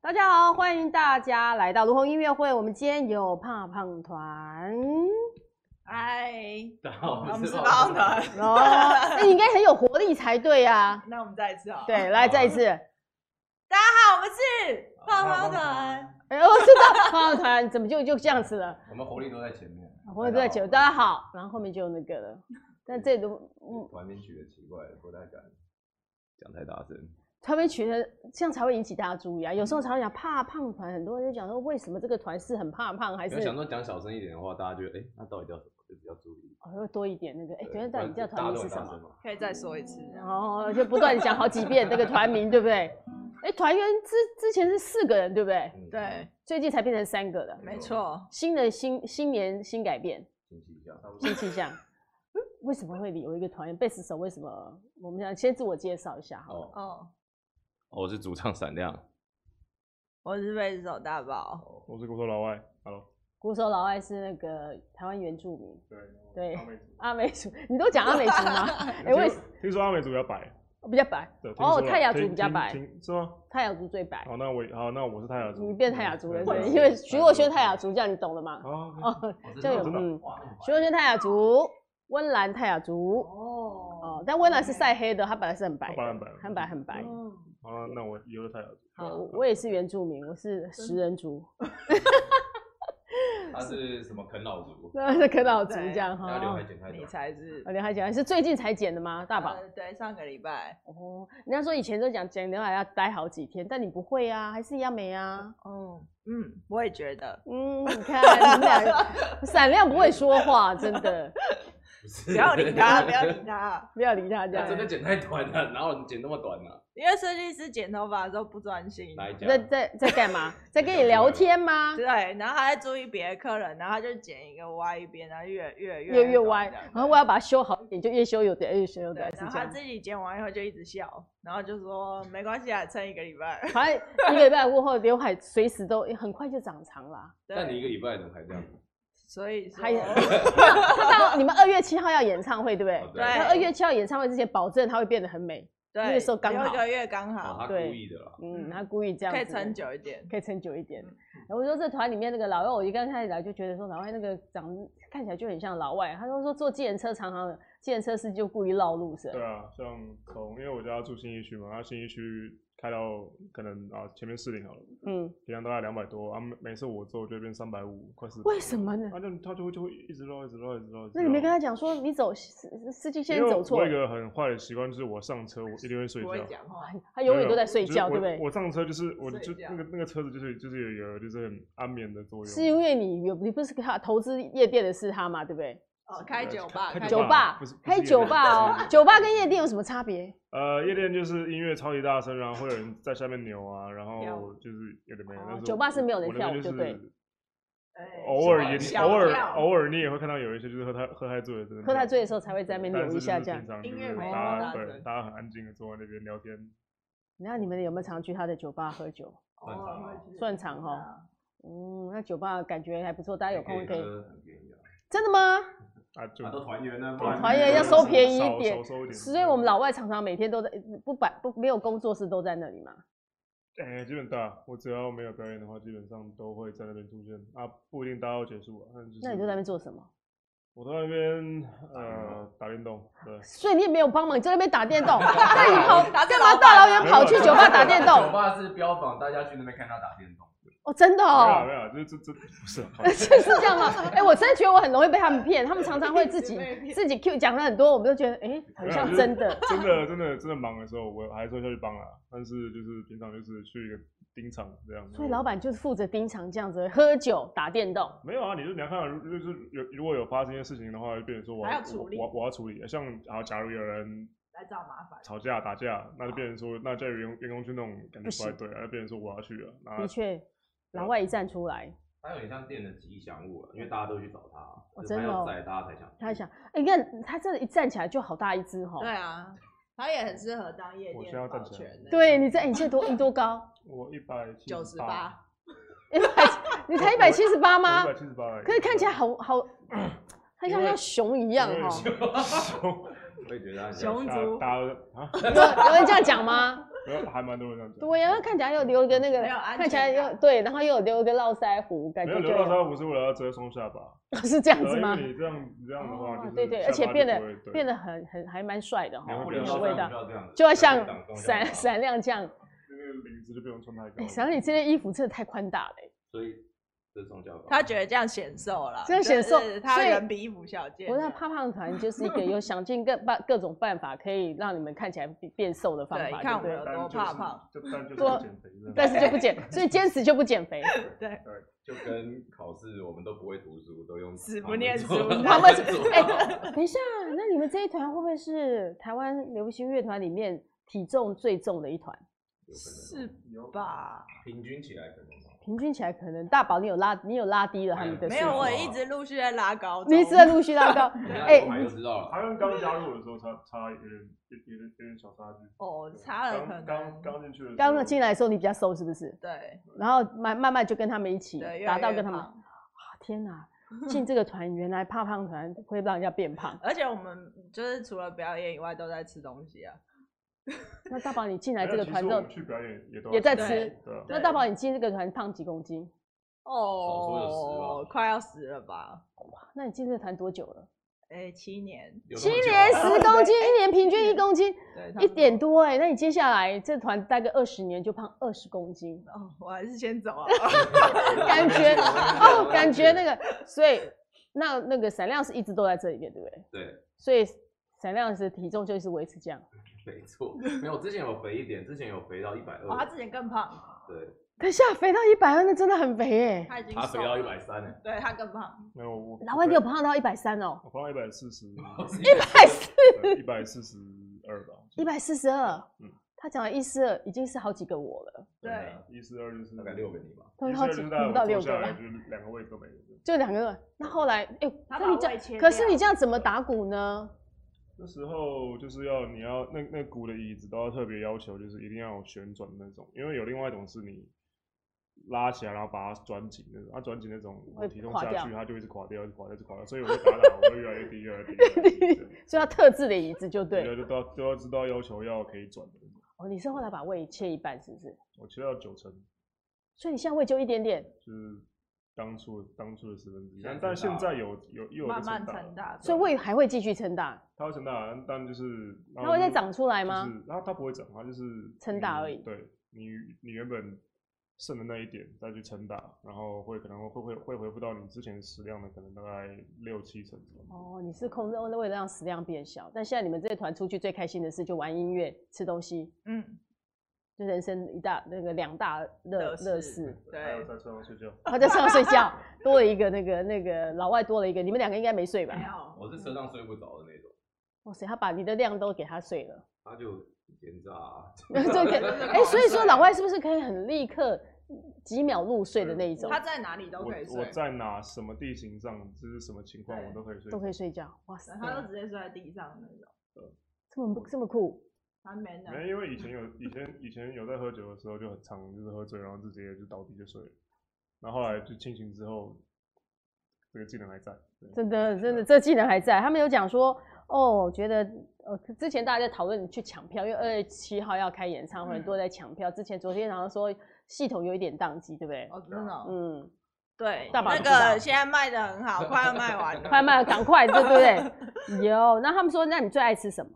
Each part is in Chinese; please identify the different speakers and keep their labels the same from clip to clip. Speaker 1: 大家好，欢迎大家来到卢红音乐会。我们今天有胖胖 团
Speaker 2: 嗨，
Speaker 3: 大家好，
Speaker 2: 我们是
Speaker 3: 包
Speaker 2: 包团。
Speaker 1: 哦，那、你应该很有活力才对呀、
Speaker 2: 那我们再一次好。，
Speaker 1: 对，来
Speaker 3: 好啊
Speaker 1: 再一次。
Speaker 2: 大家好，我们是棒棒
Speaker 3: 棒
Speaker 2: 团。，
Speaker 1: 哎呦，我知道 胖胖团怎么就就这样子了？
Speaker 3: 我们活力都在前面，
Speaker 1: 我在酒，大家好，然后后面就那个了。但这都，嗯，
Speaker 3: 团名取的奇怪，不太敢讲太大声。
Speaker 1: 他们取的这样才会引起大家注意啊。有时候常常讲怕胖团，很多人就讲说为什么这个团是很怕胖，还
Speaker 3: 你
Speaker 1: 是
Speaker 3: 要想说讲小声一点的话，大家觉得哎，诶那到底叫什么？就比较注意。
Speaker 1: 哦会多一点那个？哎，昨天
Speaker 3: 不
Speaker 1: 到
Speaker 3: 然
Speaker 1: 底叫
Speaker 3: 大家
Speaker 1: 团
Speaker 3: 都
Speaker 1: 名是
Speaker 3: 很
Speaker 1: 什
Speaker 3: 大
Speaker 1: 么
Speaker 3: 声？嘛？
Speaker 2: 可以再说一次，这样
Speaker 1: 哦，就不断讲好几遍那个团名，对不对？哎、团员之之前是四个人，对不对？
Speaker 3: 嗯，
Speaker 2: 对，
Speaker 1: 最近才变成三个了。
Speaker 2: 没错。
Speaker 1: 新的新新年新改变，
Speaker 3: 清晰一下，差不多
Speaker 1: 新气象。嗯为什么会有一个团员贝斯手？为什么？我们想先自我介绍一下好了。
Speaker 3: 哦，
Speaker 2: 哦，
Speaker 3: 我是主唱闪亮，
Speaker 2: 我是贝斯手大宝。
Speaker 4: 我是骨头老外，Hello。
Speaker 1: 鼓手老外是那个台湾原住民
Speaker 4: 对
Speaker 1: 对
Speaker 4: 阿美族。
Speaker 1: 阿美族，你都讲阿美族吗？哎、
Speaker 4: 听
Speaker 1: 为
Speaker 4: 说听说阿美族比较白，
Speaker 1: 比较白
Speaker 4: 对。听
Speaker 1: 哦，
Speaker 4: 说
Speaker 1: 泰雅族
Speaker 4: 听
Speaker 1: 比较白，
Speaker 4: 听听是吗？
Speaker 1: 泰雅族最白。
Speaker 4: 好，那我好，那我是泰雅族。
Speaker 1: 你变泰雅族了，
Speaker 4: 对
Speaker 1: 对，
Speaker 4: 对
Speaker 1: 因为徐若瑄
Speaker 4: 对
Speaker 1: 泰雅族，这样你懂了吗？
Speaker 4: 哦，
Speaker 1: 哦，
Speaker 3: 我
Speaker 1: 就有
Speaker 4: 真的
Speaker 1: 嗯，
Speaker 3: 哇那么
Speaker 1: 徐若瑄泰雅族，温岚泰雅族，
Speaker 2: 哦
Speaker 1: 哦，但温岚是晒黑的，她本来是很白的，
Speaker 4: 她本来很啊白
Speaker 1: 很白，很白。
Speaker 2: 嗯，
Speaker 4: 好了，那我以后是泰雅族。
Speaker 1: 好，我我也是原住民，我是食人 族，
Speaker 3: 白他是什么啃老族？
Speaker 1: 那是啃老族
Speaker 2: 对
Speaker 1: 这样
Speaker 3: 他刘
Speaker 1: 哈
Speaker 3: 海。剪太
Speaker 2: 你
Speaker 3: 短，
Speaker 2: 才是
Speaker 1: 啊，刘海讲是最近才剪的吗？大宝
Speaker 2: 呃对，上个礼拜。
Speaker 1: 哦，人家说以前都讲剪刘海要待好几天，但你不会啊，还是一样美啊。
Speaker 2: 哦，嗯，我也觉得。
Speaker 1: 嗯，你看你们俩，闪亮不会说话，真的
Speaker 3: 不
Speaker 2: 不要理他， 不要理他。
Speaker 1: 不要理他这
Speaker 3: 他真
Speaker 1: 样。
Speaker 3: 的剪太短了，哪有你剪那么短呢？
Speaker 2: 因为设计师剪头发的时候不专心，
Speaker 3: 哪一家？
Speaker 1: 在在在干嘛？在跟你聊天 吗？
Speaker 2: 对，然后他在注意别的客人，然后他就剪一个歪一边，然后越越越
Speaker 1: 越越
Speaker 2: 短
Speaker 1: 歪
Speaker 2: 这样，
Speaker 1: 然后我要把它修好一点，就越修有点，越修有
Speaker 2: 对
Speaker 1: 点，，是
Speaker 2: 然后
Speaker 1: 这
Speaker 2: 他
Speaker 1: 样
Speaker 2: 自。己剪完以后就一直笑，然后就说没关系啊，撑一个礼拜。
Speaker 1: 反正一个礼拜过后，刘海随时都很快就长长了啊。
Speaker 3: 但你一
Speaker 2: 对，
Speaker 3: 个礼拜怎么还这样？
Speaker 2: 所以说
Speaker 1: 还有， 他到你们二月七号要演唱会，对不
Speaker 3: 哦
Speaker 1: 对？
Speaker 3: 对
Speaker 1: 那二月七号演唱会之前，保证它会变得很美。
Speaker 2: 对
Speaker 1: 那时候刚好
Speaker 2: 六个月刚
Speaker 3: 哦，
Speaker 2: 好
Speaker 3: 他，故意的啦。
Speaker 1: 嗯，他故意这样
Speaker 2: 可
Speaker 1: 子
Speaker 2: 以撑，久一点。
Speaker 1: 可以撑久一点。然后我说这团里面那个老外，我一刚开始来就觉得说老外那个长看起来就很像老外。他都说坐计程车常常的，计程车司机就故意绕路是吧
Speaker 4: 对啊，像从因为我家住新一区嘛，然后新一区开到可能啊前面四零好了，
Speaker 1: 嗯，
Speaker 4: 平常大概两百多啊，每每次我做就变三百五，快四。
Speaker 1: 为什么呢？
Speaker 4: 啊，那他就会就会一直绕，一直绕，一直绕。一直
Speaker 1: 那你没
Speaker 4: 绕
Speaker 1: 跟他讲说你走司司机先
Speaker 4: 因为
Speaker 1: 走错
Speaker 4: 我有一
Speaker 1: 了，
Speaker 4: 个很坏的习惯，就是我上车我一定会 睡
Speaker 2: 不会
Speaker 4: 觉。
Speaker 2: 讲话，
Speaker 1: 他永远
Speaker 4: 没有
Speaker 1: 都在睡
Speaker 4: 就是
Speaker 1: 觉，
Speaker 4: 我
Speaker 1: 对不对？
Speaker 4: 我上车就是我
Speaker 2: 睡
Speaker 4: 就
Speaker 2: 觉
Speaker 4: 那个那个车子就是就是有有就是很安眠的作用。
Speaker 1: 是因为你有你不是给他投资夜店的是他嘛，对不对？
Speaker 2: 哦，开酒吧，
Speaker 4: 开
Speaker 1: 酒
Speaker 4: 酒
Speaker 1: 吧
Speaker 4: 吧不是不是
Speaker 1: 开
Speaker 4: 夜店
Speaker 1: 酒吧
Speaker 4: 不是
Speaker 1: 哦，
Speaker 4: 夜店
Speaker 1: 酒吧跟夜店有什么差别？
Speaker 4: 呃，夜店就是音乐超级大声，然后会有人在下面扭啊，然
Speaker 2: 跳
Speaker 4: 后就是有点没有。
Speaker 1: 哦
Speaker 4: 但
Speaker 1: 酒吧是没有人
Speaker 4: 我那边
Speaker 1: 跳
Speaker 4: 就
Speaker 1: 舞就对
Speaker 4: 是
Speaker 2: 哎
Speaker 4: 偶尔
Speaker 3: 小
Speaker 4: 也
Speaker 2: 跳
Speaker 4: 偶尔偶尔你也会看到有一些就是喝太喝太醉了，真的
Speaker 1: 喝太
Speaker 4: 跳
Speaker 1: 醉的时候才会在那边
Speaker 4: 但
Speaker 1: 扭
Speaker 4: 是
Speaker 1: 一下
Speaker 4: 就是
Speaker 1: 这样
Speaker 4: 平。常就
Speaker 2: 音
Speaker 4: 是
Speaker 2: 乐没有
Speaker 4: 大
Speaker 2: 那么大
Speaker 4: 家对
Speaker 2: 声
Speaker 4: 大家很安静的坐在那边聊天，
Speaker 1: 那你们有没有常去他的酒吧喝酒？
Speaker 2: 偶尔会去
Speaker 1: 算长哦嗯，那酒吧感觉还不错，大家有空可以。
Speaker 3: 喝很便宜啊，
Speaker 1: 真的吗？
Speaker 4: 啊就
Speaker 3: 啊都团圆了，
Speaker 1: 团圆要收便宜一
Speaker 4: 少
Speaker 1: 点
Speaker 4: 少收一点。
Speaker 1: 所以我们老外常常每天都在不摆不没有工作室都在那里嘛。
Speaker 4: 哎、基本大，我只要没有表演的话，基本上都会在那边出现啊，不一定大家要结束啊。但就是
Speaker 1: 那你都在那边做什么？
Speaker 4: 我在那边呃打电动，对，
Speaker 1: 所以你也没有帮忙，你在那边打电 动。那你跑
Speaker 2: 打啊打
Speaker 1: 干
Speaker 2: 电
Speaker 1: 嘛？
Speaker 2: 脑
Speaker 1: 大老远跑去酒吧打电
Speaker 3: 酒
Speaker 1: 动？
Speaker 3: 吧是标榜大家去那边看他打电动，
Speaker 1: 哦，真的
Speaker 4: 没
Speaker 1: 哦，
Speaker 4: 有没有，这这这不是啊，
Speaker 1: 是是这样吗？哎，我真的觉得我很容易被他们骗，他们常常会 自己自己 Q 讲了很多，我们都觉得哎， 好
Speaker 4: 没有啊
Speaker 1: 像
Speaker 4: 就是
Speaker 1: 真的。
Speaker 4: 真的真的真的忙的时候，我还是会下去帮啊，但是就是平常就是去一个盯场这样。
Speaker 1: 所以老板就是负责盯场这样子，喝酒、打电动。
Speaker 4: 没有啊，你就你要看啊，如就是有如果有发生一些事情的话，就变成说我
Speaker 2: 还要
Speaker 4: 我
Speaker 2: 处理
Speaker 4: 我我要处理。像啊，假如有人
Speaker 2: 来找麻 烦。
Speaker 4: 吵架打架，那就变成说，那叫员员工去弄，感
Speaker 1: 不
Speaker 4: 觉不
Speaker 1: 行
Speaker 4: 太对啊，那变成说我要去了，然后
Speaker 1: 的确，老外一站出来，
Speaker 3: 他有点像店的吉祥物啊，因为大家都去找他啊，
Speaker 1: 哦
Speaker 3: 就是
Speaker 1: 真的
Speaker 3: 他
Speaker 1: 哦
Speaker 3: 要在大家才想去，
Speaker 1: 他想，哎、你看他这一站起来就好大一只哈。
Speaker 2: 对啊，他也很适合当夜
Speaker 4: 我
Speaker 2: 店
Speaker 4: 现在要
Speaker 2: 保
Speaker 4: 站起来
Speaker 2: 全的。
Speaker 1: 对，你这、哎你现在多你多高？
Speaker 4: 我一百
Speaker 2: 九十八，
Speaker 1: 一百， 你才一百七十八吗
Speaker 4: 一？百七十八，
Speaker 1: 可是看起来好 好，他像
Speaker 4: 因为
Speaker 1: 像熊一样哈。
Speaker 4: 哈。
Speaker 3: 我也觉得他很像
Speaker 2: 熊
Speaker 4: 大
Speaker 2: 族
Speaker 4: 大家都啊，
Speaker 1: 有有人这样讲吗？
Speaker 4: 呃还蛮多人这样讲。
Speaker 1: 对呀、啊他看起来又留一个那个
Speaker 2: 没有，安
Speaker 1: 看起来
Speaker 2: 全感
Speaker 1: 又对，然后又有留一个络腮胡，感
Speaker 4: 没
Speaker 1: 觉
Speaker 4: 有
Speaker 1: 就
Speaker 4: 留到他不是为了要遮松下巴，
Speaker 1: 是这样
Speaker 4: 呃
Speaker 1: 子
Speaker 4: 因
Speaker 1: 吗？
Speaker 4: 为你这样你这样的话，
Speaker 1: 哦
Speaker 4: 就是
Speaker 1: 对对
Speaker 4: 嗯下
Speaker 1: 而且
Speaker 4: 巴就
Speaker 1: 变得
Speaker 4: 不会对
Speaker 1: 变得很很还蛮帅的哈
Speaker 4: 然，后
Speaker 3: 不
Speaker 1: 哦有
Speaker 3: 留
Speaker 4: 变
Speaker 1: 点
Speaker 4: 成
Speaker 3: 到
Speaker 1: 味道
Speaker 3: 这样，就，要这样
Speaker 1: 就要
Speaker 3: 子
Speaker 1: 像
Speaker 3: 挡风
Speaker 1: 闪
Speaker 3: 挡风
Speaker 1: 闪亮酱。
Speaker 4: 那个领子就不用穿太高
Speaker 1: 哎、
Speaker 4: 了。
Speaker 1: 想想你这件衣服真的太宽大了、欸。
Speaker 3: 所以这是宗教吧。
Speaker 2: 他觉得这样显瘦了，
Speaker 1: 这样显瘦
Speaker 2: 就是他
Speaker 1: 所以
Speaker 2: 人比衣服小件。
Speaker 1: 我那胖胖团就是一个有想尽各办各种办法可以让你们看起来变变瘦的方
Speaker 2: 对
Speaker 1: 法，
Speaker 2: 看
Speaker 1: 对
Speaker 2: 我
Speaker 1: 不对？
Speaker 2: 有
Speaker 4: 但
Speaker 2: 多
Speaker 4: 就是
Speaker 2: 怕胖，
Speaker 4: 就但就是
Speaker 1: 多
Speaker 4: 要减肥这样。
Speaker 1: 但是就不减，所以坚持就不减肥。
Speaker 2: 对，
Speaker 3: 就跟考试我们都不会读书，都用
Speaker 2: 死不
Speaker 3: 旁门
Speaker 2: 念
Speaker 3: 左
Speaker 2: 书
Speaker 3: 道
Speaker 2: 旁
Speaker 1: 门
Speaker 3: 左
Speaker 1: 哎
Speaker 3: 道
Speaker 1: 等一下，那你们这一团会不会是台湾流行乐团里面体重最重的一团？
Speaker 4: 哦
Speaker 3: 有可能
Speaker 2: 是
Speaker 4: 有
Speaker 2: 吧？
Speaker 3: 平均起来可能哦吗？
Speaker 1: 平均起来可能大宝你有拉，你有拉低了他们的数
Speaker 2: 哎没
Speaker 3: 对
Speaker 1: 字
Speaker 2: 有，
Speaker 3: 是
Speaker 2: 我
Speaker 3: 哦
Speaker 2: 一直陆续在拉高。
Speaker 1: 你一直在陆续拉高。哎
Speaker 3: 哎，我就知道了。
Speaker 4: 他跟刚加入的时候差差有点有有点有点小差距。
Speaker 2: 哦
Speaker 4: 对
Speaker 2: 差了
Speaker 4: 刚
Speaker 2: 可能
Speaker 4: 刚刚进去的时候，
Speaker 1: 刚进来的时候你比较瘦是不是？
Speaker 2: 对
Speaker 1: 然后慢慢慢就跟他们一起
Speaker 2: 对，越来
Speaker 1: 达到
Speaker 2: 越
Speaker 1: 跟他们，啊
Speaker 2: 胖
Speaker 1: 天 哪！进这个团原来胖胖团会让人家变 胖。
Speaker 2: 而且我们就是除了表演以外都在吃东西啊，
Speaker 1: 那大宝你进来
Speaker 4: 没
Speaker 1: 这
Speaker 4: 有
Speaker 1: 个
Speaker 4: 其
Speaker 1: 团
Speaker 4: 实
Speaker 1: 之
Speaker 4: 我
Speaker 1: 后
Speaker 4: 们，去表演也都
Speaker 1: 也在
Speaker 4: 要
Speaker 2: 吃
Speaker 4: 对啊
Speaker 1: 那大宝你进这个团胖几公斤？
Speaker 3: 说有
Speaker 2: 哦
Speaker 3: 10吧，
Speaker 2: 快要十了吧？
Speaker 1: 那你进这个团多久了？
Speaker 2: 哎，七年，
Speaker 3: 有
Speaker 1: 七
Speaker 3: 这么久
Speaker 1: 年
Speaker 3: 啊
Speaker 1: 十公斤，一年平均一公斤，
Speaker 2: 对，差
Speaker 1: 一
Speaker 2: 不
Speaker 1: 点
Speaker 2: 多
Speaker 1: 多哎、那你接下来这团大概二十年就胖二十公斤，
Speaker 2: 哦，我还是先走啊。
Speaker 1: 感觉哦，感觉那
Speaker 3: 个
Speaker 1: 个，所以那那个闪亮是一直都在这里面，对不对？
Speaker 3: 啊对，
Speaker 1: 所以闪亮的体重就是维持这样。
Speaker 3: 没错，没有之前有肥一点，之前有肥到一百
Speaker 2: 哦，他
Speaker 3: 二，
Speaker 2: 之前更胖，
Speaker 3: 对，
Speaker 1: 等一下肥到一百二，那真的很肥哎、
Speaker 2: 他已经
Speaker 3: 他肥
Speaker 2: 瘦
Speaker 3: 到一
Speaker 2: 了
Speaker 3: 百三哎，
Speaker 2: 对他更胖，
Speaker 4: 没有我
Speaker 1: 老外你有胖到一百三哦，
Speaker 4: 我胖一百四十，
Speaker 3: 一
Speaker 1: 还是
Speaker 4: 一百四十二吧，
Speaker 1: 一百四十二
Speaker 4: 嗯。
Speaker 1: 他讲了一四二，已经是好几个我了，
Speaker 2: 对，
Speaker 4: 一四二就是
Speaker 3: 大概六个你吧，
Speaker 1: 都
Speaker 4: 一
Speaker 1: 是
Speaker 4: 四
Speaker 1: 好
Speaker 4: 二
Speaker 1: 几
Speaker 4: 就是
Speaker 1: 不到
Speaker 4: 大概
Speaker 1: 六
Speaker 4: 坐
Speaker 1: 个
Speaker 4: 下来
Speaker 1: 了，
Speaker 4: 就是两个位都没有这样。
Speaker 1: 就两个。那后来，哎、
Speaker 2: 他
Speaker 1: 那你
Speaker 2: 把
Speaker 1: 这样
Speaker 2: 胃切
Speaker 1: 可是你
Speaker 2: 掉
Speaker 1: 这样怎么打鼓呢？
Speaker 4: 那时候就是要你要那那鼓的椅子都要特别要求，就是一定要有旋转的那种，因为有另外一种是你拉起来然后把它转紧那种，它转紧那种
Speaker 1: 会
Speaker 4: 体重
Speaker 1: 垮
Speaker 4: 下
Speaker 1: 掉
Speaker 4: 去它就一直垮掉，一直垮掉，一直垮掉，所以我会打打，我会越来越低，越 来越低，越来越低对
Speaker 1: 所以要特制的椅子就对
Speaker 4: 对，。就都要都要知道要求要可以转的那种。
Speaker 1: 哦，你是后来把胃切一半是不是？
Speaker 4: 我切到九成，
Speaker 1: 所以你现在胃就一点点，
Speaker 4: 就是当初当初的十分之一，
Speaker 3: 现在
Speaker 4: 但但
Speaker 3: 撑大
Speaker 4: 现
Speaker 3: 了
Speaker 4: 在有有又有
Speaker 2: 慢慢
Speaker 4: 成
Speaker 2: 成大
Speaker 1: 所以胃还会继续撑大，
Speaker 4: 它会成大，但就是
Speaker 1: 它会再长出来
Speaker 4: 就
Speaker 1: 吗？
Speaker 4: 是它它不会长，它就是
Speaker 1: 撑大
Speaker 4: 你
Speaker 1: 而已
Speaker 4: 对你你原本剩的那一点再去撑大，然后会可能会会会恢复到你之前食量的可能大概六七成左右。
Speaker 1: 哦，你是控制为了让食量变小，但现在你们这团出去最开心的事就玩音乐、吃东西，
Speaker 2: 嗯，
Speaker 1: 就人生一大那个两大乐
Speaker 2: 乐
Speaker 1: 乐
Speaker 2: 事
Speaker 1: 事。
Speaker 4: 还有
Speaker 2: 对，
Speaker 4: 在车上睡觉，
Speaker 1: 他在车上睡觉，多了一个那个那个老外多了一个，你们两个应该没睡吧
Speaker 2: 没？有，
Speaker 3: 我是车上睡不着的那种，
Speaker 1: 哇塞，他把你的量都给他睡了，
Speaker 3: 他就奸诈啊，
Speaker 1: 这个
Speaker 2: 真的
Speaker 1: 哎、
Speaker 2: 狂
Speaker 1: 所以说
Speaker 2: 睡啊
Speaker 1: 老外是不是可以很立刻几秒入睡的那一种
Speaker 2: 他，在哪里都
Speaker 4: 我
Speaker 2: 可以睡
Speaker 4: 我，在哪什么地形上，就是什么情况
Speaker 2: 对
Speaker 4: 我都可以睡
Speaker 1: 都
Speaker 4: 觉。
Speaker 1: 可以睡觉？哇塞
Speaker 2: 对，他都直接睡在地上那种，
Speaker 1: 这么这么酷，
Speaker 2: 他没
Speaker 4: 没有，
Speaker 2: 能，
Speaker 4: 因为以前有以前以前有在喝酒的时候就很常就是喝醉，然后就直接就倒地就睡了，然后后来就清醒之后，这个技能还在。对
Speaker 1: 真的，真的，这技能还在。他们有讲说，哦，觉得呃，之前大家在讨论去抢票，因为二月七号要开演唱会，
Speaker 2: 嗯
Speaker 1: 很多在抢票。之前昨天好像说系统有一点宕机，对不对？
Speaker 2: 哦，真的哦，
Speaker 1: 嗯，
Speaker 2: 对，
Speaker 1: 大宝
Speaker 2: 那
Speaker 1: 知道
Speaker 2: 个现在卖的很好，快要卖完 了，
Speaker 1: 快卖，赶快，对不 对？有。那他们说，那你最爱吃什么？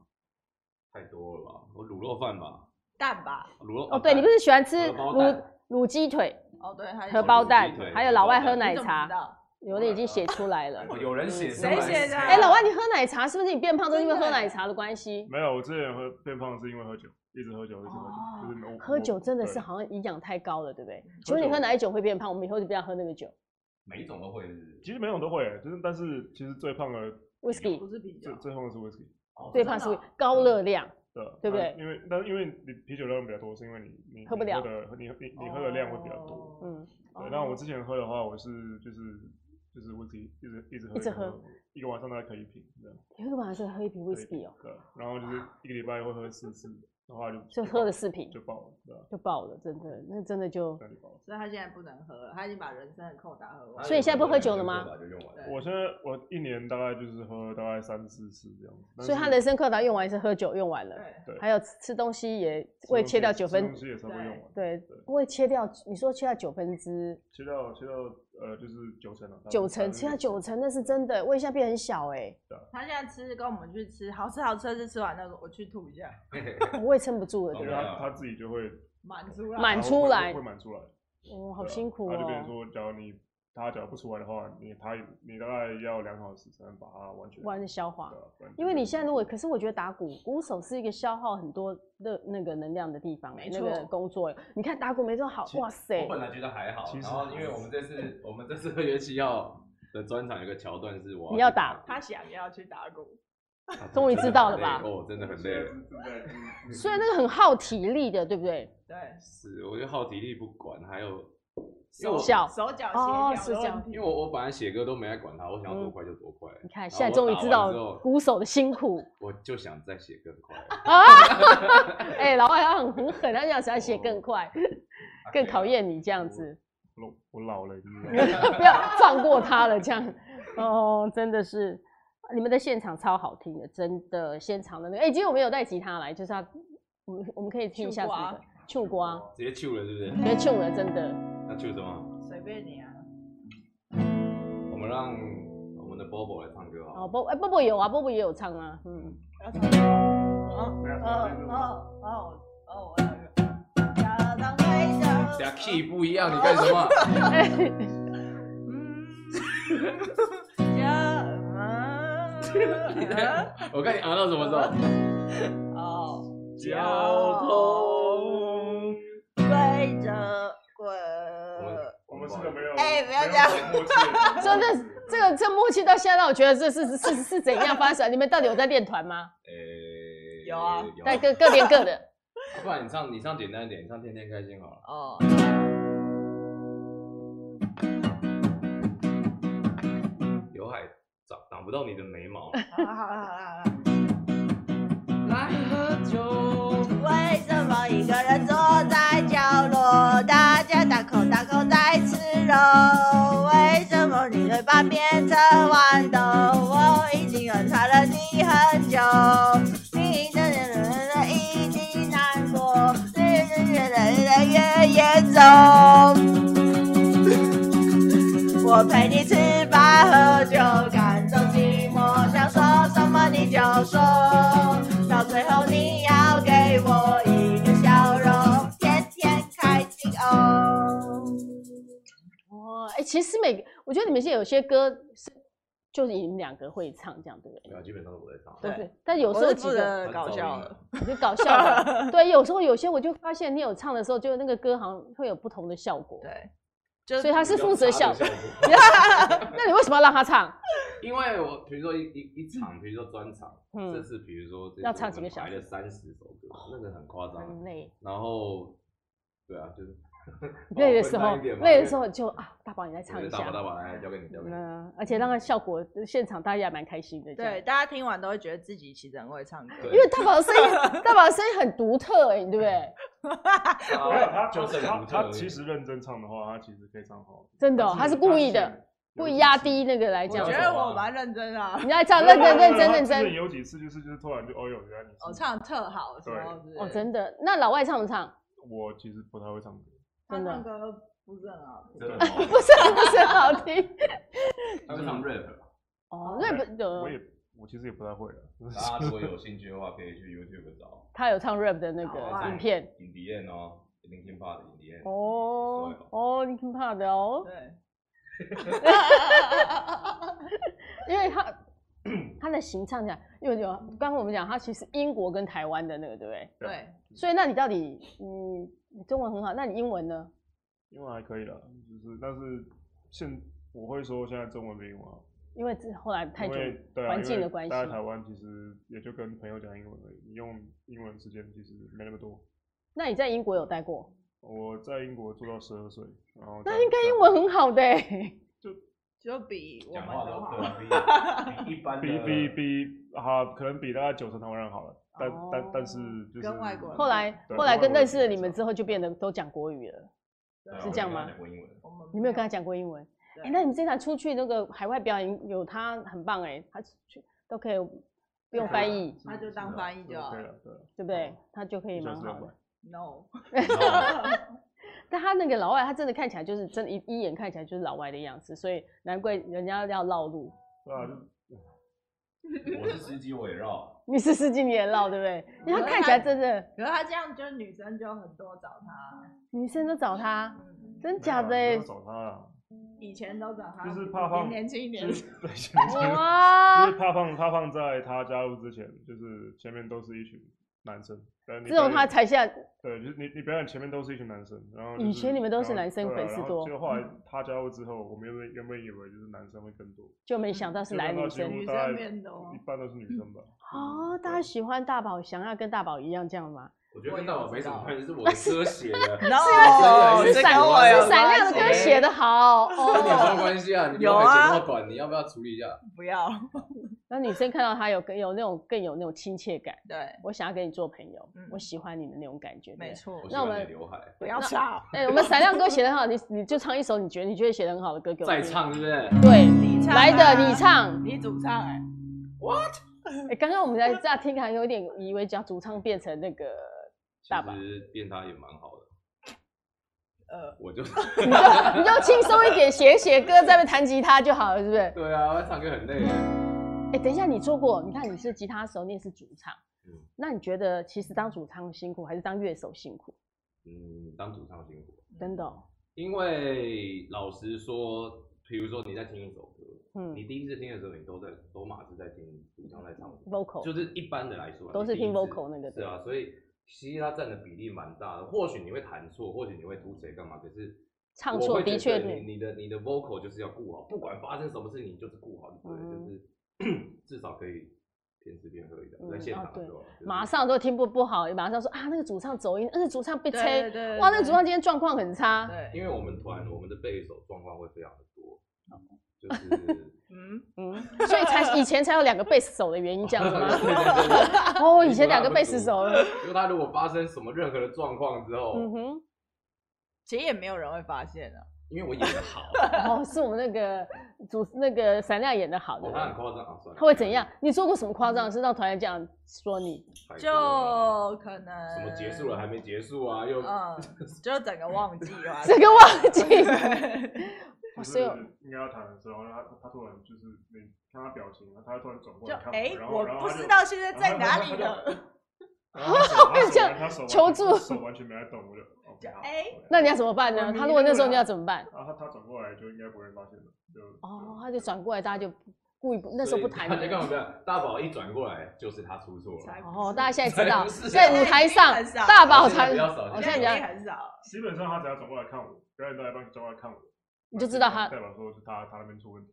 Speaker 3: 太多了吧？我卤肉饭吧，
Speaker 2: 蛋吧，
Speaker 3: 卤肉
Speaker 1: 哦，对你不是喜欢吃
Speaker 3: 荷包
Speaker 1: 卤
Speaker 3: 蛋
Speaker 1: 卤鸡腿、
Speaker 2: 哦，对，他
Speaker 1: 荷包
Speaker 3: 卤
Speaker 1: 蛋
Speaker 3: 鸡腿，
Speaker 1: 还有老外喝
Speaker 3: 荷包蛋
Speaker 1: 奶
Speaker 2: 你怎么知
Speaker 1: 茶，
Speaker 2: 道？
Speaker 1: 有的已经写出来了。嗯
Speaker 3: 哦有人写出
Speaker 2: 谁
Speaker 3: 来
Speaker 2: 写的啊
Speaker 1: 哎，老外，你喝奶茶是不是你变胖都是因为喝
Speaker 2: 真的
Speaker 1: 奶茶的关系？
Speaker 4: 没有，我之前喝变胖是因为喝酒，一直喝酒，一直喝酒，就是我
Speaker 1: 哦喝酒真的是
Speaker 4: 对
Speaker 1: 好像营养太高了，对不对？
Speaker 2: 喝
Speaker 1: 请问你
Speaker 4: 酒
Speaker 1: 喝哪一种会变胖？我们以后就不要喝那个酒。
Speaker 3: 每一种都会是
Speaker 4: 其实每种都会，欸就是但是其实最胖的
Speaker 1: whisky
Speaker 2: 不是啤
Speaker 4: 最
Speaker 2: 酒，
Speaker 4: 最胖的是 whisky，
Speaker 3: 哦
Speaker 1: 最
Speaker 3: 真的
Speaker 1: 怕
Speaker 2: 胖
Speaker 1: 是
Speaker 2: 是
Speaker 1: 会
Speaker 2: 会
Speaker 1: 高热量，
Speaker 4: 对啊
Speaker 1: 对不
Speaker 4: 但
Speaker 1: 对
Speaker 4: 因为但因为你啤酒量比较多，是因为你你
Speaker 1: 喝不
Speaker 4: 你
Speaker 1: 了
Speaker 4: 的你你你喝的量会比较多。
Speaker 2: 哦，
Speaker 1: 嗯，
Speaker 4: 对，那我之前喝的话，我是就是就是 whisky 一直一直喝
Speaker 1: 一直
Speaker 4: 喝
Speaker 1: 喝，
Speaker 4: 一个晚上大概可以一瓶这样。
Speaker 1: 你会晚上喝一瓶
Speaker 4: 对
Speaker 1: whisky 哦，，
Speaker 4: 对，啊然后就是一个礼拜会喝四次的话就
Speaker 1: 就喝了四瓶
Speaker 4: 就爆了，对啊，
Speaker 1: 就爆了，真的，那真的就
Speaker 4: 那就爆了。
Speaker 2: 所以他现在不能喝了，他已经把人生的扣打喝完。
Speaker 1: 所以你现在不喝酒了吗？
Speaker 5: 就用完了
Speaker 2: 对
Speaker 4: 我现在我一年大概就是喝大概三四次这样子，但
Speaker 1: 所以他
Speaker 4: 是
Speaker 1: 人生课堂用完是喝酒用完了，
Speaker 2: 对，
Speaker 4: 对
Speaker 1: 还有吃东西也
Speaker 4: 吃
Speaker 1: 胃
Speaker 4: 东
Speaker 1: 切
Speaker 4: 西
Speaker 1: 掉
Speaker 4: 也
Speaker 1: 九
Speaker 4: 吃
Speaker 1: 分
Speaker 4: 东，西也差不多用完，
Speaker 1: 对
Speaker 4: 对，
Speaker 1: 胃切掉，你说切掉九分之
Speaker 4: 切掉切掉呃就是九成了，
Speaker 1: 九成，切掉九成那是真的，胃现在变很小哎、
Speaker 2: 他现在吃跟我们去吃好吃好吃的是吃完那个我去吐一下，
Speaker 1: 我胃撑不 住了，
Speaker 4: 因
Speaker 1: 真
Speaker 4: 为
Speaker 1: 的，
Speaker 4: 他他自己就会
Speaker 2: 满足了。
Speaker 1: 满
Speaker 4: 他会
Speaker 1: 出来
Speaker 4: 会满出来，
Speaker 1: 哦，
Speaker 4: 对
Speaker 1: 好
Speaker 4: 啊
Speaker 1: 辛苦
Speaker 4: 他就变
Speaker 1: 哦
Speaker 4: 成、说，假如你他假如不出来的话，你他你大概要两小时才能把它完全
Speaker 1: 不然是消化
Speaker 4: 对。啊不然就
Speaker 1: 因为你
Speaker 4: 是
Speaker 1: 现在如果，可是我觉得打鼓鼓手是一个消耗很多的那个能量的地方、欸，
Speaker 2: 没
Speaker 1: 那个
Speaker 2: 错
Speaker 1: 工作，你看打鼓没做好，
Speaker 4: 其哦
Speaker 1: 哇塞
Speaker 5: 我，本来觉得还好
Speaker 4: 其，实
Speaker 5: 然后因为我们 这次我们这次二月七号的专场有个桥段是我
Speaker 1: 你要打
Speaker 2: 他想要去打鼓，
Speaker 1: 终于知道了吧
Speaker 5: 累哦，真的很累了。
Speaker 1: 所以那个很耗体力的，对不对？
Speaker 2: 对，
Speaker 5: 是，我觉得耗体力不管，还有因为我
Speaker 1: 小
Speaker 2: 手脚
Speaker 1: 哦
Speaker 2: 协调
Speaker 1: 是这
Speaker 2: 的
Speaker 1: 样
Speaker 2: 问题。
Speaker 5: 因为我我本来写歌都没来管它，我想要多快就多快。
Speaker 1: 嗯你看
Speaker 4: 啊
Speaker 5: 然后
Speaker 1: 现在
Speaker 5: 我
Speaker 1: 终于
Speaker 5: 打
Speaker 1: 知
Speaker 5: 完
Speaker 1: 道
Speaker 5: 之后
Speaker 1: 鼓手的辛 苦
Speaker 5: 我就想再写更快，
Speaker 1: 啊！哎、老外他很很狠，他想想写更快， 更考验你这样子。
Speaker 4: 哦哎我我老了， 就是
Speaker 1: 不要放过他了，这样哦，真的是你们的现场超好听的，真的现场的那个，哎、今天我们有带吉他来，就是要我们我们可以听一下这
Speaker 2: 唱
Speaker 1: 个
Speaker 2: 歌
Speaker 1: 秋瓜，
Speaker 5: 哦直接 Q 了，对不对？
Speaker 1: 我觉得秋了真的
Speaker 5: 那 Q 什么？
Speaker 2: 随便你 啊，
Speaker 5: 我们让我们的 Bobo 来唱歌好
Speaker 1: 哦，
Speaker 5: 了。
Speaker 1: 波哎波波有啊，波波也有唱啊，嗯，
Speaker 2: 要唱歌哦。
Speaker 4: 没有
Speaker 2: 哦
Speaker 4: 没有
Speaker 2: 哦哦哦，我要一个假当太
Speaker 5: 等下
Speaker 2: 阳
Speaker 5: key 不一样，你干什么？
Speaker 1: 哎、
Speaker 2: 嗯， 家
Speaker 5: 我看你昂到什么时候？
Speaker 2: 哦，
Speaker 5: 交通。
Speaker 2: 追着滚。
Speaker 4: 呃我们是个没有
Speaker 2: 哎不要
Speaker 4: 没有
Speaker 2: 这样
Speaker 4: 默 契
Speaker 1: 真的这个这默契到现在让我觉得这是是是是怎样发生？你们到底有在练团吗？
Speaker 5: 诶，
Speaker 2: 有啊
Speaker 5: 有
Speaker 1: 在各各练各的，
Speaker 5: 不然你唱你唱简单一点，你唱天天开心好了。
Speaker 2: 哦，
Speaker 5: 刘海长挡不到你的眉毛。
Speaker 2: 好了好了好了好了，
Speaker 5: 来喝酒。
Speaker 2: 为什么一个人坐在角落，大家大口大口在吃肉？为什么你会把变成豌豆？我已经观察了你很久，你一点点的已经难过，你越来越越严重。我陪你吃饭喝酒，感受寂寞，想说什么你就说，到最后你要给我一个笑容，天天开心哦。
Speaker 1: 哦，哎、其实每个我觉得你们现在有些歌是就是你们两个会唱这样，对不对？
Speaker 5: 没有，啊基本上都我在唱。
Speaker 1: 都
Speaker 2: 对
Speaker 1: 是，但有时候几个
Speaker 5: 很搞笑的，
Speaker 1: 就搞笑的。对，有时候有些我就发现你有唱的时候，就那个歌好像会有不同的效果。
Speaker 2: 对，就
Speaker 1: 所以他是负责 笑
Speaker 5: 比较差的效 果
Speaker 1: 那你为什么要让他唱？
Speaker 5: 因为我比如说一一一场，比如说专场，
Speaker 1: 嗯
Speaker 5: 这次比如说这
Speaker 1: 要唱几个小时哦嗯
Speaker 5: 三十首歌，那个很夸张。
Speaker 1: 很累，
Speaker 5: 然后，对啊，就 是哦
Speaker 1: 累的时候，累的时
Speaker 5: 候
Speaker 1: 候就啊，大宝你来唱一
Speaker 5: 大把大
Speaker 1: 下。
Speaker 5: 把来交给你，交啊 给你。
Speaker 1: 嗯，而且那个效果，现场大家也蛮开心的。这样
Speaker 2: 对，，大家听完都会觉得自己其实很会唱歌。
Speaker 5: 对
Speaker 1: 因为大宝的声音，大宝的声音很独特，哎，对不对？
Speaker 4: 没有他
Speaker 5: 就剩
Speaker 4: 他
Speaker 5: 五
Speaker 4: 他
Speaker 5: 特而已
Speaker 4: 其实认真唱的话，他其实可以唱好。
Speaker 1: 真的哦哦他是故意的，哦
Speaker 4: 有
Speaker 1: 故
Speaker 4: 几
Speaker 1: 意压
Speaker 4: 次
Speaker 1: 低那个来
Speaker 2: 我
Speaker 1: 讲
Speaker 2: 觉，得我蛮认真啊，
Speaker 1: 你要唱认真认真认
Speaker 4: 他之前
Speaker 1: 真。
Speaker 4: 有几次就是就是突然就哦哟，原来你
Speaker 2: 我
Speaker 4: 是
Speaker 2: 唱得特好的时候，是不是
Speaker 1: 哦，真的。那老外唱不唱？
Speaker 4: 我其实不太会唱歌，
Speaker 2: 他
Speaker 1: 真的
Speaker 2: 唱歌不是很好听。
Speaker 5: 真 的吗
Speaker 1: 不是，不是很好听。
Speaker 5: 他会唱 rap
Speaker 1: 哦，日本
Speaker 4: 我
Speaker 1: 的
Speaker 4: 也我其实也不太会了。
Speaker 5: 大家如果有兴趣的话，可以去 YouTube 找
Speaker 1: 他有唱 rap 的那
Speaker 2: 好
Speaker 1: 个
Speaker 2: 啊
Speaker 1: 影片。
Speaker 5: In the End 哦，林心发的 In the End。
Speaker 1: 哦哦，你挺怕的哦，
Speaker 2: 对，
Speaker 1: 因为他 他的形唱起来，因为有刚刚我们讲他其实英国跟台湾的那个，对不对？
Speaker 2: 对，
Speaker 1: 所以那你到底你你中文很好，那你英文呢？
Speaker 4: 英文还可以啦，就是但是现我会说现在中文没英文好，
Speaker 1: 因为这后来太
Speaker 4: 因
Speaker 1: 久
Speaker 4: 为对啊
Speaker 1: 环境
Speaker 4: 因为
Speaker 1: 的关系
Speaker 4: 待在台湾其实也就跟朋友讲英文而已，你用英文时间其实没那么多。
Speaker 1: 那你在英国有待过，
Speaker 4: 我在英国做到十二岁，然后
Speaker 1: 那
Speaker 4: 在
Speaker 1: 应该
Speaker 4: 在
Speaker 1: 英文很好的、欸，
Speaker 2: 就比我
Speaker 5: 讲
Speaker 2: 们
Speaker 5: 话
Speaker 2: 都
Speaker 5: 都
Speaker 2: 好。
Speaker 5: 对啊， 比比一般的
Speaker 4: 比比比啊，可能比大概九成台湾人好了，但、但但是就是
Speaker 2: 哦跟外国人
Speaker 1: 后来
Speaker 4: 对
Speaker 1: 后来
Speaker 4: 跟
Speaker 1: 跟
Speaker 4: 外国人
Speaker 1: 认识了
Speaker 4: 比
Speaker 1: 你
Speaker 4: 较
Speaker 1: 们
Speaker 4: 少
Speaker 1: 之后，就变得都讲国语了。
Speaker 5: 对啊
Speaker 1: 是这样吗
Speaker 5: 我跟他讲过英文，
Speaker 2: 我们
Speaker 1: 你没有跟他讲过英文？
Speaker 2: 对
Speaker 1: 哎、那你们这场出去那个海外表演有他很棒哎、他去都可以不
Speaker 2: 啊
Speaker 1: 用翻译，
Speaker 2: 他就当翻译就好
Speaker 4: 对了啊
Speaker 2: 了。，
Speaker 4: 对了，
Speaker 1: 对不对？他就可以
Speaker 4: 一小
Speaker 1: 蛮
Speaker 4: 时
Speaker 1: 好
Speaker 4: 两
Speaker 1: 的
Speaker 4: 百。。
Speaker 2: No，
Speaker 1: 但他那个老外，他真的看起来就是真的一一眼看起来就是老外的样子，所以难怪人家要绕路。
Speaker 4: 对啊，就
Speaker 5: 我是司机，我也绕。
Speaker 1: 你是司机你也绕，对不对？因为他看起来真的
Speaker 2: 可是他这样，就女生就很多找他，
Speaker 1: 女生都找他，
Speaker 2: 嗯，
Speaker 1: 真假的
Speaker 4: 没
Speaker 1: 哎
Speaker 4: 有啊、不要找他了，
Speaker 2: 以前都找他，
Speaker 4: 就是怕放
Speaker 2: 年轻一点
Speaker 4: 就。是对，就是
Speaker 1: 欸哇
Speaker 4: 就！是怕胖怕胖在他加入之前，就是前面都是一群男生，但你
Speaker 1: 只有
Speaker 4: 被
Speaker 1: 他才下，
Speaker 4: 对，就是你你表演前面都是一群男生，然后、
Speaker 1: 以前你们都是
Speaker 4: 然后
Speaker 1: 男生
Speaker 4: 对啊
Speaker 1: 粉丝
Speaker 4: 然后
Speaker 1: 多嗯
Speaker 4: 结果后来他加入之后，我们原本原本以为就是男生会更多，
Speaker 1: 就没想到是
Speaker 4: 结果
Speaker 1: 来
Speaker 4: 看到
Speaker 1: 女
Speaker 4: 几乎
Speaker 1: 生
Speaker 2: 女
Speaker 4: 大概
Speaker 2: 生变多
Speaker 4: 一半都是女生吧。
Speaker 1: 哦，大家喜欢大宝，想要跟大宝一样这样吗？
Speaker 5: 我觉得跟大宝没什么关系，是我遮 血的，跟
Speaker 2: No，
Speaker 5: 是
Speaker 2: 这
Speaker 5: 闪
Speaker 2: 跟我啊有
Speaker 1: 哦是闪亮的
Speaker 2: 关
Speaker 1: 跟
Speaker 2: 系
Speaker 1: 写的好
Speaker 5: 你有什
Speaker 1: 哦。
Speaker 5: 么关系啊？你刘
Speaker 2: 有
Speaker 5: 海
Speaker 2: 啊
Speaker 5: 剪那么短，你要不要处理一下？
Speaker 2: 不要，
Speaker 1: 那女生看到他有更有那种更有那种亲切感，
Speaker 2: 对，
Speaker 1: 我想要跟你做朋友
Speaker 2: 嗯，
Speaker 1: 我喜欢你的那种感觉。对不对
Speaker 2: 没错
Speaker 5: 我，喜
Speaker 1: 那我
Speaker 5: 欢你
Speaker 1: 们
Speaker 5: 的刘海，
Speaker 2: 不要吵，
Speaker 1: 哎、我们闪亮歌写的很好，你你就唱一首你觉得你觉得写的很好的歌给我
Speaker 5: 再
Speaker 1: 听。
Speaker 5: 唱是不是？
Speaker 1: 对，
Speaker 2: 你唱
Speaker 1: 来的
Speaker 2: 啊
Speaker 1: 你，唱。
Speaker 2: 你主唱哎，
Speaker 1: 哎、刚刚我们在这样听，还有点以为讲主唱变成那个大宝
Speaker 5: 其实变他也蛮好的，
Speaker 2: 呃，
Speaker 5: 我就
Speaker 1: 你就你就轻松一点，写写歌，在那边弹吉他就好了，是不是？哎、
Speaker 5: 对啊，唱歌很累。
Speaker 1: 等一下，你做过，你看你是吉他手，你也是主唱，
Speaker 5: 嗯
Speaker 1: 那你觉得其实当主唱辛苦，还是当乐手辛苦？
Speaker 5: 嗯，当主唱辛苦，
Speaker 1: 真的哦、
Speaker 5: 因为老实说，比如说你在听一首歌，你
Speaker 1: 嗯
Speaker 5: 第一次听的时候，你都在都马是在听主唱在唱什么，就
Speaker 1: ，vocal
Speaker 5: 是一般的来说啊
Speaker 1: 都是
Speaker 5: 你第
Speaker 1: 听
Speaker 5: 一次
Speaker 1: vocal 那个
Speaker 5: 是啊，所以其实它占的比例蛮大的。或许你会弹错，或许你会吐词干嘛，可是
Speaker 1: 唱
Speaker 5: 我
Speaker 1: 错
Speaker 5: 会觉
Speaker 1: 的
Speaker 5: 得
Speaker 1: 确
Speaker 5: 你
Speaker 1: 你
Speaker 5: 你的你的 vocal 就是要顾好，不管发生什么事情，你就是顾好，对，
Speaker 1: 嗯
Speaker 5: 就是 至少可以边吃边喝一点，
Speaker 1: 嗯
Speaker 5: 在现
Speaker 1: 哦
Speaker 5: 场的
Speaker 1: 对
Speaker 5: 时候啊，就是
Speaker 1: 马上都听不不好，马上说啊那个主唱走音，那个主唱被
Speaker 2: 对对
Speaker 1: 吹，
Speaker 2: 对，
Speaker 1: 哇，那个主
Speaker 2: 对
Speaker 1: 唱今天状况很差，
Speaker 2: 对，
Speaker 5: 因为我们团我们的贝手状况会非常的多，
Speaker 1: 哦
Speaker 5: 就是
Speaker 2: 嗯，
Speaker 1: 嗯，所以才以前才有两个贝斯手的原因这样子吗？
Speaker 5: 对对对 对
Speaker 1: 哦，以前两个贝斯手，
Speaker 5: 因为他如果发生什么任何的状况之后，
Speaker 1: 嗯哼，
Speaker 2: 其实也没有人会发现啊，
Speaker 5: 因为我演的好，啊
Speaker 1: 哦，是我们那个主那个闪亮演的 好
Speaker 5: 哦
Speaker 1: 的，
Speaker 5: 他很夸张啊，算了，
Speaker 1: 他会怎样？你做过什么夸张的事让团员这样说你？
Speaker 5: 太多了？
Speaker 2: 就可能
Speaker 5: 什么结束了还没结束
Speaker 1: 呃
Speaker 5: 啊？又
Speaker 2: 嗯，就整个忘记 了啊，
Speaker 1: 这个忘记，哇
Speaker 4: 就是
Speaker 1: 哦所以我
Speaker 4: 应该要弹的时候，然后他他突然就是你看他表情，啊他突然转过
Speaker 2: 就
Speaker 4: 来看
Speaker 2: 哎，
Speaker 4: 然后
Speaker 2: 我
Speaker 4: 然后
Speaker 2: 不
Speaker 4: 他就
Speaker 2: 知道现在在哪里
Speaker 4: 然 后
Speaker 2: 了，
Speaker 4: 然后他手他手
Speaker 1: 这样
Speaker 4: 他手完
Speaker 1: 求助
Speaker 4: 他手完全没在动，我 就
Speaker 2: 就
Speaker 4: OK，好
Speaker 2: 哎
Speaker 4: OK
Speaker 1: 那你要怎么办呢？他如果那时候你要怎么办？
Speaker 4: 然后他他转过来就应该不会发现了，就
Speaker 1: 哦，他就转过来，大家就故意不那时候不谈
Speaker 5: 大家干嘛
Speaker 1: 了。
Speaker 5: 不要？大宝一转过来就是他出错了
Speaker 2: 才。
Speaker 1: 哦，大家现在知道
Speaker 5: 才不是，啊
Speaker 1: 在舞台上
Speaker 2: 现在已经很少了
Speaker 1: 大宝
Speaker 5: 现在
Speaker 1: 才
Speaker 5: 比较少
Speaker 1: 哦现
Speaker 2: 现
Speaker 1: 在比
Speaker 2: 在已
Speaker 1: 较
Speaker 2: 经很少，
Speaker 4: 基本上他只要转过来看我，表演到一半转过来看我，
Speaker 1: 你就知道他
Speaker 4: 代表说是他他那边出问题，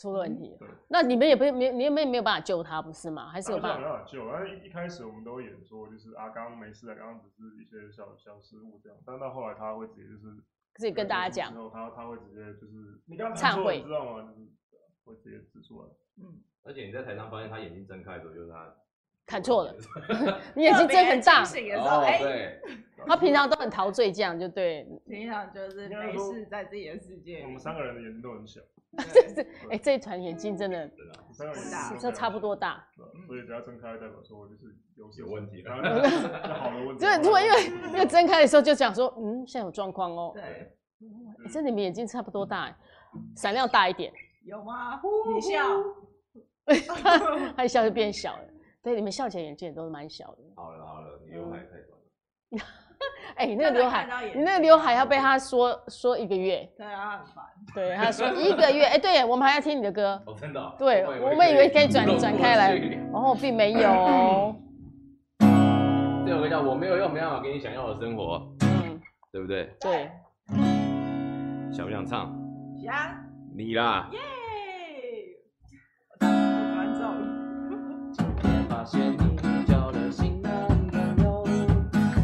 Speaker 1: 出了问题
Speaker 4: 对。
Speaker 1: 那你们也不没你们也没有办法救他，不是吗？还是有
Speaker 4: 当下
Speaker 1: 办
Speaker 4: 没
Speaker 1: 法？
Speaker 4: 办法救。但是一一开始我们都会演说，就是啊，刚刚没事啊，刚刚只是一些小小失误这样。但到后来他会直接就是
Speaker 1: 自己跟大家讲
Speaker 4: 之，后他他会直接就是你刚刚
Speaker 1: 忏
Speaker 4: 说
Speaker 1: 悔
Speaker 4: 你知道吗？就是会直接指出来。
Speaker 2: 嗯，
Speaker 5: 而且你在台上发现他眼睛睁开的时候，就是他
Speaker 1: 看错了，你
Speaker 2: 你
Speaker 1: 眼睛睁很大，
Speaker 2: 清醒的时候，
Speaker 5: 哦，
Speaker 2: 哎，
Speaker 5: 对，
Speaker 1: 他
Speaker 4: 啊
Speaker 1: 平常都很陶醉，这样就对。
Speaker 2: 平常就是没事，在自己的世界
Speaker 4: 我
Speaker 2: 里
Speaker 4: 们，三个人的眼睛都很小，
Speaker 2: 对
Speaker 1: 这哎，这一团眼睛真的
Speaker 4: 我们三个人
Speaker 2: 很大
Speaker 4: 眼睛都
Speaker 1: 啊这
Speaker 4: 很
Speaker 1: 差不多大。
Speaker 4: 小，对啊所以只要睁开，代表说就是有事
Speaker 5: 有问题
Speaker 4: 然
Speaker 5: 了
Speaker 4: 后就 就好了问题。
Speaker 1: 真的突然因为因为睁开的时候就想说，嗯，现在有状况哦。
Speaker 5: 哎
Speaker 2: 对，
Speaker 1: 欸这你们眼睛差不多大欸，闪亮大一点，
Speaker 2: 有吗？你笑，
Speaker 1: 他一笑就变小了。对，你们笑起来眼睛也都是蛮小的。
Speaker 5: 好了好了，你刘海太短了，
Speaker 1: 哎、你那个刘海
Speaker 2: 看到，眼
Speaker 1: 你那个刘海要被他说说一个月，
Speaker 2: 对啊，很烦，
Speaker 1: 对，他说一个月。哎、对耶，我们还要听你的歌，
Speaker 5: 哦，真的哦，
Speaker 1: 对我们以为可以转转开来然后并没有 哦。
Speaker 5: 这首歌叫《我没有用没办法给你想要的生活》，
Speaker 1: 嗯，
Speaker 5: 对不对？
Speaker 1: 对，
Speaker 5: 想不想唱？
Speaker 2: 香，
Speaker 5: 你啦。
Speaker 2: 耶，我喜欢这种，
Speaker 5: 发现你交了新男朋友，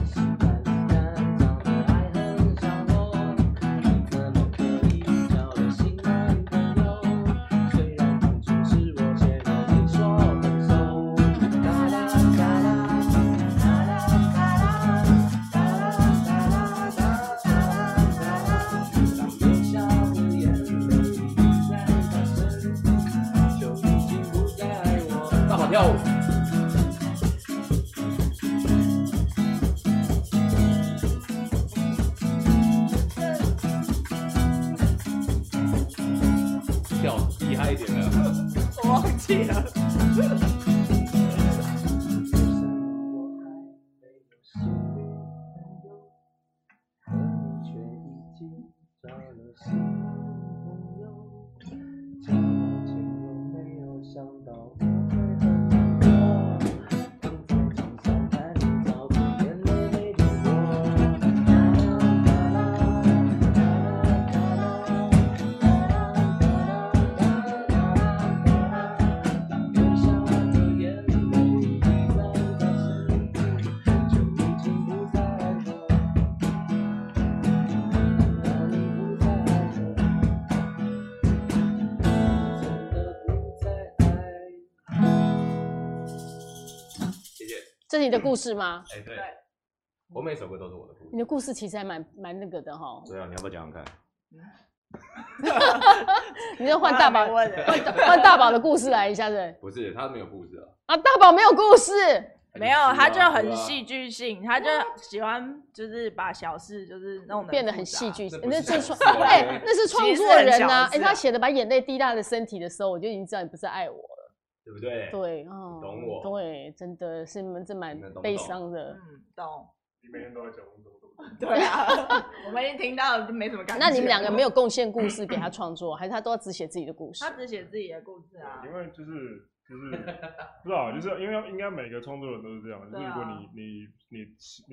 Speaker 5: 洗碗干燥的爱很少哦。你怎么可以交了新男朋友？虽然当初是我先和你说分手。
Speaker 2: 哒啦哒啦，哒啦哒啦，哒啦哒啦哒啦哒啦哒啦。气了。
Speaker 3: 为什么我还没有心里朋友，可你却已经找了新男朋友？交往前有没有想到我会很难过？躺在床上看你照片，眼泪没流过。啦啦啦啦啦啦啦啦啦啦啦。留下的眼泪已然打湿，就已经不再爱我。那你不再爱我，真的不再爱。
Speaker 5: 谢谢。
Speaker 1: 这是你的故事吗？
Speaker 5: 哎，对，我每首歌都是我的故
Speaker 1: 你
Speaker 5: 事。
Speaker 1: 的故事其实还蛮蛮那个的哈，
Speaker 2: 嗯
Speaker 5: 对啊，你要不要讲讲看？
Speaker 1: 你要 换大宝
Speaker 2: 我还啊没问呢
Speaker 1: 换大宝的故事来一下子
Speaker 5: 不是，他没有故事啊。
Speaker 1: 啊，大宝没有故事，
Speaker 2: 没有，他就
Speaker 5: 对
Speaker 2: 很
Speaker 5: 啊
Speaker 2: 戏。剧性，他就喜欢就是把小事就是弄得
Speaker 1: 变得
Speaker 2: 复
Speaker 1: 很
Speaker 2: 杂
Speaker 1: 戏。剧
Speaker 5: 这
Speaker 1: 性，
Speaker 5: 不
Speaker 1: 那
Speaker 5: 是
Speaker 1: 是
Speaker 5: 小
Speaker 1: 创
Speaker 5: 事啊
Speaker 1: 哎
Speaker 5: 我觉得
Speaker 1: 那是创
Speaker 2: 其实
Speaker 1: 作
Speaker 2: 很
Speaker 1: 人
Speaker 2: 小
Speaker 1: 呐，
Speaker 2: 事
Speaker 1: 哎，
Speaker 2: 啊
Speaker 1: 他写的把眼泪滴到他的身体的时候，我就已经知道你不是爱我了，
Speaker 5: 对不对？
Speaker 1: 对，哦，
Speaker 5: 懂我
Speaker 1: 对，真的是这蛮
Speaker 5: 你们懂不
Speaker 1: 悲
Speaker 5: 懂
Speaker 1: 伤的。
Speaker 2: 嗯，懂。
Speaker 4: 你每天都在讲温州东西，
Speaker 2: 对啊，我们已经听到了，就没什么感觉。
Speaker 1: 那你们两个没
Speaker 2: 有？
Speaker 1: 有贡献故事给他创作，还是他都要只写自己的故事
Speaker 2: 他？只写自己的故事啊。
Speaker 4: 因为就是就是 不知道，啊就是因为应该每个创作人都是这样，
Speaker 2: 啊
Speaker 4: 就是如果你你你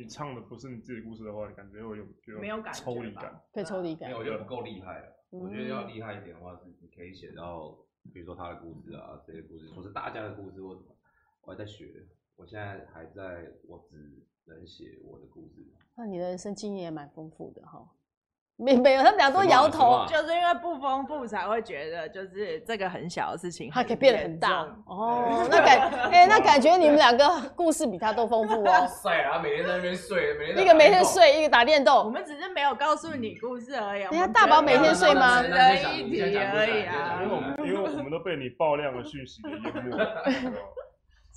Speaker 4: 你唱的不是你自己的故事的话，你感觉会有有
Speaker 2: 没有感觉
Speaker 4: 抽离
Speaker 2: 吧
Speaker 4: 感，
Speaker 1: 可以抽离
Speaker 5: 没
Speaker 1: 感
Speaker 5: 有，。我觉得不够厉害了。我觉得
Speaker 1: 嗯
Speaker 5: 要厉害一点的话，是你可以写到，比如说他的故事啊，谁的故事，或是大家的故事或什么。我还在学，我现在还在，我只能写我的故事。
Speaker 1: 那你的人生经验也蛮丰富的哈。没没有，他们俩都摇
Speaker 5: 什么
Speaker 1: 头
Speaker 5: 啊，
Speaker 2: 就是因为不丰富才会觉得，就是这个很小的事情，
Speaker 1: 他可以变得很大哦。那
Speaker 5: 对
Speaker 1: 感哎、那感觉你们两个故事比他都丰富
Speaker 5: 哇
Speaker 1: 哦。
Speaker 5: 塞啊！他每天在那边睡，每天在
Speaker 1: 一个每天
Speaker 5: 打电动
Speaker 1: 睡，一个打电
Speaker 2: 我
Speaker 1: 动。
Speaker 2: 们只是没有告诉你故事而已。
Speaker 1: 等一下
Speaker 2: 我们
Speaker 1: 大宝
Speaker 2: 觉得
Speaker 1: 每天睡吗
Speaker 2: 只人一题而已
Speaker 4: 因为
Speaker 2: 啊。
Speaker 4: 我们因为我们都被你爆量的讯息给淹没，你知道吗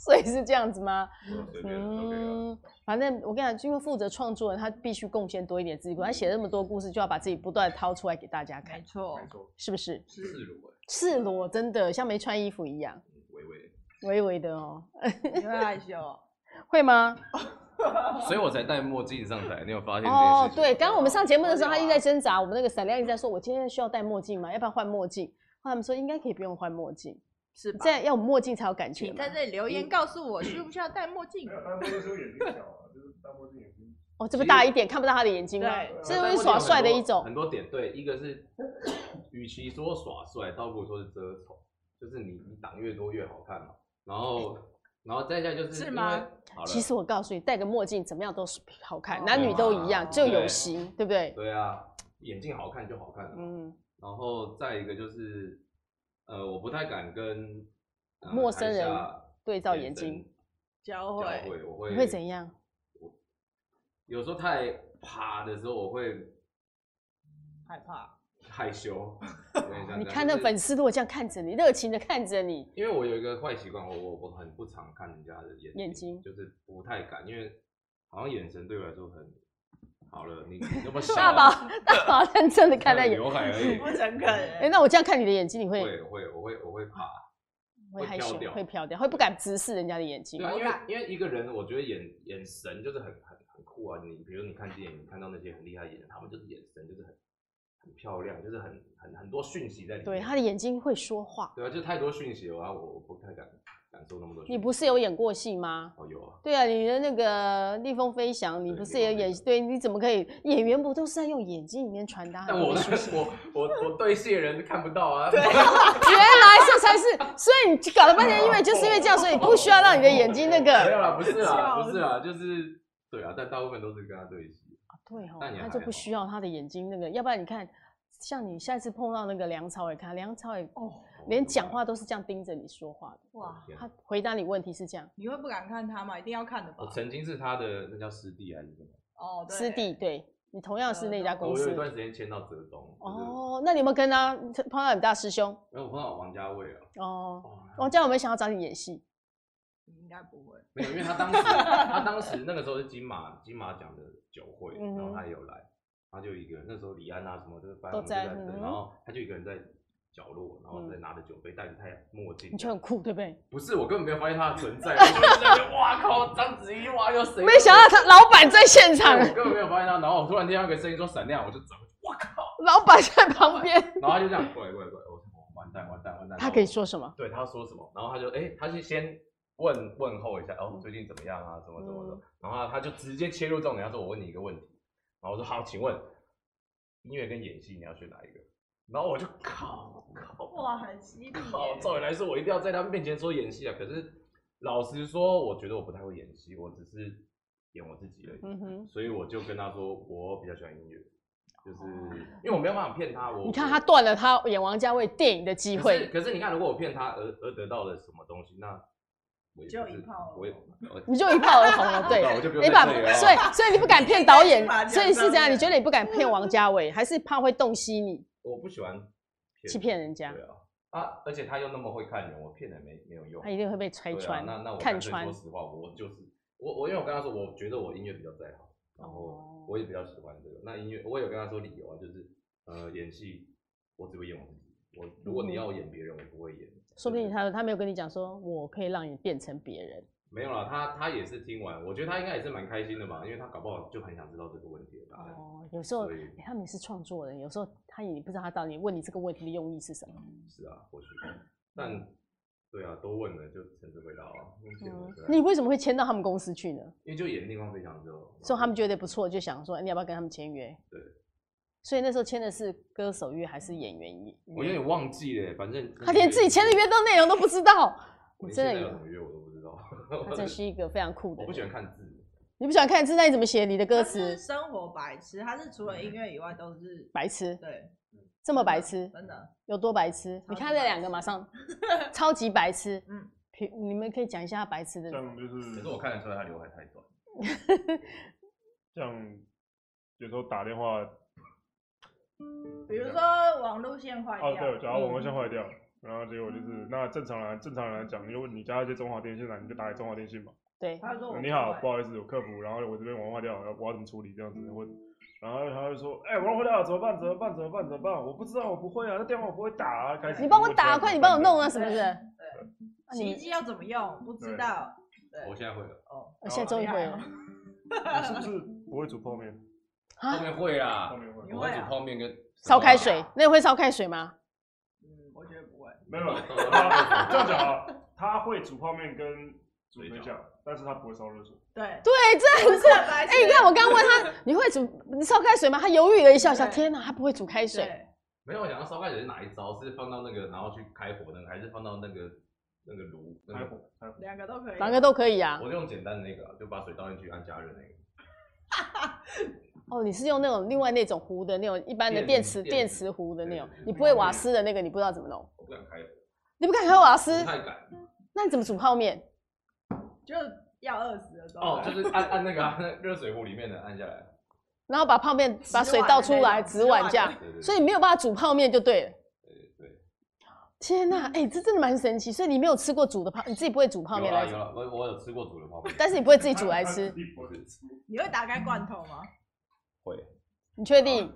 Speaker 1: 所以是这样子吗？
Speaker 5: 随便都可以啊。
Speaker 1: 嗯，反正我跟你讲，因为负责创作人，他必须贡献多一点自己故事。他写那么多故事，就要把自己不断地掏出来给大家
Speaker 2: 没
Speaker 5: 嗯
Speaker 1: 看，
Speaker 2: 错
Speaker 4: 没，错，
Speaker 1: 是不是？
Speaker 5: 赤裸欸，
Speaker 1: 赤裸真的像没穿衣服一样，
Speaker 5: 微微，
Speaker 1: 微微的哦，
Speaker 2: 你会害羞。
Speaker 1: 会吗？
Speaker 5: 所以我才戴墨镜上台。你有啊发现？
Speaker 1: 哦，对，刚刚我们上节目的时候，
Speaker 2: 我
Speaker 1: 他
Speaker 2: 有
Speaker 1: 一直
Speaker 2: 啊
Speaker 1: 在挣扎，我们那个闪亮一直在说，我今天需要戴墨镜吗？要不要换墨镜？后来他们说应该可以不用换墨镜，
Speaker 2: 是吧
Speaker 5: 啊
Speaker 1: 这？样要有墨镜才有感觉
Speaker 2: 请
Speaker 1: 嘛。
Speaker 2: 在这里留言告诉我，需不需要戴墨镜
Speaker 4: 没？有，但是那时候眼睛小啊，就是大墨镜眼 睛。
Speaker 1: 哦，这么大一点看不到他的眼睛吗？
Speaker 5: 呃
Speaker 2: 对
Speaker 1: 这是耍帅的一
Speaker 5: 很
Speaker 1: 种。
Speaker 5: 多点对，一个是，与其说耍帅，倒不如说是遮丑，就是你你挡越多越好看嘛。然后，然后再下就是
Speaker 2: 是
Speaker 5: 因为
Speaker 2: 吗？
Speaker 5: 好了，
Speaker 1: 哎其实我告诉你，戴个墨镜怎么样都是好看，
Speaker 2: 哦
Speaker 1: 男女都一样，
Speaker 2: 对
Speaker 1: 就有型，对不对？
Speaker 5: 啊对啊，眼镜好看就好看了嘛。
Speaker 1: 嗯，
Speaker 5: 然后再一个就是，呃，我不太敢跟、呃
Speaker 1: 陌生人
Speaker 5: 台下
Speaker 1: 对照眼睛
Speaker 5: 神
Speaker 2: 教
Speaker 5: 交
Speaker 2: 会
Speaker 5: 汇，我会
Speaker 1: 你会怎样？
Speaker 5: 有时候太趴的时候，我会
Speaker 2: 害怕，
Speaker 5: 害羞。有点像这 样
Speaker 1: 你看那粉，
Speaker 5: 就是
Speaker 1: 丝如果这样看着你，热情的看着 你，
Speaker 5: 因为我有一个坏习惯，我我我很不常看人家的眼
Speaker 1: 眼睛
Speaker 5: 就是不太敢，因为好像眼神对我来说很好了。 你你那么小，
Speaker 1: 大 宝 大宝认真的看他
Speaker 5: 看
Speaker 1: 眼。
Speaker 5: 刘海而已
Speaker 2: 不，诚
Speaker 1: 哎，
Speaker 2: 恳。
Speaker 1: 那我这样看你的眼睛，你 会
Speaker 5: 哎会会我会我会怕。
Speaker 1: 会害
Speaker 5: 飘
Speaker 1: 羞，
Speaker 5: 掉
Speaker 1: 会飘掉，会不敢直视人家的眼睛
Speaker 5: 对。啊，因为因为一个人，我觉得眼眼神就是很很很酷啊。你比如你看电影，你看到那些很厉害的演员，他们就是眼神就是很很漂亮，就是很很很多讯息在里面。
Speaker 1: 对，他的眼睛会说话。
Speaker 5: 对啊，就太多讯息了啊，我我不太敢感受那么多讯息。
Speaker 1: 你不是有演过戏吗？
Speaker 5: 哦有啊，
Speaker 1: 对啊，你的那个《逆风飞翔》，你
Speaker 5: 对
Speaker 1: 不
Speaker 5: 逆
Speaker 1: 是也
Speaker 5: 风飞
Speaker 1: 演？
Speaker 5: 翔
Speaker 1: 对，你怎么可以？演员不都是在用眼睛里面传达？
Speaker 5: 但
Speaker 1: 原
Speaker 5: 我我我我对线人看不 到啊。
Speaker 1: 来这才是，所以你搞了半天，因为就是因为这样，所以不需要让你的眼睛那
Speaker 5: 没有
Speaker 1: 个。
Speaker 5: 啦，不是
Speaker 2: 笑
Speaker 5: 啦，不是啦，就是对啊，但大部分都是跟他对戏。
Speaker 1: 对哦
Speaker 5: 那，你
Speaker 1: 他
Speaker 5: 还
Speaker 1: 就不
Speaker 5: 好
Speaker 1: 需要他的眼睛那个，要不然你看，像你下次碰到那个梁朝伟，看梁朝伟
Speaker 2: 哦，
Speaker 5: 啊
Speaker 1: 连讲话都是这样盯着你说话的，
Speaker 2: 哇，
Speaker 5: 天啊
Speaker 1: 他回答你问题是这样，
Speaker 2: 你会不敢看他吗？一定要看的吧
Speaker 5: 我？哦曾经是他的那叫师弟还是什么？
Speaker 2: 哦，对
Speaker 1: 师弟，对你同样是那家公
Speaker 5: 我哦有
Speaker 1: 司
Speaker 5: 一。段时间签到泽东。哦。
Speaker 1: 哦，那你有没有跟他碰到你大师兄？
Speaker 5: 然后我碰到王家卫啊。
Speaker 1: 哦，
Speaker 5: 哦
Speaker 1: 王家有没有想要找你演戏？
Speaker 2: 应该不会。
Speaker 5: 没有，因为他 当时他当时那个时候是金马金马奖的酒会，
Speaker 1: 嗯哼
Speaker 5: 然后他也有来，然后就一个人，那时候李安啊什么，就是反
Speaker 1: 都
Speaker 5: 正我们就
Speaker 1: 在
Speaker 5: 在等，
Speaker 1: 嗯
Speaker 5: 然后他就一个人在角落，然后再拿着酒杯，戴着太阳墨镜
Speaker 1: 你。觉得很酷，对不对？
Speaker 5: 不是，我根本没有发现他的存 在。我就在那边哇靠，章子怡，哇又谁？
Speaker 1: 没想到他老板在现场，
Speaker 5: 对我根本没有发现他。然后我突然听到一个声音说闪亮，我就走，哇靠！
Speaker 1: 老板在旁边，
Speaker 5: 然后他就这样过来过来过来，我我完蛋完蛋完蛋。
Speaker 1: 他可以说什么？
Speaker 5: 对他说什么，然后他就哎、他是先问问候一下，哦，最近怎么样啊，怎么怎么的，然后他就直接切入重点，他说我问你一个问题，然后我说好，请问音乐跟演戏你要选哪一个？然后我就靠靠
Speaker 2: 哇，很犀利
Speaker 5: 靠，照理来说我一定要在他面前说演戏啊，可是老实说，我觉得我不太会演戏，我只是演我自己而已，
Speaker 1: 嗯哼，
Speaker 5: 所以我就跟他说我比较喜欢音乐，就是
Speaker 2: 哦
Speaker 5: 因为我没有办法骗他，我
Speaker 1: 你看
Speaker 5: 我
Speaker 1: 他断了他演王家卫电影的机
Speaker 5: 可是
Speaker 1: 会，
Speaker 5: 可是你看，如果我骗他而而得到了什么东西，那我也
Speaker 2: 只有
Speaker 5: 不是
Speaker 2: 一炮而
Speaker 5: 我也
Speaker 1: 你就一炮而红 了，对。
Speaker 5: 我就不用
Speaker 1: 你把
Speaker 5: 在这里了
Speaker 1: 所以所以你不敢骗导演
Speaker 2: 马，上
Speaker 1: 所以是这样，
Speaker 2: 上
Speaker 1: 你觉得你不敢骗王家卫，还是怕会洞悉你
Speaker 5: 我不喜欢
Speaker 1: 去骗人家，
Speaker 5: 对啊啊！而且他又那么会看人，我骗了没没有用，
Speaker 1: 他一定会被拆
Speaker 5: 对啊
Speaker 1: 穿
Speaker 5: 那那我、
Speaker 1: 看穿
Speaker 5: 说。实话，我就是我我因为我跟他说，我觉得我音乐比较在行，然后
Speaker 1: 哦
Speaker 5: 我也比较喜欢这个。那音乐我有跟他说理由啊，就是呃，演戏我只会演我自己。我如
Speaker 1: 嗯
Speaker 5: 果你要我演别人，我不会演。
Speaker 1: 说不定
Speaker 5: 就是
Speaker 1: 他他没有跟你讲说，我可以让你变成别人。
Speaker 5: 没有啦，他他也是听完，我觉得他应该也是蛮开心的吧，因为他搞不好就很想知道这个问题的答案。
Speaker 1: 哦，有时候、
Speaker 5: 哎所以
Speaker 1: 欸他们也是创作人，有时候他也不知道他到底问你这个问题的用意是什么。
Speaker 5: 是啊，或许，但对啊，都问了就诚实回答啊。嗯
Speaker 1: 嗯，你为什么会签到他们公司去呢？
Speaker 5: 因为就演另外非常之后，
Speaker 1: 所以他们觉得不错，就想说、欸你要不要跟他们签约？
Speaker 5: 对。
Speaker 1: 所以那时候签的是歌手约还是演员约？
Speaker 5: 我有点忘记了，反正
Speaker 1: 他连自己签的约都内容都不知道，
Speaker 5: 我
Speaker 1: 你
Speaker 5: 连
Speaker 1: 真
Speaker 5: 现
Speaker 1: 的
Speaker 5: 在
Speaker 1: 有
Speaker 5: 有什么约我都不知道。
Speaker 1: 他真是一个非常酷的
Speaker 5: 我
Speaker 1: 人。
Speaker 5: 不喜欢看字，
Speaker 1: 你不喜欢看字，那你怎么写你的歌
Speaker 2: 他是
Speaker 1: 词？
Speaker 2: 生活白痴，他是除了音乐以外都是
Speaker 1: 白痴，
Speaker 2: 对
Speaker 1: 这么白痴，
Speaker 2: 真的
Speaker 1: 有多白痴？
Speaker 2: 超
Speaker 1: 你
Speaker 2: 级
Speaker 1: 看这
Speaker 2: 白
Speaker 1: 两个，
Speaker 2: 痴
Speaker 1: 马上 超级白痴。嗯
Speaker 2: 嗯，
Speaker 1: 你们可以讲一下他白痴的。
Speaker 4: 像就是
Speaker 5: 可是我看得出来他刘海太短。
Speaker 4: 像有时候打电话，
Speaker 2: 比如说网路线啊坏
Speaker 4: 哦对，
Speaker 2: 掉，
Speaker 4: 假如网络
Speaker 1: 嗯
Speaker 4: 线坏掉，然后结果就是那正常人正常人来讲，如果你加一些中华电信来，你就打给中华电信嘛。
Speaker 1: 哦对，
Speaker 2: 他说我
Speaker 4: 你好，
Speaker 2: 坏
Speaker 4: 不好意思，有客服，然后我这边网坏掉，了，我要怎么处理这样子问？
Speaker 1: 嗯
Speaker 4: 然后他就说，哎、网坏掉了怎么办？怎么办？怎么办？怎么办？我不知道，我不会啊，那电话我不会打啊。开始
Speaker 1: 你帮我打，快你帮我弄啊，是不是？
Speaker 2: 对
Speaker 1: 啊
Speaker 2: 洗衣
Speaker 1: 你
Speaker 2: 机要怎么用不知道，对
Speaker 5: 我现在会了，
Speaker 2: 哦，
Speaker 1: 我现在终于会了
Speaker 4: 你是不是不会煮泡面？
Speaker 5: 后
Speaker 1: 啊！
Speaker 5: 面会啦
Speaker 4: 泡，面会
Speaker 2: 你
Speaker 5: 我
Speaker 2: 会
Speaker 5: 会煮
Speaker 2: 啊
Speaker 5: 泡面跟
Speaker 1: 烧开水，那你会烧开水吗？
Speaker 2: 嗯，我觉得不会，
Speaker 4: 没有？ 这样讲啊，他会煮泡面跟煮水饺，但是他不会烧热水。
Speaker 2: 对，
Speaker 1: 对，这很酷。
Speaker 2: 哎
Speaker 1: 哎，你看我刚刚问他，你会煮你烧开水吗？他犹豫了一下，我想
Speaker 2: 对
Speaker 1: 天哪，他不会煮开水。
Speaker 5: 没有，我想要烧开水是哪一招？是放到那个然后去开火呢，还是放到那个那个炉？那
Speaker 4: 开
Speaker 5: 个
Speaker 4: 火，开火。
Speaker 2: 两个都可以，
Speaker 1: 哪个都可以啊
Speaker 5: 我。就用简单的那个啊，就把水倒进去按加热那个。
Speaker 1: 哦，你是用那种另外那种壶的那种一般的电
Speaker 5: 电
Speaker 1: 磁
Speaker 5: 磁
Speaker 1: 电磁壶的那
Speaker 5: 对
Speaker 1: 种
Speaker 5: 对，对
Speaker 1: 你不会瓦斯的那个，你不知道怎么弄。
Speaker 5: 我不敢开火，
Speaker 1: 你不敢开瓦斯
Speaker 5: 不，太敢。
Speaker 1: 那你怎么煮泡面？
Speaker 2: 就要饿死的时候
Speaker 5: 哦， 就是按按那个啊那热水壶里面的按下来，
Speaker 1: 然后把泡面把
Speaker 2: 直
Speaker 1: 水
Speaker 2: 碗
Speaker 1: 倒
Speaker 2: 的
Speaker 1: 出
Speaker 2: 那
Speaker 1: 来，
Speaker 2: 种
Speaker 1: 直
Speaker 2: 直
Speaker 1: 碗
Speaker 2: 碗
Speaker 1: 架
Speaker 2: 的，
Speaker 5: 对对对
Speaker 1: 所以你没有办法煮泡面就对了。
Speaker 5: 对对。
Speaker 1: 天呐，哎、这真的蛮神奇。所以你没有吃过煮的泡，你自己不会煮泡面
Speaker 5: 有啦
Speaker 1: 来
Speaker 5: 啊有
Speaker 1: 吃，
Speaker 5: 啦，我我有吃过煮的泡面，
Speaker 1: 但是你不会自己煮来 吃，
Speaker 2: 你会打开罐头吗？
Speaker 5: 会，
Speaker 1: 你确定？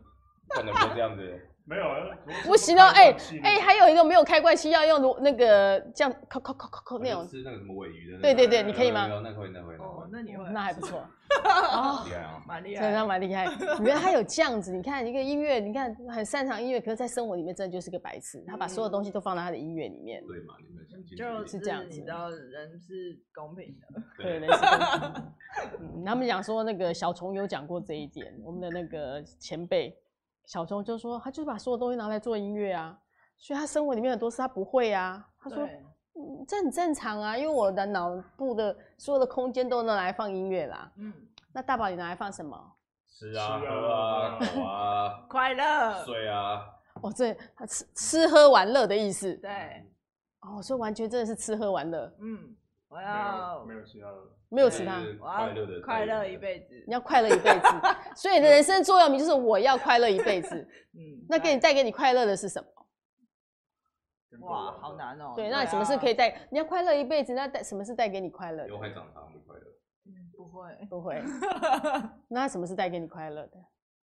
Speaker 5: 可能不会这 样子。
Speaker 4: 没有，啊
Speaker 1: 不行哦，哎、哎、还有一个没有开罐器要用炉那个这样扣扣扣扣扣
Speaker 5: 我
Speaker 1: 那
Speaker 5: 就
Speaker 1: 种，
Speaker 5: 吃那个什么尾鱼的那个，
Speaker 1: 对对对你可以吗
Speaker 5: 有有有那会那会，那
Speaker 2: 哦
Speaker 5: 会，
Speaker 2: 那你会，
Speaker 1: 嗯那还不 错。哦，
Speaker 5: 厉害啊！
Speaker 2: 蛮厉
Speaker 1: 真
Speaker 2: 害
Speaker 1: 的
Speaker 2: 的，
Speaker 1: 蛮厉害。你看他有这样子，你看一个音乐，你看很擅长音乐，可是在生活里面真的就是个白痴。他把所有东西
Speaker 2: 嗯
Speaker 1: 都放到他的音乐里面，
Speaker 5: 对嘛，你们想进去
Speaker 2: 就
Speaker 1: 这样子
Speaker 2: 你知道人是公平的，
Speaker 1: 对，人是公平的。 嗯，他们讲说那个小虫有讲过这一点，我们的那个前辈小虫就说，他就是把所有东西拿来做音乐啊，所以他生活里面很多事他不会啊。他说，
Speaker 2: 对
Speaker 1: 嗯，这很正常啊，因为我的脑部的所有的空间都拿来放音乐啦。
Speaker 2: 嗯，
Speaker 1: 那大宝，你拿来放什么？
Speaker 5: 吃啊
Speaker 4: 吃啊
Speaker 5: 喝啊
Speaker 4: 喝啊
Speaker 5: 狗啊
Speaker 2: 快乐，
Speaker 5: 睡啊，
Speaker 1: 哦，这他吃吃喝玩乐的意思。
Speaker 2: 对，
Speaker 1: 哦，所以完全真的是吃喝玩乐，
Speaker 2: 嗯，我
Speaker 4: 没有
Speaker 1: 哎
Speaker 2: 要
Speaker 4: 没有其他的，
Speaker 1: 没有其他。
Speaker 5: 就是
Speaker 2: 我要
Speaker 5: 快乐的
Speaker 2: 快乐一，辈子
Speaker 1: 你，要快乐一辈子，所以你的人生座右铭就是我要快乐一辈子。
Speaker 2: 嗯，
Speaker 1: 那给你带给你快乐的是什么？
Speaker 4: 跟狗玩
Speaker 2: 哇，
Speaker 4: 的
Speaker 2: 好。难哦，
Speaker 1: 对，那什么事可
Speaker 2: 以？
Speaker 1: 以带？你要快乐一辈子，那带什么是带给你快乐
Speaker 5: 刘
Speaker 1: 的？
Speaker 5: 海长长不快乐，
Speaker 2: 嗯不会，
Speaker 1: 不会。那什么是带给你快乐的？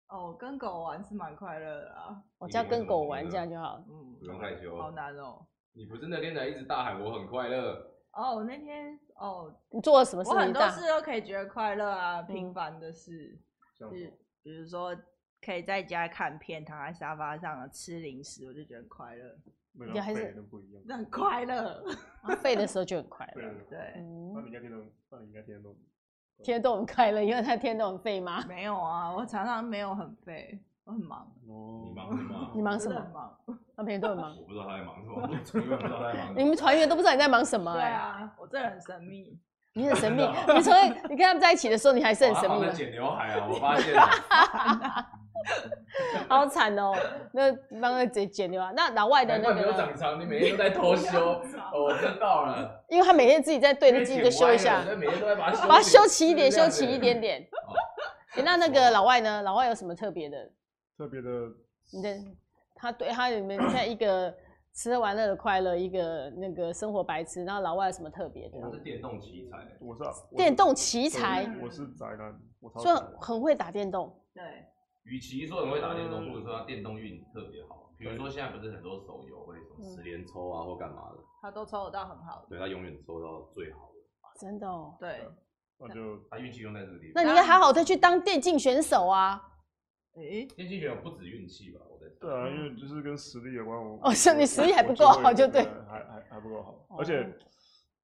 Speaker 2: 哦，跟狗玩是蛮快乐的啊，
Speaker 1: 我
Speaker 5: 你
Speaker 1: 只要
Speaker 5: 以为
Speaker 1: 跟
Speaker 5: 什么
Speaker 1: 狗
Speaker 5: 快
Speaker 1: 玩，这
Speaker 5: 乐
Speaker 1: 样就好了。
Speaker 2: 嗯，
Speaker 5: 不用害羞。
Speaker 2: 好难哦。
Speaker 5: 你不是那天才一直大喊我很快乐，
Speaker 2: 哦，我那天哦，
Speaker 1: 你做了什么事
Speaker 2: 我很
Speaker 1: 情
Speaker 2: 多
Speaker 1: 大？
Speaker 2: 事都可以觉得快乐啊，
Speaker 1: 嗯
Speaker 2: 平凡的事，
Speaker 5: 嗯
Speaker 4: 像
Speaker 2: 比比如说可以在家看片，躺在沙发上啊吃零食，我就觉得很快乐，
Speaker 4: 那
Speaker 1: 你
Speaker 4: 个
Speaker 1: 还
Speaker 4: 还
Speaker 1: 是
Speaker 4: 是不一样，
Speaker 2: 那很快乐。
Speaker 1: 啊废的时候就很快
Speaker 4: 对
Speaker 1: 乐。
Speaker 4: 对对。啊
Speaker 2: 对，
Speaker 4: 那你
Speaker 1: 嗯，
Speaker 4: 应该天天，那你应该天天都
Speaker 1: 天天都很快乐，因为他天天都很废吗？
Speaker 2: 没有啊，我常常没有很废，我很忙，
Speaker 4: 哦
Speaker 5: 你忙什么？
Speaker 1: 你忙什
Speaker 2: 真的
Speaker 1: 么
Speaker 2: 很？忙。
Speaker 1: 那别人都很忙。
Speaker 5: 我不知道他在忙什么，我永远不知道他在忙
Speaker 1: 你
Speaker 5: 什么。
Speaker 1: 们团员都不知道你在忙什么、
Speaker 2: 对
Speaker 1: 哎，
Speaker 2: 啊，我这人很神秘。
Speaker 1: 你很 神秘
Speaker 5: 真的。
Speaker 1: 你从你跟他们在一起的时候，你还是很神
Speaker 5: 我
Speaker 1: 秘
Speaker 5: 在
Speaker 1: 的，
Speaker 5: 剪刘海啊，我发 现了。
Speaker 1: 好惨哦、那帮他剪剪掉啊。那老外的
Speaker 5: 难
Speaker 1: 那
Speaker 5: 怪没有
Speaker 1: 个呢，
Speaker 5: 长长，你每天都在偷修。 哦，我知道了。
Speaker 1: 因为他每天自己在对着自己的修一下，
Speaker 5: 每天都在把它
Speaker 1: 把它
Speaker 5: 修
Speaker 1: 修齐一点，修齐一点。点。
Speaker 5: 哦
Speaker 1: 哎那那个老外呢？老外有什么特别的？
Speaker 4: 特别的
Speaker 1: 你的他对他有没有像一个吃喝玩乐的快乐，一个那个生活白痴？然后老外有什么特别的？
Speaker 5: 他是电动奇才，
Speaker 4: 我是啊我是
Speaker 1: 电动奇
Speaker 4: 对
Speaker 1: 才，
Speaker 4: 我是宅男，我超
Speaker 1: 说
Speaker 4: 宅男
Speaker 1: 很会打电动。哦
Speaker 2: 对，
Speaker 5: 与其说很会打电动，不如说他电动运特别好。比如说现在不是很多手游会什
Speaker 1: 嗯
Speaker 5: 么十连抽啊，或干嘛的，
Speaker 2: 他都抽得到很好的。
Speaker 5: 对他永远抽到最好的，
Speaker 1: 真的哦、
Speaker 2: 对，
Speaker 5: 嗯
Speaker 4: 那就
Speaker 5: 他运气用在这个地
Speaker 1: 那
Speaker 5: 方。
Speaker 1: 你应该好好的去当电竞选手啊！
Speaker 2: 诶、
Speaker 5: 电竞选手不止运气吧，我在
Speaker 4: 对啊，因为就是跟实力有关。我
Speaker 1: 嗯哦是你
Speaker 4: 我
Speaker 1: 实力还不
Speaker 4: 我
Speaker 1: 够
Speaker 4: 我会
Speaker 1: 好就
Speaker 4: 觉得
Speaker 1: 对
Speaker 4: 还还还不够好
Speaker 1: 哦，
Speaker 4: 而且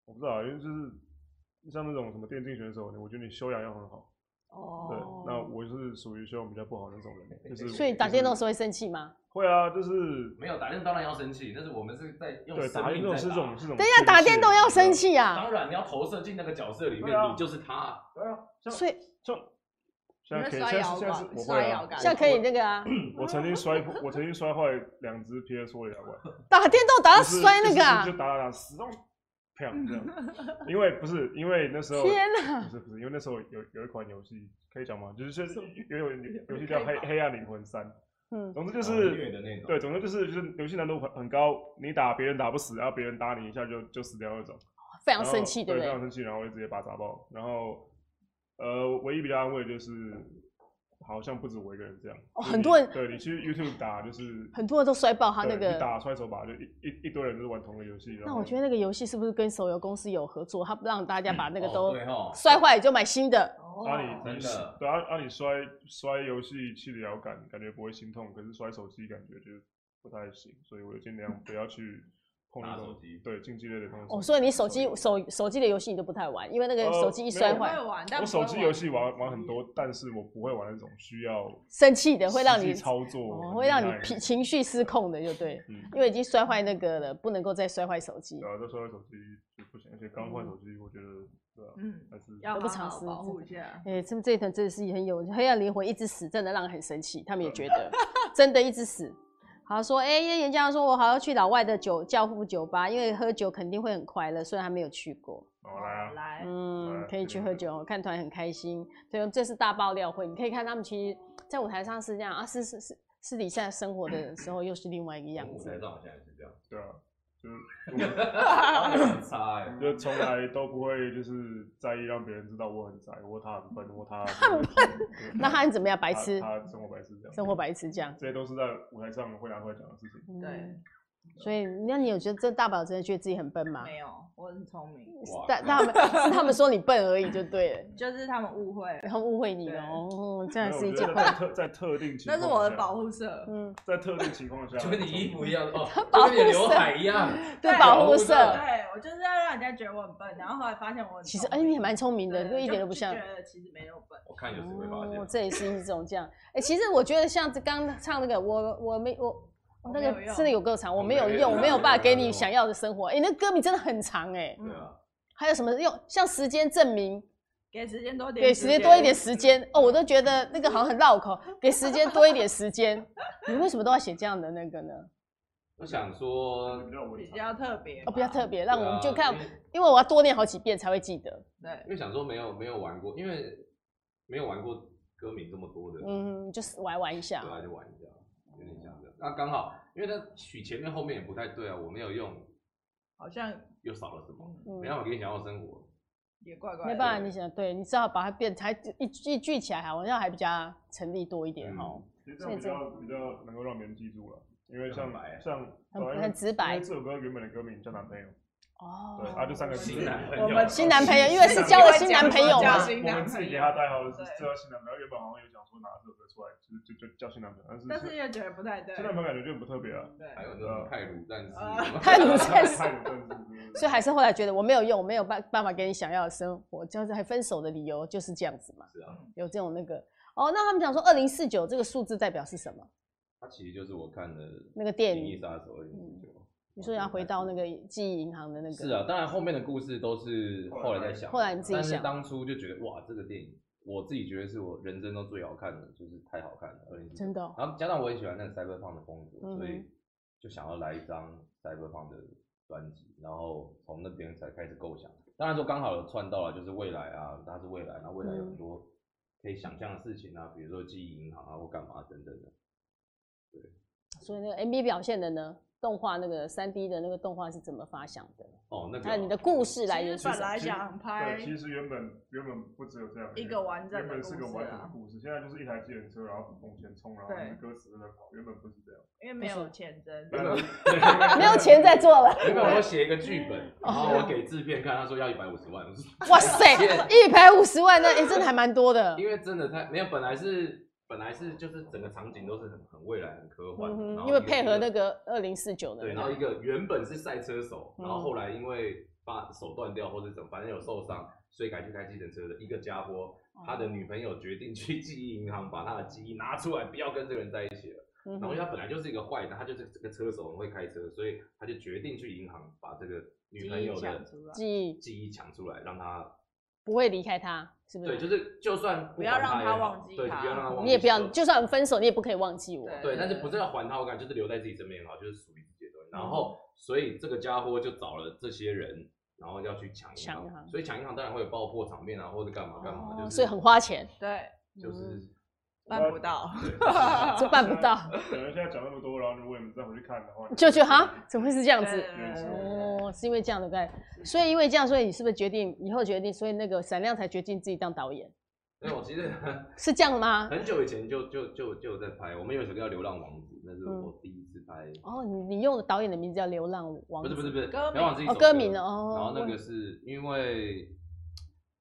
Speaker 4: 我不知道，因为就是像那种什么电竞选手，我觉得你修养要很好。对
Speaker 2: 哦，，
Speaker 4: 那我就是属于修养比较不好的那种人，
Speaker 5: 嗯
Speaker 4: 就是
Speaker 1: 所以打电动的时
Speaker 4: 候
Speaker 1: 候会生气吗？
Speaker 4: 会啊，就是
Speaker 5: 没有打电动当然要生气，但是我们是在用
Speaker 4: 对
Speaker 5: 生
Speaker 4: 打电
Speaker 5: 命
Speaker 4: 动
Speaker 5: 在
Speaker 4: 是这种是这种宣泄。
Speaker 1: 等一下打电动要生气啊！
Speaker 5: 当然，你要投射进那个角色里
Speaker 4: 对
Speaker 5: 面，
Speaker 4: 啊
Speaker 5: 你就是他。
Speaker 4: 对啊，像
Speaker 1: 所以
Speaker 4: 像现在可以，
Speaker 2: 你会
Speaker 4: 现
Speaker 2: 摔
Speaker 4: 在
Speaker 2: 摇
Speaker 4: 是现在是
Speaker 2: 杆
Speaker 4: 我
Speaker 2: 摔
Speaker 4: 会
Speaker 2: 摇
Speaker 4: 啊
Speaker 2: 杆，
Speaker 1: 现在可以那个啊，
Speaker 4: 我曾经摔破，我曾经摔坏两只 PS 4的摇杆。
Speaker 1: 打电动打到
Speaker 4: 不是
Speaker 1: 摔那个
Speaker 4: 就是
Speaker 1: 啊！
Speaker 4: 就打打打，死都啪 这样。因为不是因为那时候，
Speaker 1: 天
Speaker 4: 不
Speaker 1: 哪！
Speaker 4: 是不是，因为那时候有有一款游戏可以讲吗？就是就是有有有游戏叫《黑黑暗灵魂三》，
Speaker 1: 嗯，
Speaker 4: 总之就
Speaker 5: 哦虐
Speaker 4: 是
Speaker 5: 的那种，
Speaker 4: 对，总之就是就是游戏难度很很高，你打别人打不死，然后别人打你一下就就死掉那种。
Speaker 1: 非
Speaker 4: 然
Speaker 1: 常
Speaker 4: 后
Speaker 1: 生气，对不
Speaker 4: 对非
Speaker 1: 对
Speaker 4: 常？生气，然后我就直接把他砸爆。然后呃，唯一比较安慰的就是。好像不止我一个人这样，
Speaker 1: 哦
Speaker 4: 就是
Speaker 1: 很
Speaker 4: 你
Speaker 1: 多人
Speaker 4: 对你去 YouTube 打就是
Speaker 1: 很多人都摔爆他那
Speaker 4: 对你
Speaker 1: 个。
Speaker 4: 打摔手把，就一一一堆人都是玩同个游戏。然
Speaker 1: 那
Speaker 4: 后
Speaker 1: 我觉得那个游戏是不是跟手游公司有合作？他不让大家把那个
Speaker 5: 哦
Speaker 1: 都
Speaker 5: 对哦，
Speaker 1: 摔坏就买新的，
Speaker 2: 哦
Speaker 4: 啊你
Speaker 5: 真的
Speaker 4: 对啊啊你摔摔游戏器的摇杆感觉不会心痛，可是摔手机感觉就不太行，所以我就尽量不要去碰那
Speaker 5: 打手
Speaker 4: 种
Speaker 5: 机
Speaker 4: 对竞技类的东西。
Speaker 1: 哦，所以你手机
Speaker 4: 我
Speaker 1: 手手机的游戏你都不太玩，因为那个
Speaker 4: 呃
Speaker 1: 手机一
Speaker 4: 没
Speaker 1: 摔
Speaker 4: 有
Speaker 1: 坏，
Speaker 2: 会玩，但
Speaker 4: 我
Speaker 2: 不会
Speaker 4: 手
Speaker 2: 玩
Speaker 4: 机游戏玩玩很多，但是我不会玩那种需要
Speaker 1: 生气的会让
Speaker 4: 实际
Speaker 1: 你
Speaker 4: 操作
Speaker 1: 哦，
Speaker 4: 很
Speaker 1: 会让
Speaker 4: 厉
Speaker 1: 你
Speaker 4: 害
Speaker 1: 脾情绪失控的，就对，
Speaker 4: 嗯，
Speaker 1: 因为已经摔坏那个了，不能够再摔坏手机
Speaker 4: 对。啊，这摔手机就不行，而且刚
Speaker 1: 嗯
Speaker 4: 换手机，我觉得对啊，
Speaker 2: 嗯，
Speaker 4: 还是
Speaker 2: 要
Speaker 1: 得不
Speaker 2: 好
Speaker 1: 偿
Speaker 2: 好
Speaker 1: 失
Speaker 2: 保
Speaker 1: 真
Speaker 2: 护
Speaker 1: 的
Speaker 2: 一下。
Speaker 1: 哎、这这一团真的是很有黑暗灵魂，一直死，真的让人很生气。他们也觉得真的一直死。好说，哎、因为严家说，我好要去老外的酒教父酒吧，因为喝酒肯定会很快乐，虽然还没有去过。
Speaker 4: 好来啊，
Speaker 2: 来，
Speaker 1: 嗯
Speaker 4: 哎，
Speaker 1: 可以去
Speaker 4: 对
Speaker 1: 喝酒，看团很开心。对，这是大爆料会，你可以看他们其实，在舞台上是这样啊，私私私私底下生活的时候又是另外一个样
Speaker 5: 我
Speaker 1: 子
Speaker 5: 才知。道我现在是这样，
Speaker 4: 对啊，就是
Speaker 5: 很差哎。
Speaker 4: 就从来都不会就是在意让别人知道我很宅，或他很笨，或他
Speaker 1: 很笨
Speaker 4: 对
Speaker 1: 那他怎么样？白
Speaker 4: 他
Speaker 1: 痴，
Speaker 4: 他生活白痴这样，
Speaker 1: 生活白痴这样。
Speaker 4: 这些都是在舞台上会拿出来讲的事情。
Speaker 2: 对
Speaker 1: 嗯，所以那你有觉得这大宝真的觉得自己很笨吗？
Speaker 2: 没有，我很聪明，
Speaker 1: 是
Speaker 5: 哇
Speaker 1: 但但他们是他们说你笨而已就对了，
Speaker 2: 就是他们误会了，
Speaker 1: 然后误会你了
Speaker 2: 对
Speaker 1: 哦，这
Speaker 4: 没
Speaker 1: 样
Speaker 4: 有
Speaker 1: 是一
Speaker 4: 我
Speaker 1: 种
Speaker 4: 觉得在 特在特定情
Speaker 2: 那
Speaker 4: 况，
Speaker 2: 是我的保，护色。
Speaker 1: 嗯，
Speaker 4: 在特定情况 下，
Speaker 5: 就跟你衣服一样 哦，
Speaker 1: 保护嗯
Speaker 5: 就跟你的刘海一样，
Speaker 1: 对
Speaker 2: 对
Speaker 1: 保护
Speaker 5: 保护色
Speaker 1: 色。
Speaker 2: 对我就是要让人家觉得我很笨，然后后来发现我很
Speaker 1: 其实哎，
Speaker 2: 聪明
Speaker 1: 你也蛮聪明的，
Speaker 2: 对
Speaker 1: 就一点都不
Speaker 2: 就
Speaker 1: 像
Speaker 2: 觉。得其实没那么笨。
Speaker 5: 我看有谁会发
Speaker 1: 哦
Speaker 5: 现。
Speaker 1: 这也是一种这样。哎，其实我觉得像这刚唱那个，我我没我。
Speaker 2: 我
Speaker 1: 那
Speaker 2: 没有
Speaker 1: 个
Speaker 2: 用
Speaker 1: 真的有够长，我
Speaker 5: 我
Speaker 1: 没
Speaker 5: 没
Speaker 1: 有
Speaker 5: 有
Speaker 1: 用，我
Speaker 5: 用
Speaker 1: 没有
Speaker 5: 我没
Speaker 1: 办法
Speaker 5: 有
Speaker 1: 给
Speaker 5: 用
Speaker 1: 你想要的生活。哎，那歌名真的很长哎，
Speaker 5: 对啊，
Speaker 1: 还有什么用？像时间证明，
Speaker 2: 给时间多点，
Speaker 1: 给时间多一点时间哦，我都觉得那个好像很绕口。给时间多一点时间，你为什么都要写这样的那个呢？
Speaker 5: 我想说
Speaker 4: 比，较文
Speaker 2: 比
Speaker 4: 采
Speaker 2: 较特别吧，
Speaker 1: 哦，比较特别，让我们就看
Speaker 5: 对啊，因为
Speaker 1: 因为我要多念好几遍才会记得。
Speaker 2: 对
Speaker 5: 因为想说没有没有玩过，因为没有玩过歌名这么多的，
Speaker 1: 嗯，就是玩玩一下
Speaker 5: 对。啊，就玩一下，有点像这样。那刚好，因为它取前面后面也不太对啊，我没有用，
Speaker 2: 好像
Speaker 5: 又少了什么，
Speaker 2: 嗯
Speaker 5: 没办法给你想要的生活。
Speaker 2: 也怪怪的，
Speaker 1: 没办法，你想对，你只好把它变才一句一句起来，好像还比较成立多一点
Speaker 5: 嗯
Speaker 1: 哦。
Speaker 4: 其实这样比
Speaker 1: 所
Speaker 4: 较比较能够让别人记住了，因为像
Speaker 5: 很白啊
Speaker 4: 像
Speaker 1: 很
Speaker 4: 早安
Speaker 1: 很直白
Speaker 4: 因为这首歌原本的歌名叫男朋友，
Speaker 1: 哦
Speaker 4: 对，啊就三个字哦
Speaker 5: 新男朋友，
Speaker 2: 我们
Speaker 1: 新男朋友因为是交了新男朋友嘛
Speaker 2: 交新
Speaker 4: 我
Speaker 2: 男
Speaker 4: 们
Speaker 2: 朋
Speaker 4: 自己给
Speaker 2: 友
Speaker 4: 他代号是
Speaker 2: 对
Speaker 4: 叫新男朋友，原本好像有想说拿这首歌出来，就是就就叫新男朋友，但是
Speaker 2: 但是又觉得不太对。
Speaker 4: 新男朋友感觉就很不特别 啊，
Speaker 2: 对，
Speaker 5: 还有那种泰鲁战士，
Speaker 2: 啊
Speaker 1: 太鲁 战士，
Speaker 4: 太有政治，
Speaker 1: 所以还是后来觉得我没有用，我没有办办法给你想要的生活，就是还分手的理由就是这样子嘛，
Speaker 5: 是啊，
Speaker 1: 有这种那个哦。那他们讲说二零四九这个数字代表是什么？
Speaker 5: 它其实就是我看的《
Speaker 1: 那个电
Speaker 5: 银翼
Speaker 1: 影，
Speaker 5: 杀手二零四九》，
Speaker 1: 你说要回到那个记忆银行的那个，
Speaker 5: 是啊，当然后面的故事都是后来在想的，
Speaker 1: 后来你自己
Speaker 5: 但是
Speaker 1: 想
Speaker 5: 当初就觉得哇，这个电影我自己觉得是我人生中最好看的，就是太好看了，二零
Speaker 1: 真的哦
Speaker 5: 然后加上我也喜欢那个 cyberpunk 的风格，所
Speaker 1: 嗯
Speaker 5: 以就想要来一张 cyberpunk 的专辑，然后从那边才开始构想。当然说刚好有串到了，就是未来啊，它是未来，那未来有
Speaker 1: 嗯
Speaker 5: 很多可以想象的事情啊，比如说记忆银行啊或干嘛等等的。
Speaker 1: 所以那个 MV 表现的呢，动画那个三 D 的那个动画是怎么发想的？
Speaker 5: 哦，那个
Speaker 1: 那你的故事来源
Speaker 2: 其
Speaker 1: 是什
Speaker 2: 实本
Speaker 1: 么？
Speaker 2: 来想拍
Speaker 4: 对，其实原本原本不只有这样
Speaker 2: 一个完整的
Speaker 4: 原本是个
Speaker 2: 故事
Speaker 4: 完整
Speaker 2: 啊
Speaker 4: 的故事，现在就是一台自行车，然后往前冲，然后
Speaker 2: 对
Speaker 4: 你的歌词在那跑，原本不是这样，
Speaker 2: 因为没有前真，
Speaker 5: 原本
Speaker 1: 没有钱在做了，
Speaker 5: 原 本我写一个剧本，然后
Speaker 1: 哦
Speaker 5: 我给制片看，他说要一百五十万，我说
Speaker 1: 哇塞， 一百五十万那、诶真的还蛮多 的。
Speaker 5: 因为真的太没有，本来是本来是就是整个场景都是很很未来很科幻，
Speaker 1: 嗯
Speaker 5: 然
Speaker 1: 哼，
Speaker 5: 后
Speaker 1: 因为配合那
Speaker 5: 一
Speaker 1: 个二零四九的
Speaker 5: 对，
Speaker 1: 那
Speaker 5: 然后
Speaker 1: 个
Speaker 5: 一个原本是赛车手，
Speaker 1: 嗯
Speaker 5: 然后后来因为把手断掉或者怎么，反正有受伤，所以改去开计程车的一个家伙，他
Speaker 1: 哦
Speaker 5: 的女朋友决定去记忆银行把他的记忆拿出来，不要跟这个人在一起了。
Speaker 1: 嗯
Speaker 5: 然后因
Speaker 1: 哼，
Speaker 5: 为他本来就是一个坏人，他就是这个车手很会开车，所以他就决定去银行把这个女朋友
Speaker 2: 记忆抢
Speaker 5: 的
Speaker 2: 出来
Speaker 1: 记忆
Speaker 5: 记忆抢出来，让他
Speaker 1: 不会离开他，是不是？
Speaker 5: 对，就是就算
Speaker 2: 嗯不要
Speaker 5: 还
Speaker 2: 让
Speaker 5: 也
Speaker 2: 他
Speaker 5: 好
Speaker 2: 忘记
Speaker 5: 对，
Speaker 2: 他
Speaker 5: 不要让他忘记，
Speaker 1: 你也不要，就算我们分手，你也不可以忘记我。
Speaker 2: 对嗯
Speaker 5: 对，但是不是要还他，我感觉就是留在自己身边也好，就是属于自己的东西。然后，所以这个家伙就找了这些人，然后要去抢银
Speaker 1: 抢银行
Speaker 5: 行，所以抢银行当然会有爆破场面啊，或者干嘛干嘛，就
Speaker 1: 哦，
Speaker 5: 是
Speaker 1: 所以很嗯花 钱，
Speaker 2: 对，
Speaker 5: 就是
Speaker 4: 哦
Speaker 2: 办不到。
Speaker 1: 就 办不到，
Speaker 4: 可能现在讲那么多，然后如果你们再回去看的话，
Speaker 1: 就就哈，怎么会是这样子？
Speaker 2: 对
Speaker 1: 哦，是因为这样的概念，所以因为这样，所以你是不是决定以后决定，所以那个闪亮才决定自己当导演，
Speaker 5: 因为我其实
Speaker 1: 是这样吗？
Speaker 5: 很久以前就就就就有在拍，我们有一首歌叫《流浪王子》，那是
Speaker 1: 嗯
Speaker 5: 我第一次拍，
Speaker 1: 哦，你你用的导演的名字叫流浪王
Speaker 5: 不
Speaker 1: 子，
Speaker 5: 是不是不是，
Speaker 2: 歌
Speaker 5: 流
Speaker 2: 名
Speaker 5: 浪王子一
Speaker 1: 哦
Speaker 5: 首
Speaker 1: 歌
Speaker 5: 歌
Speaker 1: 名哦
Speaker 5: 然后那
Speaker 1: 我
Speaker 5: 个是因为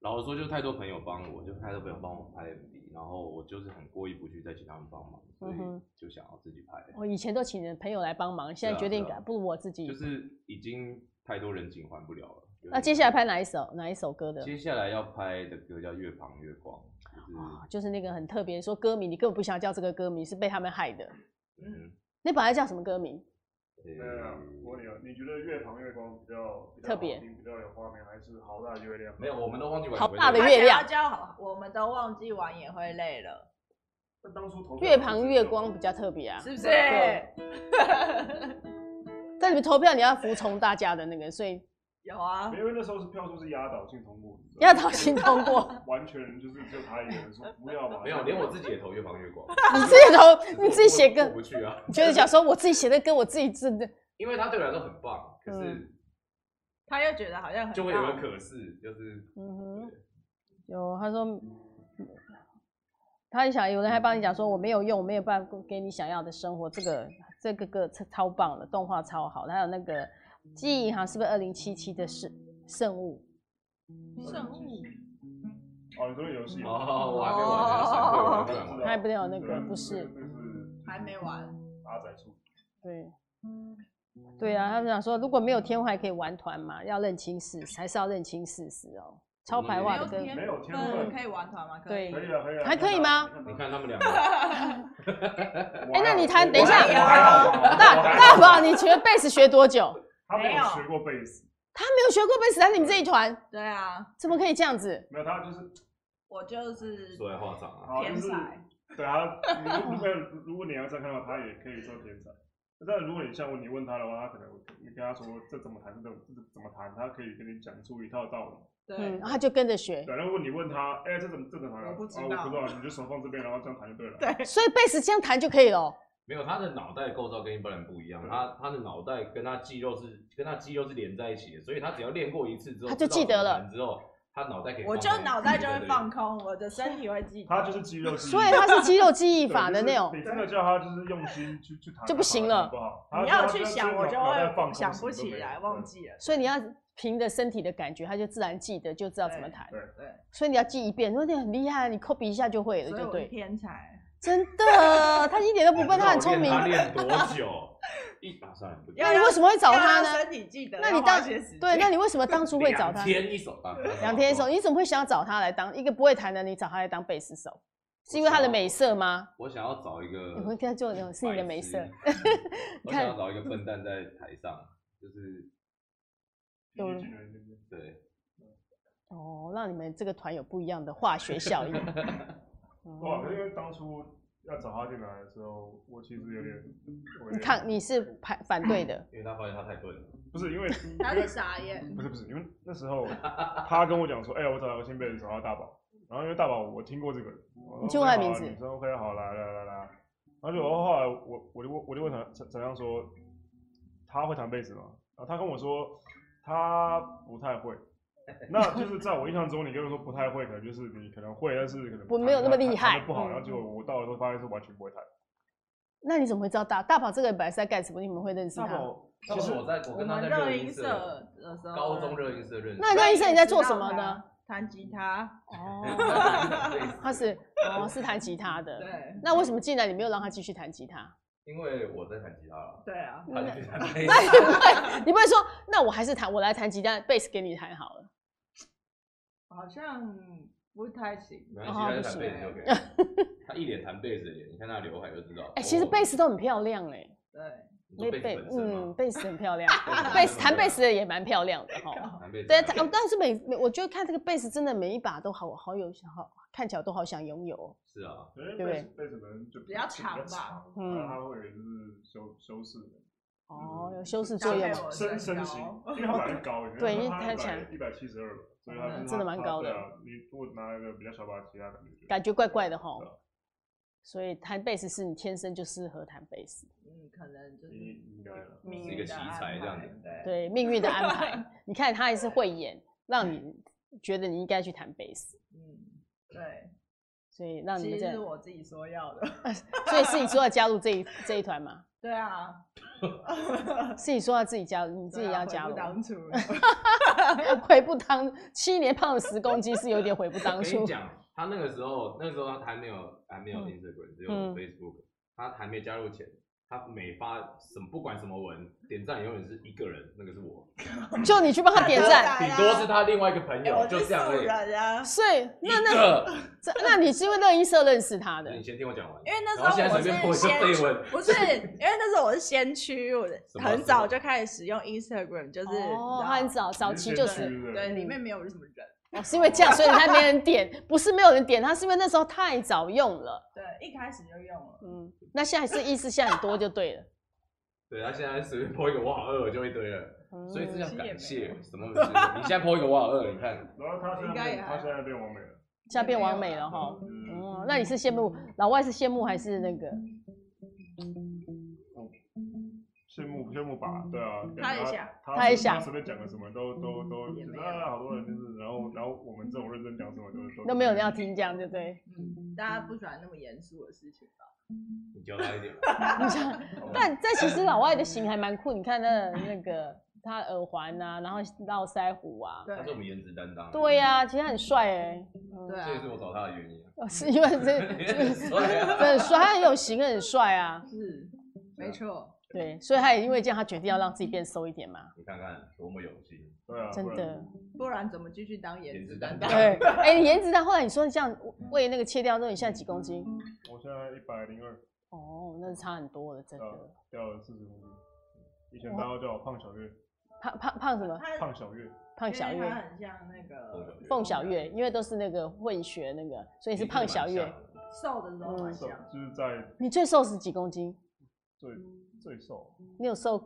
Speaker 5: 老实说，就太多朋友帮我，就太多朋友帮我拍 MV，然后我就是很过意不去再请他们帮忙，所以
Speaker 1: 嗯哼
Speaker 5: 就想要自己拍。
Speaker 1: 我以前都请人朋友来帮忙，现在
Speaker 5: 是啊
Speaker 1: 决定
Speaker 5: 是啊
Speaker 1: 改，不如我自己
Speaker 5: 就。是已经太多人情还不了了。
Speaker 1: 那接下来拍？哪一首哪一首歌的？
Speaker 5: 接下来要拍的歌叫《月旁月光》，就是
Speaker 1: 啊，就是那个很特别，说歌名你根本不想叫这个歌名，是被他们害的。
Speaker 5: 嗯，
Speaker 1: 那本来叫什么歌名？
Speaker 4: 对啊，蜗
Speaker 5: 呃
Speaker 4: 牛，你觉得月旁月光比较比较
Speaker 1: 特别
Speaker 4: 好听比较有画面，还是好大的月亮？
Speaker 5: 没有，我们都忘记完。
Speaker 1: 好大的
Speaker 2: 他
Speaker 1: 月
Speaker 2: 想要教好，我们都忘记玩也会累了，
Speaker 4: 那当初投票
Speaker 1: 月旁月光比较特别啊。
Speaker 2: 是不是？
Speaker 1: 对但你们投票你要服从大家的那个，所以
Speaker 2: 有啊
Speaker 4: 没有，，因为那时候是票数是压倒性通过，
Speaker 1: 要 讨薪通过。
Speaker 4: 完全就是只有他一个人说不要吧，
Speaker 5: 没有，连我自己也投《月旁月光》
Speaker 1: 你自己
Speaker 5: 只是
Speaker 1: 投，
Speaker 5: 我，
Speaker 1: 你自己写
Speaker 5: 我
Speaker 1: 歌
Speaker 5: 过，不去啊，
Speaker 1: 你觉得讲说我自己写的歌，我自己真的
Speaker 5: 因为他对我来说很棒，可是
Speaker 1: 嗯
Speaker 2: 他又觉得好像很
Speaker 5: 就会有
Speaker 2: 大
Speaker 5: 个可是，就是
Speaker 1: 嗯哼，有他说，他想有人还帮你讲说我没有用，我没有办法给你想要的生活，这个这个歌超超棒的，动画超好的，还有那个记忆银行是不是二零七七的圣圣物？嗯
Speaker 2: 圣物，
Speaker 4: 哦，你说游戏哦
Speaker 5: 哦，我还没完呢，闪退，我还
Speaker 2: 哦
Speaker 5: 没完。
Speaker 1: 他哦还不能有那个不
Speaker 4: 这
Speaker 1: 是
Speaker 4: 啊个是
Speaker 2: 还没完，
Speaker 4: 阿仔树，
Speaker 1: 对。
Speaker 4: 嗯
Speaker 1: 对啊，他们讲说，如果没有天还可以玩团嘛，要认清事实，还是要认清事实哦。超白
Speaker 2: 嗯没
Speaker 1: 话的
Speaker 2: 有
Speaker 1: 歌，
Speaker 2: 天
Speaker 4: 没有天
Speaker 2: 分
Speaker 4: 分
Speaker 2: 可以玩团吗？可
Speaker 1: 对
Speaker 2: 以
Speaker 4: 可以啊了，可以了，
Speaker 1: 还可以吗
Speaker 4: 你
Speaker 5: 你
Speaker 4: 看吧？你看吧
Speaker 5: 看他们两个，
Speaker 4: 我
Speaker 1: 哎、那你弹，
Speaker 4: 我
Speaker 1: 等一下，
Speaker 4: 我
Speaker 2: 啊
Speaker 4: 还好
Speaker 1: 大大宝，你学贝斯学多久？
Speaker 4: 他没
Speaker 2: 没有
Speaker 4: 有学过贝斯，
Speaker 1: 他没有学过贝斯，但是你们这一团
Speaker 2: 对啊，
Speaker 1: 怎么可以这样子？
Speaker 4: 没有他就是
Speaker 2: 我就是
Speaker 5: 说来话长啊，
Speaker 4: 好就
Speaker 2: 天
Speaker 4: 是
Speaker 2: 才
Speaker 4: 对啊，如果如果你要这样看到他，也可以做天才。但如果你像你问他的话，他可能你跟他说这怎么弹，这怎么这怎么弹，他可以跟你讲出一套道理。
Speaker 1: 嗯，
Speaker 2: 对
Speaker 1: 然后他就跟着学。
Speaker 4: 对，然后啊问你问他，哎、这怎么这怎么弹啊？
Speaker 2: 我不知
Speaker 4: 啊
Speaker 2: 道
Speaker 4: 我不知道，你就手放这边，然后这样弹就对了。
Speaker 2: 对，
Speaker 1: 所以贝斯这样弹就可以了。哦
Speaker 5: 没有，他的脑袋构造跟一般人不一样，他他的脑袋跟他肌肉是跟他肌肉是连在一起的，所以他只要练过一次之后，
Speaker 1: 他就记得了
Speaker 5: 知道怎么弹之后，他脑袋可以放
Speaker 2: 我
Speaker 5: 空，
Speaker 2: 就脑袋就会
Speaker 5: 对
Speaker 2: 放。空，我的身体会记
Speaker 4: 他
Speaker 2: 得。
Speaker 4: 就是肌肉记忆，
Speaker 1: 所以它是肌肉记忆
Speaker 4: 对
Speaker 1: 法的
Speaker 4: 就是
Speaker 1: 那种
Speaker 4: 你。真的叫他就是用心去去弹，
Speaker 1: 就不行了
Speaker 4: 不好。
Speaker 2: 你
Speaker 4: 他
Speaker 2: 要
Speaker 4: 他
Speaker 2: 去
Speaker 4: 他
Speaker 2: 想，
Speaker 4: 他
Speaker 2: 我就
Speaker 4: 脑袋放
Speaker 2: 会
Speaker 4: 空
Speaker 2: 想
Speaker 4: 什
Speaker 2: 不
Speaker 4: 么都
Speaker 2: 起
Speaker 4: 没有嗯
Speaker 2: 来，忘。记了。
Speaker 1: 所以你要凭着身体的感觉，它就自然记得，就知道怎么弹。
Speaker 4: 对
Speaker 2: 对，
Speaker 1: 所以你要记一遍，那你很厉害，你 copy 一下就会了，
Speaker 2: 所以
Speaker 1: 就
Speaker 2: 我是
Speaker 1: 对。
Speaker 2: 天才。
Speaker 1: 真的，他一点都不笨，他很聪明。
Speaker 5: 他练多久？一啊，算了，不
Speaker 1: 那你为什么会找
Speaker 2: 要
Speaker 1: 他
Speaker 2: 让
Speaker 1: 呢？
Speaker 2: 身体记得，
Speaker 1: 那
Speaker 2: 要
Speaker 1: 你
Speaker 2: 花
Speaker 1: 当
Speaker 2: 些时间
Speaker 1: 对，那你为什么当初会找他
Speaker 5: 两？天一首吧，
Speaker 1: 两天一首，你怎么会想找他来当一个不会弹的？你找他来当贝斯手，是因为他的美色吗？
Speaker 5: 我想要找一个，
Speaker 1: 你会跟他做那种是你的美色
Speaker 5: 白痴嗯我想要
Speaker 1: 看
Speaker 5: 找一个笨蛋在台上，就是
Speaker 1: 有人
Speaker 5: 对，
Speaker 1: 哦，让你们这个团有不一样的化学效应。
Speaker 4: 哇，
Speaker 1: 哦
Speaker 4: 因为当初要找他进来的时候，我其实有点，我有
Speaker 1: 你
Speaker 4: 点
Speaker 1: 看你是反反对的，
Speaker 5: 因为他发现他太笨了，
Speaker 4: 不是因为，
Speaker 2: 他
Speaker 4: 因为
Speaker 2: 是傻眼。
Speaker 4: 不是不是，因为那时候他跟我讲说，哎、我找到个新贝斯手，他大宝。然后因为大宝我听过这个人，我说
Speaker 1: 你听过他的名
Speaker 4: OK，好啊
Speaker 1: 字
Speaker 4: 女生 OK 好，来来来来。然后就我后来我我就问我就问陈陈陈亮说，他会弹贝斯吗？然后他跟我说他不太会。那就是在我印象中，你跟我说不太会，可能就是你可能会，但是可能
Speaker 1: 我没有那么厉害
Speaker 4: 弹得不好。
Speaker 1: 嗯
Speaker 4: 然后结果我到了之后发现是完全不会弹。
Speaker 1: 那你怎么会知道大大宝这个人本来是在干什么？你们会认识
Speaker 4: 大
Speaker 1: 他？
Speaker 4: 宝
Speaker 5: 其
Speaker 4: 其
Speaker 5: 实
Speaker 4: 实
Speaker 5: 我在我
Speaker 2: 我
Speaker 5: 跟他
Speaker 2: 们
Speaker 5: 在
Speaker 2: 热
Speaker 5: 音
Speaker 2: 音社的时候，
Speaker 5: 高中热音社认
Speaker 1: 嗯
Speaker 5: 识，
Speaker 1: 那那医生你在做什么呢？
Speaker 2: 弹吉他。
Speaker 1: 哦，
Speaker 5: 哦
Speaker 1: 他是哦是弹吉他的。
Speaker 2: 对
Speaker 1: 嗯那为什么进来你没有让他继续弹吉他？
Speaker 5: 因为我在弹吉他了，
Speaker 2: 对
Speaker 1: 嗯
Speaker 2: 啊，
Speaker 5: 他就去弹贝斯
Speaker 1: 那你不会，你不会说，那我还是弹，我来弹吉他，贝斯给你弹好了。
Speaker 2: 好像不太行。
Speaker 5: 没关系，他就
Speaker 1: 哦
Speaker 5: 弹贝斯就 可以了。他一脸弹贝斯的脸，你看他的刘海就知道。
Speaker 1: 哎、其实
Speaker 5: 哦
Speaker 1: 贝斯都很漂亮哎、
Speaker 2: 对，
Speaker 5: 你说贝斯本身
Speaker 1: 嗯，
Speaker 5: 吗？，
Speaker 1: 贝斯很漂亮贝斯弹贝斯的也蛮漂亮的哈。
Speaker 5: 弹贝斯
Speaker 1: 对，啊
Speaker 5: 弹贝斯
Speaker 1: 但但是每每我觉得看这个贝斯真的每一把都好好有好看起来都好想拥有哦。
Speaker 5: 是啊，
Speaker 4: 对
Speaker 1: 对
Speaker 4: 贝斯贝斯可能就
Speaker 2: 比较长吧
Speaker 4: 长
Speaker 1: 嗯
Speaker 4: 然后他会有就是修修饰的。
Speaker 1: 哦，
Speaker 4: 嗯
Speaker 1: 有修饰作用
Speaker 2: 搭配。我的
Speaker 4: 身
Speaker 2: 身
Speaker 4: 身
Speaker 2: 高
Speaker 4: 形，因为他本来就高，
Speaker 1: 对
Speaker 4: 因
Speaker 1: 因
Speaker 4: 为
Speaker 1: 为
Speaker 4: 他
Speaker 1: 太强
Speaker 4: 一百七十二，所以他
Speaker 1: 嗯
Speaker 4: 就是
Speaker 1: 真的
Speaker 4: 他
Speaker 1: 蛮
Speaker 4: 他
Speaker 1: 高
Speaker 4: 对
Speaker 1: 的
Speaker 4: 啊你如果拿一个比较小把的吉他，感觉就
Speaker 1: 感觉怪怪的哈
Speaker 4: 对啊
Speaker 1: 所以弹贝斯是你天生就适合弹贝斯，
Speaker 2: 嗯，可能就是
Speaker 4: 你应该的
Speaker 2: 命
Speaker 5: 是一
Speaker 2: 运
Speaker 5: 个
Speaker 2: 的
Speaker 5: 奇
Speaker 2: 安
Speaker 5: 才这样
Speaker 2: 排
Speaker 5: 子。
Speaker 2: 对，
Speaker 1: 对命运的安 排。你看他也是慧眼，让你觉得你应该去弹贝斯，
Speaker 2: 嗯，对，
Speaker 1: 所以让你
Speaker 2: 其
Speaker 1: 们
Speaker 2: 实是
Speaker 1: 这，
Speaker 2: 我自己说要的。
Speaker 1: 所以是你说要加入这一这一团吗？
Speaker 2: 对啊，
Speaker 1: 是你说要自己加入，你自己
Speaker 2: 对啊
Speaker 1: 要加
Speaker 2: 悔
Speaker 1: 入
Speaker 2: 不， 当初
Speaker 1: 悔不当七年胖了十公斤是有点悔不
Speaker 5: 我
Speaker 1: 当
Speaker 5: 跟你
Speaker 1: 初。
Speaker 5: 讲，他那个时候，那个时候他还没有还没有
Speaker 1: 嗯
Speaker 5: Instagram，只有
Speaker 1: 嗯
Speaker 5: Facebook，他还没加入前。他每发什么不管什么文点赞，永远是一个人，那个是我，
Speaker 1: 就你去帮他点赞，
Speaker 5: 顶多是他另外一个朋
Speaker 2: 哎
Speaker 5: 友，
Speaker 2: 我
Speaker 5: 就是这样
Speaker 2: 素
Speaker 5: 而已。
Speaker 2: 人啊，
Speaker 1: 所以那
Speaker 5: 一
Speaker 1: 那
Speaker 5: 个，
Speaker 1: 这那你是因为乐音社认识他的
Speaker 5: 你先听我讲完。
Speaker 2: 因为那时
Speaker 5: 然后现
Speaker 2: 候
Speaker 5: 在
Speaker 2: 我
Speaker 5: 随便破一
Speaker 2: 是
Speaker 5: 个
Speaker 2: 先
Speaker 5: 绯闻，
Speaker 2: 不是，因为那时候我是先驱，我
Speaker 5: 什么
Speaker 2: 很早就开始使用 Instagram，就是
Speaker 1: 哦，他
Speaker 2: 你
Speaker 1: 很
Speaker 2: 知道
Speaker 1: 早早期就
Speaker 4: 先驱
Speaker 1: 是
Speaker 4: 对
Speaker 2: 对，
Speaker 1: 嗯
Speaker 2: 里面没有什么人。
Speaker 1: 哦，是因为这样，所以才没人点，不是没有人点，他是因为那时候太早用了，
Speaker 2: 对，一开始就用了。
Speaker 1: 嗯，那现在是意思现在很多就对了，
Speaker 5: 对他现在随便破一个我好饿就一堆了，
Speaker 1: 嗯
Speaker 5: 所以这叫
Speaker 2: 其
Speaker 5: 感
Speaker 2: 实也
Speaker 5: 谢
Speaker 2: 没有
Speaker 5: 什么？你现在破一个我好饿，你看
Speaker 4: 然后他现
Speaker 2: 应该
Speaker 4: 在
Speaker 2: 也
Speaker 4: 变
Speaker 2: 还好
Speaker 4: 他现在变完美了，
Speaker 1: 现在变完美
Speaker 2: 啊
Speaker 1: 了哈。
Speaker 2: 嗯
Speaker 1: 哦，那你是羡慕老外是羡慕还是那个？
Speaker 4: 羡慕羡慕吧，对啊，感觉
Speaker 2: 他也想
Speaker 4: 他
Speaker 1: 嗯他也想嗯
Speaker 4: 随便讲个什么都都都，
Speaker 2: 也
Speaker 4: 觉
Speaker 2: 没有
Speaker 4: 得啊好多人就是，然后然后我们这种认真讲什么都都
Speaker 1: 都没有人要听这样，对不对？
Speaker 2: 嗯，大家不喜欢那么严肃的事情啊吧？
Speaker 5: 你教他一 点吧。
Speaker 1: 但但其实老外的型还蛮酷，你看他 的那个他的耳环啊，然后络腮胡啊，
Speaker 2: 对
Speaker 5: 他是我们颜值担当。
Speaker 1: 对啊呀、其实他很帅哎、嗯
Speaker 2: 对
Speaker 5: 这也是
Speaker 2: 啊，
Speaker 5: 我找他的原因啊。啊
Speaker 1: 哦是因为 这真的很帅，他很有型，很帅啊，
Speaker 2: 是，没错。
Speaker 1: 对，所以他也因为这样，他决定要让自己变瘦一点嘛，
Speaker 5: 你看看多么有心，
Speaker 4: 对啊，
Speaker 1: 真
Speaker 4: 不然
Speaker 1: 的，
Speaker 2: 不然怎么继续当颜值担
Speaker 5: 对
Speaker 2: 当？
Speaker 1: 对，哎、你颜值担，后来你说这样喂那个切掉之后，你现在几公斤？
Speaker 2: 嗯
Speaker 4: 我现在一百零二，
Speaker 1: 哦，那是差很多了，真
Speaker 4: 对啊
Speaker 2: 嗯
Speaker 1: 的，
Speaker 4: 掉了四十公斤。以前大家都叫我胖小月，
Speaker 1: 胖胖胖什么？
Speaker 2: 他
Speaker 4: 胖小月，
Speaker 1: 胖小
Speaker 2: 因为他
Speaker 1: 月，
Speaker 2: 很像那个
Speaker 1: 凤小月，因为都是那个混血那个，所以是胖小月。
Speaker 2: 瘦的时候
Speaker 1: 嗯
Speaker 2: 蛮
Speaker 4: 瘦
Speaker 2: 像，
Speaker 4: 就是在
Speaker 1: 你最瘦是几公斤？
Speaker 4: 最
Speaker 1: 嗯
Speaker 4: 最瘦
Speaker 1: 你有瘦？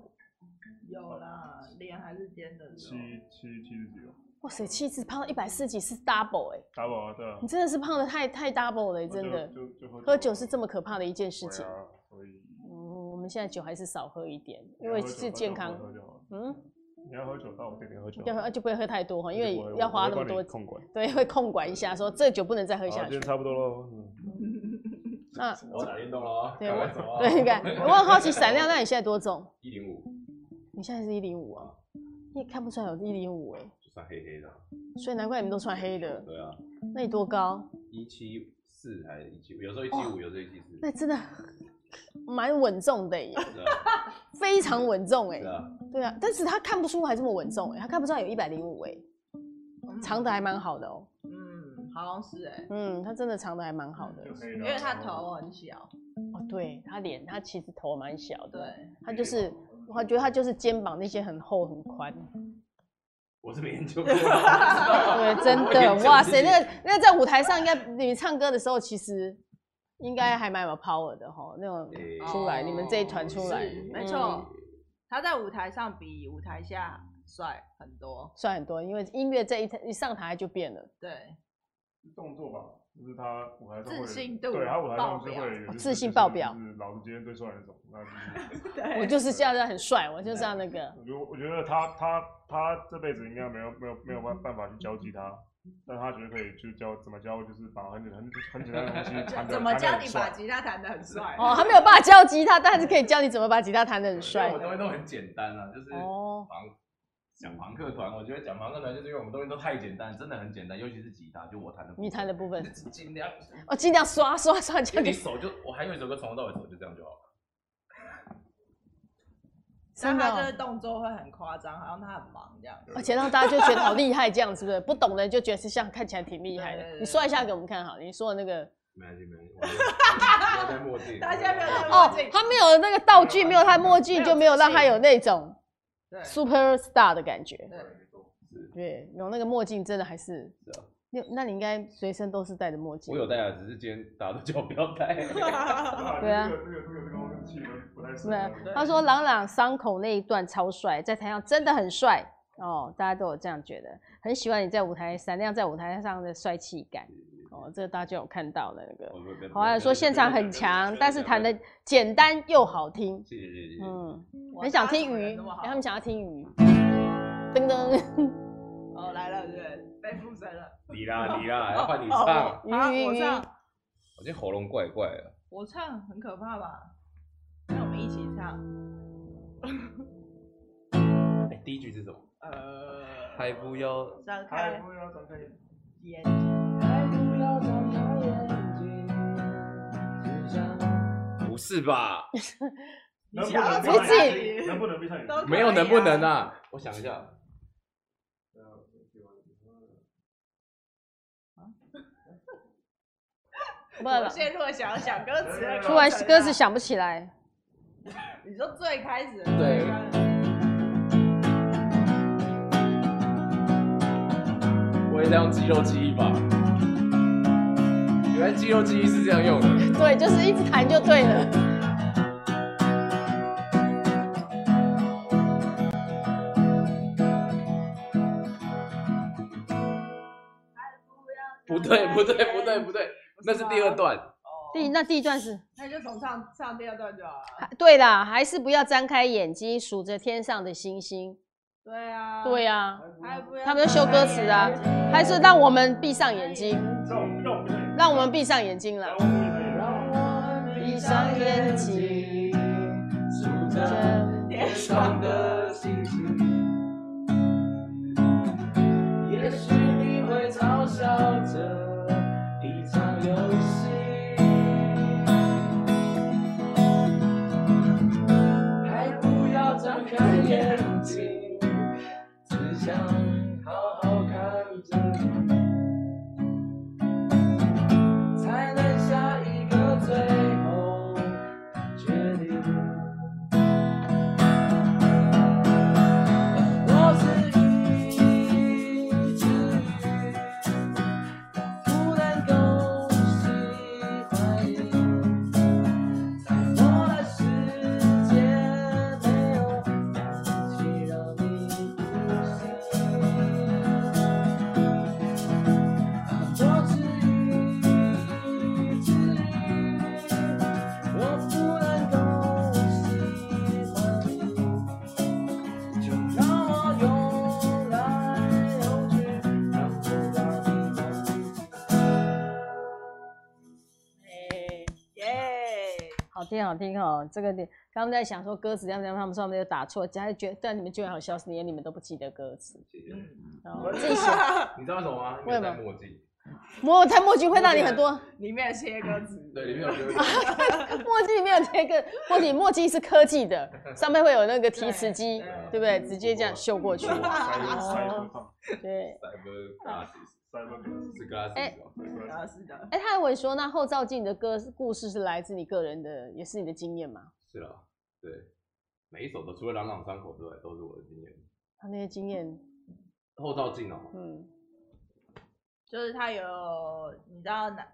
Speaker 2: 有啦，脸还是尖的时
Speaker 4: 七
Speaker 2: 候。嗯
Speaker 4: 七七十几吧，
Speaker 1: 哇塞，气质胖到一百四几是 double 哎、
Speaker 4: 打饱啊，对啊
Speaker 1: 你，真的是胖的太太 double 了、欸
Speaker 4: 那
Speaker 1: 真
Speaker 4: 就
Speaker 1: 的。
Speaker 4: 就就喝
Speaker 1: 喝酒是这么可怕的一件事
Speaker 4: 对
Speaker 1: 情。
Speaker 4: 啊，所以
Speaker 1: 嗯，我们现在酒还是少喝一点，因为
Speaker 4: 啊喝酒
Speaker 1: 是健康。
Speaker 4: 喝酒喝酒
Speaker 1: 嗯，
Speaker 4: 你要喝酒，到我这边喝酒，啊
Speaker 1: 要喝就不会喝太多哈，因为
Speaker 4: 我
Speaker 1: 要花那
Speaker 4: 我
Speaker 1: 么
Speaker 4: 会帮
Speaker 1: 多
Speaker 4: 你，控管。
Speaker 1: 对，会控管一下，说这酒不能再喝
Speaker 4: 好，
Speaker 1: 下去
Speaker 4: 今天。差不多喽。嗯
Speaker 1: 那
Speaker 5: 我打电动了哦，
Speaker 1: 对
Speaker 5: 赶快
Speaker 1: 我
Speaker 5: 走哦
Speaker 1: 对，你看，我很好奇闪亮，那你现在多重？
Speaker 5: 一零五
Speaker 1: 你现在是一零五啊？你也看不出来有一零五哎，
Speaker 5: 就算黑黑的啊，
Speaker 1: 所以难怪你们都穿黑的。
Speaker 5: 对啊，
Speaker 1: 那你多高？
Speaker 2: 嗯
Speaker 5: 一七四还是一七，有时候一
Speaker 1: 哦
Speaker 5: 七五，有时候一七四，
Speaker 1: 那真的蛮稳重的耶，
Speaker 5: 是啊，
Speaker 1: 非常稳 重哎
Speaker 5: 是。啊，
Speaker 1: 对啊，但是他看不出来这么稳重哎，他看不出来有一百零五哎，
Speaker 2: 嗯
Speaker 1: 藏的还蛮好的哦。
Speaker 2: 嗯，好像是哎、嗯
Speaker 1: 嗯，他真的藏的还蛮好的。
Speaker 4: 就黑的
Speaker 2: 因为他头很小，
Speaker 1: 哦，对他脸，他其实头蛮小
Speaker 2: 对
Speaker 1: 的，，他就是，我觉得他就是肩膀那些很厚很 宽。
Speaker 5: 我是没研究过，对
Speaker 1: 对，真的，哇塞，那个那个在舞台上应该你唱歌的时候，其实应该还蛮有 power 的哈，那种
Speaker 5: 诶
Speaker 1: 出来，你们这一团出来
Speaker 2: 哦是，没
Speaker 1: 嗯
Speaker 2: 错，他在舞台上比舞台下帅很多，
Speaker 1: 算很多，因为音乐这一一上台就变了，
Speaker 2: 对，
Speaker 4: 是动作吧，就是他舞台上会
Speaker 2: 自信度
Speaker 4: 对他舞台上
Speaker 2: 爆
Speaker 4: 是
Speaker 2: 表
Speaker 4: 会有就是
Speaker 1: 哦自信爆表
Speaker 4: 就是老子今天最帅的那种。那就是
Speaker 2: 对
Speaker 1: 我就是这样子很帅，我就是要那个，
Speaker 4: 我觉得我觉得他他他这辈子应该没有没有没有办办法去交际他，但他觉得可以去教怎么教，就是把很简很很简单的东 西弹得
Speaker 2: 怎么教
Speaker 4: 弹得
Speaker 2: 你
Speaker 4: 很
Speaker 2: 把
Speaker 4: 帅
Speaker 2: 吉他弹得很帅？
Speaker 1: 哦，他没有办法教吉他，但是可以教你怎么把吉他弹得很
Speaker 5: 所以
Speaker 1: 帅
Speaker 5: 我。们东西都很简单啊，就是
Speaker 1: 哦
Speaker 5: 房讲房客团，我觉得讲房客团就是因为我们东西都太简单，真的很简单，尤其是吉他，就我弹的部分，
Speaker 1: 你弹的部分，
Speaker 5: 就是 尽 量，
Speaker 1: 哦，尽量刷刷刷，这
Speaker 5: 就
Speaker 1: 样
Speaker 5: 你
Speaker 1: 就
Speaker 5: 手就，我还有一首歌从头到尾手就这样就好了，
Speaker 2: 但
Speaker 1: 真的
Speaker 2: 他
Speaker 1: 哦
Speaker 2: 就是动作会很夸张，好像他很忙这样子。
Speaker 1: 而且让大家就觉得好厉害，这样是不是？不懂的人就觉得是像看起来挺厉害
Speaker 2: 对对
Speaker 1: 的。
Speaker 2: 对
Speaker 1: 你说一下给我们看好，你说的那个
Speaker 5: 没关系没关系，我没 有我没有戴墨镜，
Speaker 2: 大家没有戴墨
Speaker 1: 哦
Speaker 2: 镜对，
Speaker 1: 他没有那个道具，没有他墨镜，就没有让他有那种
Speaker 2: 对
Speaker 1: super star 的感觉。
Speaker 2: 对，
Speaker 5: 是
Speaker 1: 对，有那个墨镜真的还是
Speaker 5: 是啊，
Speaker 1: 你那你应该随身都是戴着墨镜。
Speaker 5: 我有戴啊，只是今天大家都叫我不 要戴，
Speaker 1: 对啊
Speaker 4: 这个这个这个这个气氛不太适
Speaker 1: 对啊
Speaker 2: 嗯
Speaker 4: 合。
Speaker 1: 他说朗朗伤口那一段超帅，在台上真的很帅哦，大家都有这样觉得，很喜欢你在舞台闪亮在舞台上的帅气感
Speaker 2: 嗯
Speaker 1: 哦，这个大家就有看到了那
Speaker 2: 哦
Speaker 1: 个。好，还有说现场很强，但是弹的简单又好听，
Speaker 5: 谢谢谢谢谢谢，
Speaker 1: 嗯，
Speaker 2: 哇
Speaker 1: 很想
Speaker 2: 他
Speaker 1: 听
Speaker 2: 怎么人
Speaker 1: 鱼
Speaker 2: 那么，好
Speaker 1: 哎他们想要听鱼， 噔噔。
Speaker 2: 哦来了，对，被附身了。
Speaker 5: 你啦你啦，要换你
Speaker 2: 哦
Speaker 5: 唱，
Speaker 2: 我好
Speaker 1: 鱼鱼
Speaker 2: 我
Speaker 1: 鱼
Speaker 2: 唱，
Speaker 5: 我今天喉咙怪怪的，
Speaker 2: 我唱很可怕吧？那我们一起唱，
Speaker 5: 哎，第一句是什么？
Speaker 2: 呃，
Speaker 5: 还不要
Speaker 2: 张
Speaker 4: 还
Speaker 2: 开
Speaker 4: 不要张开眼，
Speaker 2: 眼睛，
Speaker 3: 还不要张开眼睛，只想
Speaker 5: 不是 吧？
Speaker 2: 你
Speaker 4: 能不
Speaker 2: 想要
Speaker 4: 能
Speaker 2: 怎
Speaker 1: 么
Speaker 2: 么
Speaker 1: 自
Speaker 2: 样
Speaker 1: 己
Speaker 4: 能不能闭上眼睛
Speaker 2: 都？
Speaker 5: 没有能不能啊？我想一下，
Speaker 1: 不然
Speaker 2: 我陷入了想要想歌词的过程啊，
Speaker 1: 突然歌词想不起来，
Speaker 2: 你说最开始的
Speaker 5: 对
Speaker 2: 那个
Speaker 5: 我也在用肌肉记忆吧。原来肌肉记忆是这样用的。
Speaker 1: 对，就是一直弹就对了。
Speaker 5: 不对，不对，不对，不对，那是第二。段。
Speaker 2: 哦
Speaker 1: 第那第一段是，
Speaker 2: 那就从唱唱第二段就好了。
Speaker 1: 对啦，还是不要张开眼睛数着天上的星星。
Speaker 2: 对啊，
Speaker 1: 对呀、
Speaker 2: 还不要
Speaker 1: 他们在修歌词啊，还是让我们闭上眼睛，
Speaker 4: 让我们让我们闭上眼睛，
Speaker 1: 让我们闭上眼睛啦
Speaker 4: 让。我们闭上眼睛。
Speaker 1: 闭上眼睛，
Speaker 3: 数
Speaker 1: 这
Speaker 3: 着
Speaker 2: 天
Speaker 3: 天
Speaker 2: 上
Speaker 3: 上
Speaker 2: 的
Speaker 3: 的星星。也许你会嘲笑这一场游戏，还不要张开眼睛，只想好好看着你，才能下一个最后决定。我是一只鱼，不能够喜欢你，在我的世界没有氧气让你呼吸。
Speaker 1: 听，好听哦。这个点，刚刚在想说歌词这样这样，他们说他们有打错，加一觉，但你们居然好笑死，连你们都不记得歌词。
Speaker 5: 谢谢。
Speaker 1: 然后自己写，
Speaker 5: 你知道为什么吗？因
Speaker 1: 为什
Speaker 5: 为
Speaker 1: 么
Speaker 5: 戴墨镜。
Speaker 1: 墨他墨镜会让你很多，
Speaker 6: 里面切歌词，
Speaker 5: 对，里面 有歌。
Speaker 1: 墨镜里面有贴个墨镜，墨镜是科技的，上面会有那个提词机，对
Speaker 5: 对
Speaker 1: 不对？直接这样秀过去。
Speaker 4: cyber
Speaker 1: 哦
Speaker 4: punk，
Speaker 1: 对，
Speaker 5: Cyber glasses
Speaker 4: cyber punk，
Speaker 5: 是 glasses
Speaker 1: 哎
Speaker 5: 哦。
Speaker 4: cyber
Speaker 6: 啊
Speaker 4: punk
Speaker 6: 是的，
Speaker 1: 哎，他伟说，那后照镜的歌故事是来自你个人的，也是你的经验嘛？
Speaker 5: 是啦，对，每一首都除了朗朗伤口之外，都是我的经验。
Speaker 1: 他那些经验，
Speaker 5: 后照镜哦，
Speaker 1: 嗯，
Speaker 6: 就是他有，你知道男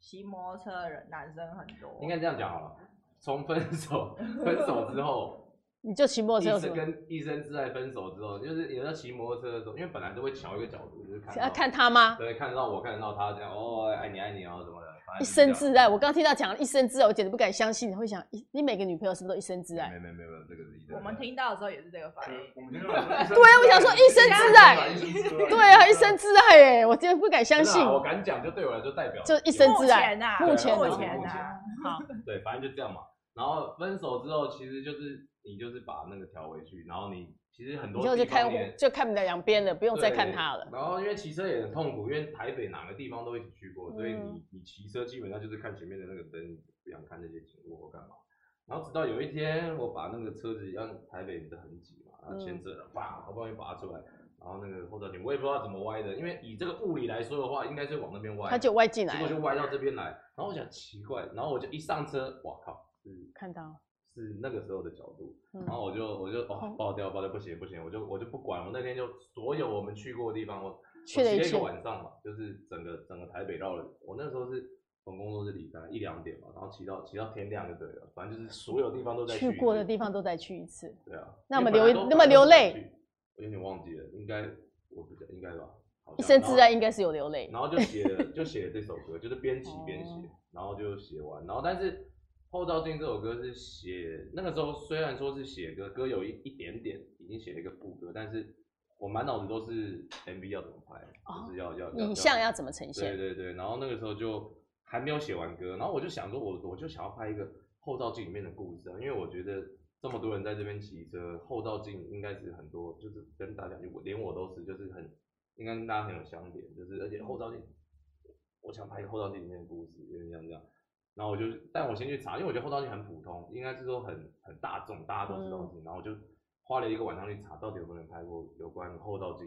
Speaker 6: 骑摩托车的人男生很多，
Speaker 5: 应该这样讲好了。从分手，分手之后，
Speaker 1: 你就骑摩托车有什
Speaker 5: 一生
Speaker 1: 么？
Speaker 5: 跟一生挚爱分手之后，就是有时候骑摩托车的时候，因为本来都会瞧一个角度，就是看
Speaker 1: 要
Speaker 5: 到
Speaker 1: 啊看他吗？
Speaker 5: 哦对，看得到我，看得到他，这样哦，爱你爱你哦什么的，反正
Speaker 1: 一
Speaker 5: 就是这
Speaker 1: 生
Speaker 5: 样
Speaker 1: 挚爱，我刚听到讲一生挚爱，我简直不敢相信。会想，一你每个女朋友是不是都一生挚爱？
Speaker 5: 没没没没，这个是一生
Speaker 6: 我们听到的时候也是这个反应。
Speaker 4: 我们今天晚上
Speaker 1: 对啊，我想说一生挚爱，对啊，一生挚爱耶，我真的不敢相
Speaker 5: 真的啊
Speaker 1: 信。
Speaker 5: 我敢讲，就对我来说代表
Speaker 1: 就一生
Speaker 6: 目
Speaker 1: 挚爱
Speaker 6: 前呐，
Speaker 1: 啊目前
Speaker 6: 目
Speaker 1: 哦
Speaker 6: 前啊
Speaker 5: 目
Speaker 6: 呐，
Speaker 1: 好，
Speaker 5: 对，反正就这样嘛。然后分手之后，其实就是你就是把那个调回去，然后你其实很
Speaker 1: 你
Speaker 5: 多
Speaker 1: 就去
Speaker 5: 地
Speaker 1: 看
Speaker 5: 方也
Speaker 1: 就看不了两边了，不用再
Speaker 5: 对
Speaker 1: 看他了。
Speaker 5: 然后因为骑车也很痛苦，因为台北哪个地方都一起去过，所以你
Speaker 1: 嗯
Speaker 5: 你骑车基本上就是看前面的那个灯，不想看那些景物或干嘛。然后直到有一天，我把那个车子，让台北不是很挤嘛，然后
Speaker 1: 嗯
Speaker 5: 牵着了，叭，好不容易拔出来，然后那个后照镜我也不知道怎么歪的，因为以这个物理来说的话，应该是往那边歪，
Speaker 1: 他就歪进
Speaker 5: 结
Speaker 1: 来
Speaker 5: 果就
Speaker 1: 了，
Speaker 5: 歪到这边来，然后我想奇怪，然后我就一上车，哇靠，是
Speaker 1: 看到，
Speaker 5: 是那个时候的角度，
Speaker 1: 嗯
Speaker 5: 然后我就我就哦
Speaker 1: 嗯
Speaker 5: 爆掉爆掉不行不行，我就我就不管，我那天就所有我们去过的地方，我
Speaker 1: 去了
Speaker 5: 我
Speaker 1: 一
Speaker 5: 骑个
Speaker 1: 圈，
Speaker 5: 晚上嘛，就是整个整个台北绕了，我那时候是从工作室离开一两点嘛，然后骑到骑到天亮就对了，反正就是所有地方都在
Speaker 1: 去
Speaker 5: 一
Speaker 1: 过
Speaker 5: 次
Speaker 1: 的地方都再去一次。
Speaker 5: 对啊，
Speaker 1: 那
Speaker 5: 因
Speaker 1: 么
Speaker 5: 为
Speaker 1: 流
Speaker 5: 本来都
Speaker 1: 那么流，
Speaker 5: 本来都不想去我有点忘记了，应该我不知道应该吧，好
Speaker 1: 一
Speaker 5: 像
Speaker 1: 生挚爱应该是有流泪
Speaker 5: 然，后就写了，就写了这首歌，就是边骑边写
Speaker 1: 哦，
Speaker 5: 然后就写完，然后但是《后照镜》这首歌是写那个时候虽然说是写歌，歌有一一点点已经写了一个副歌，但是我满脑子都是 MV 要怎么拍，
Speaker 1: 哦
Speaker 5: 就是要要
Speaker 1: 影像要
Speaker 5: 怎
Speaker 1: 怎么呈
Speaker 5: 啊对
Speaker 1: 现？
Speaker 5: 对对，然后那个时候就还没有写完歌，然后我就想说我，我就想要拍一个后照镜里面的故事啊，因为我觉得。这么多人在这边骑车，后照镜应该是很多，就是跟大家，我连我都是，就是很应该跟大家很有相连，就是而且后照镜，我想拍一个后照镜里面的故事，有点像这样。然后我就，但我先去查，因为我觉得后照镜很普通，应该是说很很大众，大家都知道的
Speaker 1: 嗯
Speaker 5: 事情。然后我就花了一个晚上去查，到底有没有人拍过有关后照镜，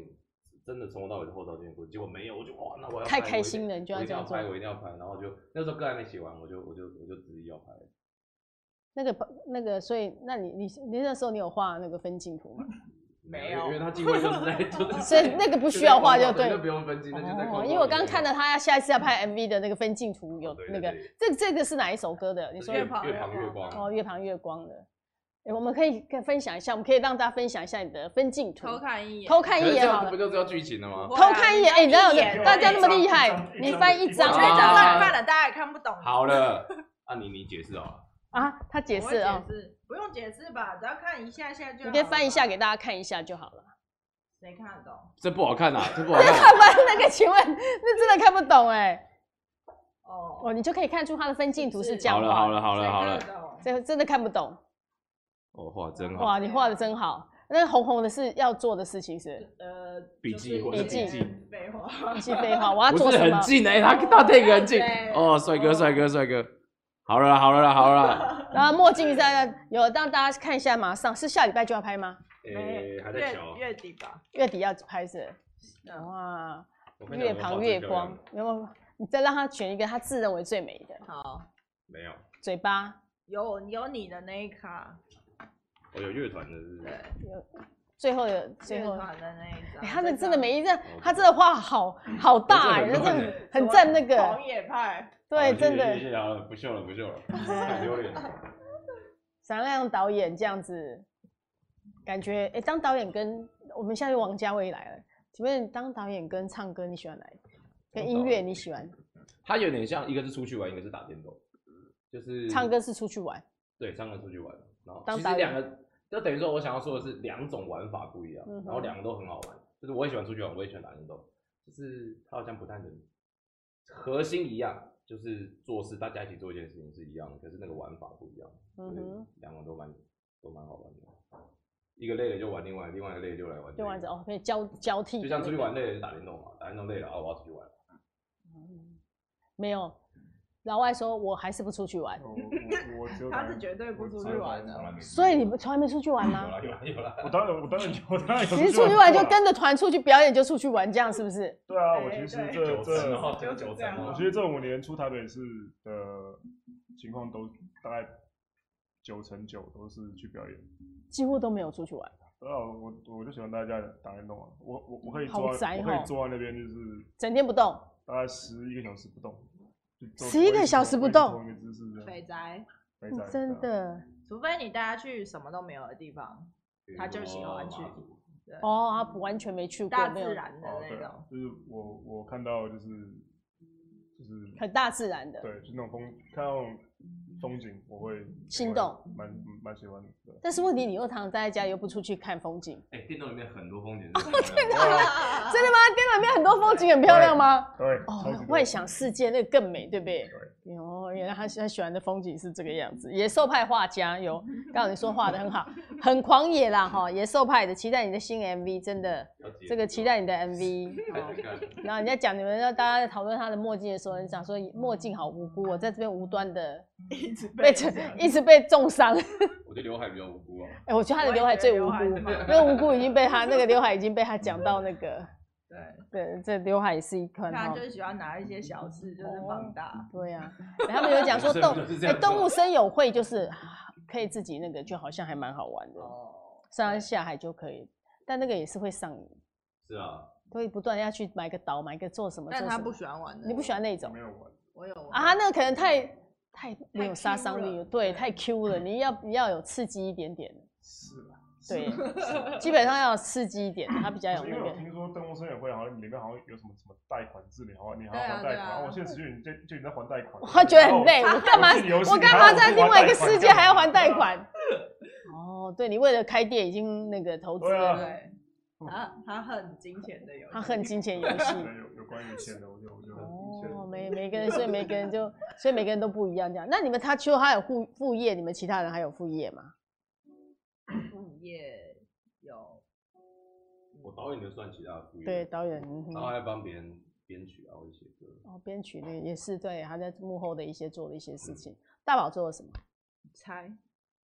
Speaker 5: 真的从头到尾的后照镜的故事。结果没有，我就哇，那我要
Speaker 1: 太
Speaker 5: 拍
Speaker 1: 开
Speaker 5: 我一定
Speaker 1: 心了你就要
Speaker 5: 我一定要
Speaker 1: 这样
Speaker 5: 拍，
Speaker 1: 做
Speaker 5: 我一定要拍。然后就那时候歌还没写完，我就我就我就执意要拍。
Speaker 1: 那个那个，所以那你你你那时候你有画那个分镜图 吗？
Speaker 6: 没
Speaker 5: 因为
Speaker 6: 有
Speaker 5: 因为他机会就是在， 就是
Speaker 1: 所以那个不需要画就对
Speaker 5: 那不用分镜，那就在
Speaker 1: 哦，
Speaker 5: 空
Speaker 1: 因为我
Speaker 5: 中
Speaker 1: 刚刚
Speaker 5: 里
Speaker 1: 看
Speaker 5: 面
Speaker 1: 到他下一次要拍 MV 的那个分镜图有
Speaker 5: 嗯哦对
Speaker 1: 那
Speaker 5: 对
Speaker 1: 个
Speaker 5: 对，
Speaker 1: 这这个是哪一首歌的？你说
Speaker 5: 月
Speaker 6: 月旁
Speaker 5: 月
Speaker 6: 月
Speaker 5: 旁月
Speaker 6: 光
Speaker 5: 光
Speaker 1: 哦，月旁月光的。哎，我们可以可以分享一下，我们可以让大家分享一下你的分镜图，
Speaker 6: 偷看一眼，
Speaker 1: 偷看
Speaker 5: 可
Speaker 1: 一
Speaker 5: 是这
Speaker 1: 眼
Speaker 5: 样
Speaker 1: 好
Speaker 5: 子
Speaker 1: 了
Speaker 5: 不。就知道剧情了吗？
Speaker 6: 不会啊
Speaker 1: 偷看一眼，哎、你知道有大家那么厉害，你翻一
Speaker 6: 我
Speaker 1: 张
Speaker 6: 觉
Speaker 5: 啊
Speaker 6: 得
Speaker 5: 一
Speaker 6: 讲
Speaker 5: 张
Speaker 6: 乱犯了，大家也看不懂。
Speaker 5: 好了，啊你你解释哦。
Speaker 1: 啊，他解
Speaker 6: 我会
Speaker 1: 释啊、
Speaker 6: 解释不用解释吧，只要看一下下就好了吧。
Speaker 1: 你可以翻一下给大家看一下就好了。
Speaker 6: 谁看得懂？
Speaker 5: 这不好看啊，这不好看啊、
Speaker 1: 看完那个，请问那真的看不懂哎、
Speaker 6: 哦，
Speaker 1: 哦，你就可以看出他的分镜图是这样
Speaker 5: 好
Speaker 1: 画
Speaker 5: 了好，了好
Speaker 6: 谁
Speaker 5: 了好
Speaker 6: 看
Speaker 5: 了
Speaker 6: 得，懂？
Speaker 1: 这真的看不懂。
Speaker 5: 哦画真好，
Speaker 1: 哇，你画的真好，那红红的是要做的事情是
Speaker 6: 呃，
Speaker 5: 笔
Speaker 6: 就是
Speaker 5: 记
Speaker 6: 一
Speaker 5: 或
Speaker 1: 者
Speaker 6: 些
Speaker 1: 笔 记
Speaker 6: 废话
Speaker 1: 一。 起废话，我要
Speaker 5: 不
Speaker 1: 做
Speaker 5: 是
Speaker 1: 什
Speaker 5: 很
Speaker 1: 么？
Speaker 5: 近哎、他他 take 很近
Speaker 6: 对
Speaker 5: 哦，帅哥
Speaker 6: 哦
Speaker 5: 帅哥帅哥，好了啦好了啦好 了啦，
Speaker 1: 然后墨镜在有让大家看一下，马上是下礼拜就要拍吗？
Speaker 5: 诶、哎还在瞧啊
Speaker 6: 月，月底吧。
Speaker 1: 月底要拍是不是？啊
Speaker 6: 嗯
Speaker 1: 哇，
Speaker 5: 我看一下
Speaker 1: 月
Speaker 5: 我的画
Speaker 1: 旁
Speaker 5: 质
Speaker 1: 月
Speaker 5: 漂亮
Speaker 1: 光，有没有？你再让他选一个他自认为最美的
Speaker 6: 好，
Speaker 5: 没有，
Speaker 1: 嘴巴，
Speaker 6: 有有你的那一卡，
Speaker 5: 我哦有乐团的是不
Speaker 6: 对
Speaker 5: 是？，
Speaker 1: 最后的最
Speaker 6: 乐
Speaker 1: 后。
Speaker 6: 团的那一张。
Speaker 1: 欸、他的真的每一张
Speaker 5: 张，
Speaker 1: 他真的画好好大哎、欸，真
Speaker 5: 真嗯的很
Speaker 1: 的
Speaker 5: 乱
Speaker 1: 很很占那 个
Speaker 6: 狂，野派，
Speaker 5: 好
Speaker 1: 对，
Speaker 5: 了
Speaker 1: 真
Speaker 5: 谢谢谢
Speaker 1: 的。
Speaker 5: 谢好了，不秀了不秀了，太丢脸了。
Speaker 1: 闪亮导演这样子，感觉哎、欸当导演跟我们现在有王家卫来了，请问当导演跟唱歌你喜欢哪一个？跟
Speaker 5: 当
Speaker 1: 音乐
Speaker 5: 导
Speaker 1: 你喜欢？
Speaker 5: 他有点像，一个是出去玩，一个是打电动，就是
Speaker 1: 唱歌是出去玩，
Speaker 5: 对，三个出去玩，然后
Speaker 1: 当
Speaker 5: 其
Speaker 1: 导
Speaker 5: 实
Speaker 1: 演
Speaker 5: 两个就等于说，我想要说的是两种玩法不一样，
Speaker 1: 嗯哼
Speaker 5: 然后两个都很好玩，就是我也喜欢出去玩，我也喜欢打运动，就是它好像不太能核心一样，就是做事大家一起做一件事情是一样的，可是那个玩法不一样，就
Speaker 1: 嗯
Speaker 5: 是
Speaker 1: 哼，
Speaker 5: 两种都蛮都蛮好玩的。一个累了就玩另外，另外一个累了就来玩、
Speaker 1: 就玩着，哦，可以交交替的那个。
Speaker 5: 就像出去玩累了就打电动嘛，打电动累了啊，我要出去玩。
Speaker 1: 嗯没有，老外说我还是不出去玩，
Speaker 4: 我我我只有
Speaker 2: 他
Speaker 4: 打
Speaker 2: 是绝对不出去玩的。
Speaker 1: 所以你们从来没出去玩
Speaker 5: 有
Speaker 1: 吗？
Speaker 5: 啦有啦有啦，
Speaker 4: 我当然我当然我当然有。
Speaker 1: 其实出去玩就跟着团出去表演就出去玩，这样是不是？
Speaker 4: 对啊，我其实
Speaker 2: 哎
Speaker 4: 这
Speaker 5: 九成
Speaker 4: 这，
Speaker 5: 哦，
Speaker 2: 就是
Speaker 5: 九
Speaker 2: 这样
Speaker 5: 成
Speaker 4: 我
Speaker 5: 哦
Speaker 4: 觉。得这五年出台北市的情况都大概九成九都是去表演。
Speaker 1: 几乎都没有出去玩。
Speaker 4: 对啊，我我就喜欢待在家里打电动啊，我我我可以
Speaker 1: 好
Speaker 4: 坐在
Speaker 1: 宅
Speaker 4: 我可
Speaker 1: 哦
Speaker 4: 以坐在那边就是
Speaker 1: 整天不动，
Speaker 4: 大概十一个小时不动，就坐
Speaker 1: 11个
Speaker 4: 我一直
Speaker 1: 小时
Speaker 4: 我
Speaker 1: 不
Speaker 4: 一直
Speaker 1: 动
Speaker 4: 同一个姿势这样
Speaker 2: 肥宅，
Speaker 4: 肥宅
Speaker 1: 真
Speaker 4: 对啊
Speaker 1: 的
Speaker 2: 除非你带他去什么都没有的地方，他就喜欢去对
Speaker 1: 哦，阿普完全没去过
Speaker 2: 大，
Speaker 1: 没
Speaker 2: 自
Speaker 1: 有
Speaker 2: 然的
Speaker 4: 哦，对
Speaker 2: 那
Speaker 4: 啊
Speaker 2: 种，，
Speaker 4: 就是我我看到就是就是
Speaker 1: 很大自然的。
Speaker 4: 对，就那种风看到那种风景，我会
Speaker 1: 心
Speaker 4: 我会
Speaker 1: 动
Speaker 4: 蛮蛮喜欢的。对
Speaker 1: 但是问题，你又常常待在家，又不出去看风景，
Speaker 5: 哎，电动里面很多风景是真的
Speaker 1: 真的吗？电脑里面很多风景很漂亮吗？
Speaker 4: 对，超级
Speaker 1: 哦，
Speaker 4: 多
Speaker 1: 外想世界那个更美，对不对？哦，原来他他喜欢的风景是这个样子。野兽派画家 有，刚好你说画的很好，很狂野啦哈。野兽派的，期待你的新 MV，真的，
Speaker 5: 要结束
Speaker 1: 这个期待你的
Speaker 2: 啊
Speaker 1: MV。
Speaker 5: 太想看了
Speaker 1: 然后你在讲你们要大家在讨论他的墨镜的时候，你想说墨镜好无辜，我在这边无端的
Speaker 2: 一直
Speaker 1: 被一直被重伤。
Speaker 5: 我觉得刘海比较无辜啊。
Speaker 1: 哎、我觉得他的
Speaker 2: 我也
Speaker 1: 刘海
Speaker 2: 觉得
Speaker 1: 最
Speaker 2: 刘
Speaker 1: 无
Speaker 2: 海
Speaker 1: 辜
Speaker 2: 是蛮，
Speaker 1: 那无辜已经被他那个刘海已经被他讲到那个，
Speaker 2: 对，
Speaker 1: 对，这刘海也是 一
Speaker 2: 那
Speaker 1: 坑
Speaker 2: 他
Speaker 1: 哦
Speaker 2: 啊就。是喜欢拿一些小事就是放大，
Speaker 1: 对呀、啊，然后他们有讲说
Speaker 5: 人生
Speaker 1: 动
Speaker 5: 不就是，这
Speaker 1: 哎、
Speaker 5: 样子吗啊
Speaker 1: 动物森友会就是啊可以自己那个，就好像还蛮好玩的，
Speaker 2: 哦，
Speaker 1: 上山下海就可以，但那个也是会上瘾，
Speaker 5: 是啊，
Speaker 1: 所以不断地要去买个岛，买个做什么，
Speaker 2: 但
Speaker 1: 做
Speaker 2: 他
Speaker 1: 什
Speaker 2: 不
Speaker 1: 么，
Speaker 2: 喜欢玩的，
Speaker 1: 你不喜欢那种
Speaker 4: 没有玩，
Speaker 2: 我有
Speaker 1: 啊？他那个可能太太没有杀
Speaker 2: Q
Speaker 1: 伤力
Speaker 2: 了
Speaker 1: 了，对，
Speaker 2: 对
Speaker 1: 太 Q 了，你要你要有刺激一点点，
Speaker 4: 是啊，是
Speaker 1: 对
Speaker 4: 啊，
Speaker 1: 基本上要有刺激一点，他比较有
Speaker 4: 因
Speaker 1: 那
Speaker 4: 为我
Speaker 1: 个。
Speaker 4: 听说动物森友会好像里面好像有什么什么贷款制，你好像你还
Speaker 2: 对
Speaker 4: 要
Speaker 2: 啊
Speaker 4: 还
Speaker 2: 对
Speaker 4: 贷
Speaker 2: 啊
Speaker 4: 款，啊我现在持续你就就你在还贷款，
Speaker 1: 我觉得很累，
Speaker 4: 然后
Speaker 1: 我干嘛
Speaker 4: 我进游戏
Speaker 1: 我干嘛在另外一个世界还要还贷？
Speaker 4: 然后我还
Speaker 1: 款？哦，对你为了开店已经那个投资
Speaker 4: 对啊
Speaker 1: 了，
Speaker 2: 对，他他恨金钱的游戏，
Speaker 1: 他恨金钱游戏
Speaker 4: 对。有有关于钱的，我就我就
Speaker 1: 哦，每每个人，所以每个人就，所以每个人都不一样这样。那你们他秋他有副副业，你们其他人还有副业吗？
Speaker 2: 副业有
Speaker 5: 我导演就算其他的副业，啊
Speaker 1: 对，，导演，嗯
Speaker 5: 然后
Speaker 1: 哼
Speaker 5: 还帮别人编曲啊，会写歌。
Speaker 1: 哦，编曲那个也是对，他在幕后的一些做的一些事情。大宝做了什么？
Speaker 2: 你猜，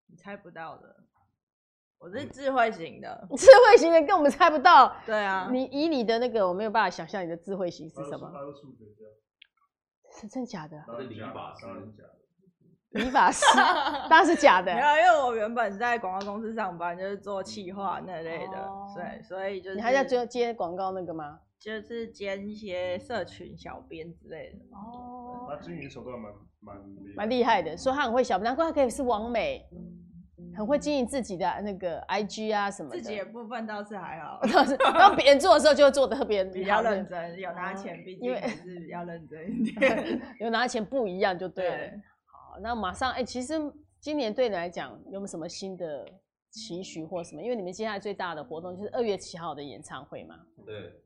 Speaker 2: 你猜不到的，我
Speaker 1: 嗯
Speaker 2: 是智慧型的，
Speaker 1: 智慧型的跟我们猜不到。
Speaker 2: 对啊，
Speaker 1: 你以你的那个，我没有办法想象你的智慧型是什 么？
Speaker 4: 他是数学家，
Speaker 1: 是真假的？
Speaker 5: 他是理发师
Speaker 4: 当然假的
Speaker 1: 理发师，当然是假的
Speaker 2: 没。有，因为我原本在广告公司上班，就是做企划那类的，
Speaker 1: 哦
Speaker 2: 对，所以就是
Speaker 1: 你还在接接广告那个吗？
Speaker 2: 就是兼一些社群小编之类的，
Speaker 1: 哦，
Speaker 4: 他经营手段蛮蛮
Speaker 1: 蛮厉害的，所以他很会想，难怪他可以是王美，很会经营自己的那个 IG 啊什么的。，
Speaker 2: 自己的部分倒是还好
Speaker 1: 当时当别人做的时候，就会做的特别
Speaker 2: 比较认
Speaker 1: 好，哦
Speaker 2: 真，有拿钱，毕
Speaker 1: 因
Speaker 2: 竟
Speaker 1: 为
Speaker 2: 还是比较认真 一点。
Speaker 1: 有拿钱不一样就对了。
Speaker 2: 对，
Speaker 1: 好，那马上哎、其实今年对你来讲有没有什么新的期许或什么？因为你们接下来最大的活动就是二月七号的演唱会嘛。
Speaker 5: 对，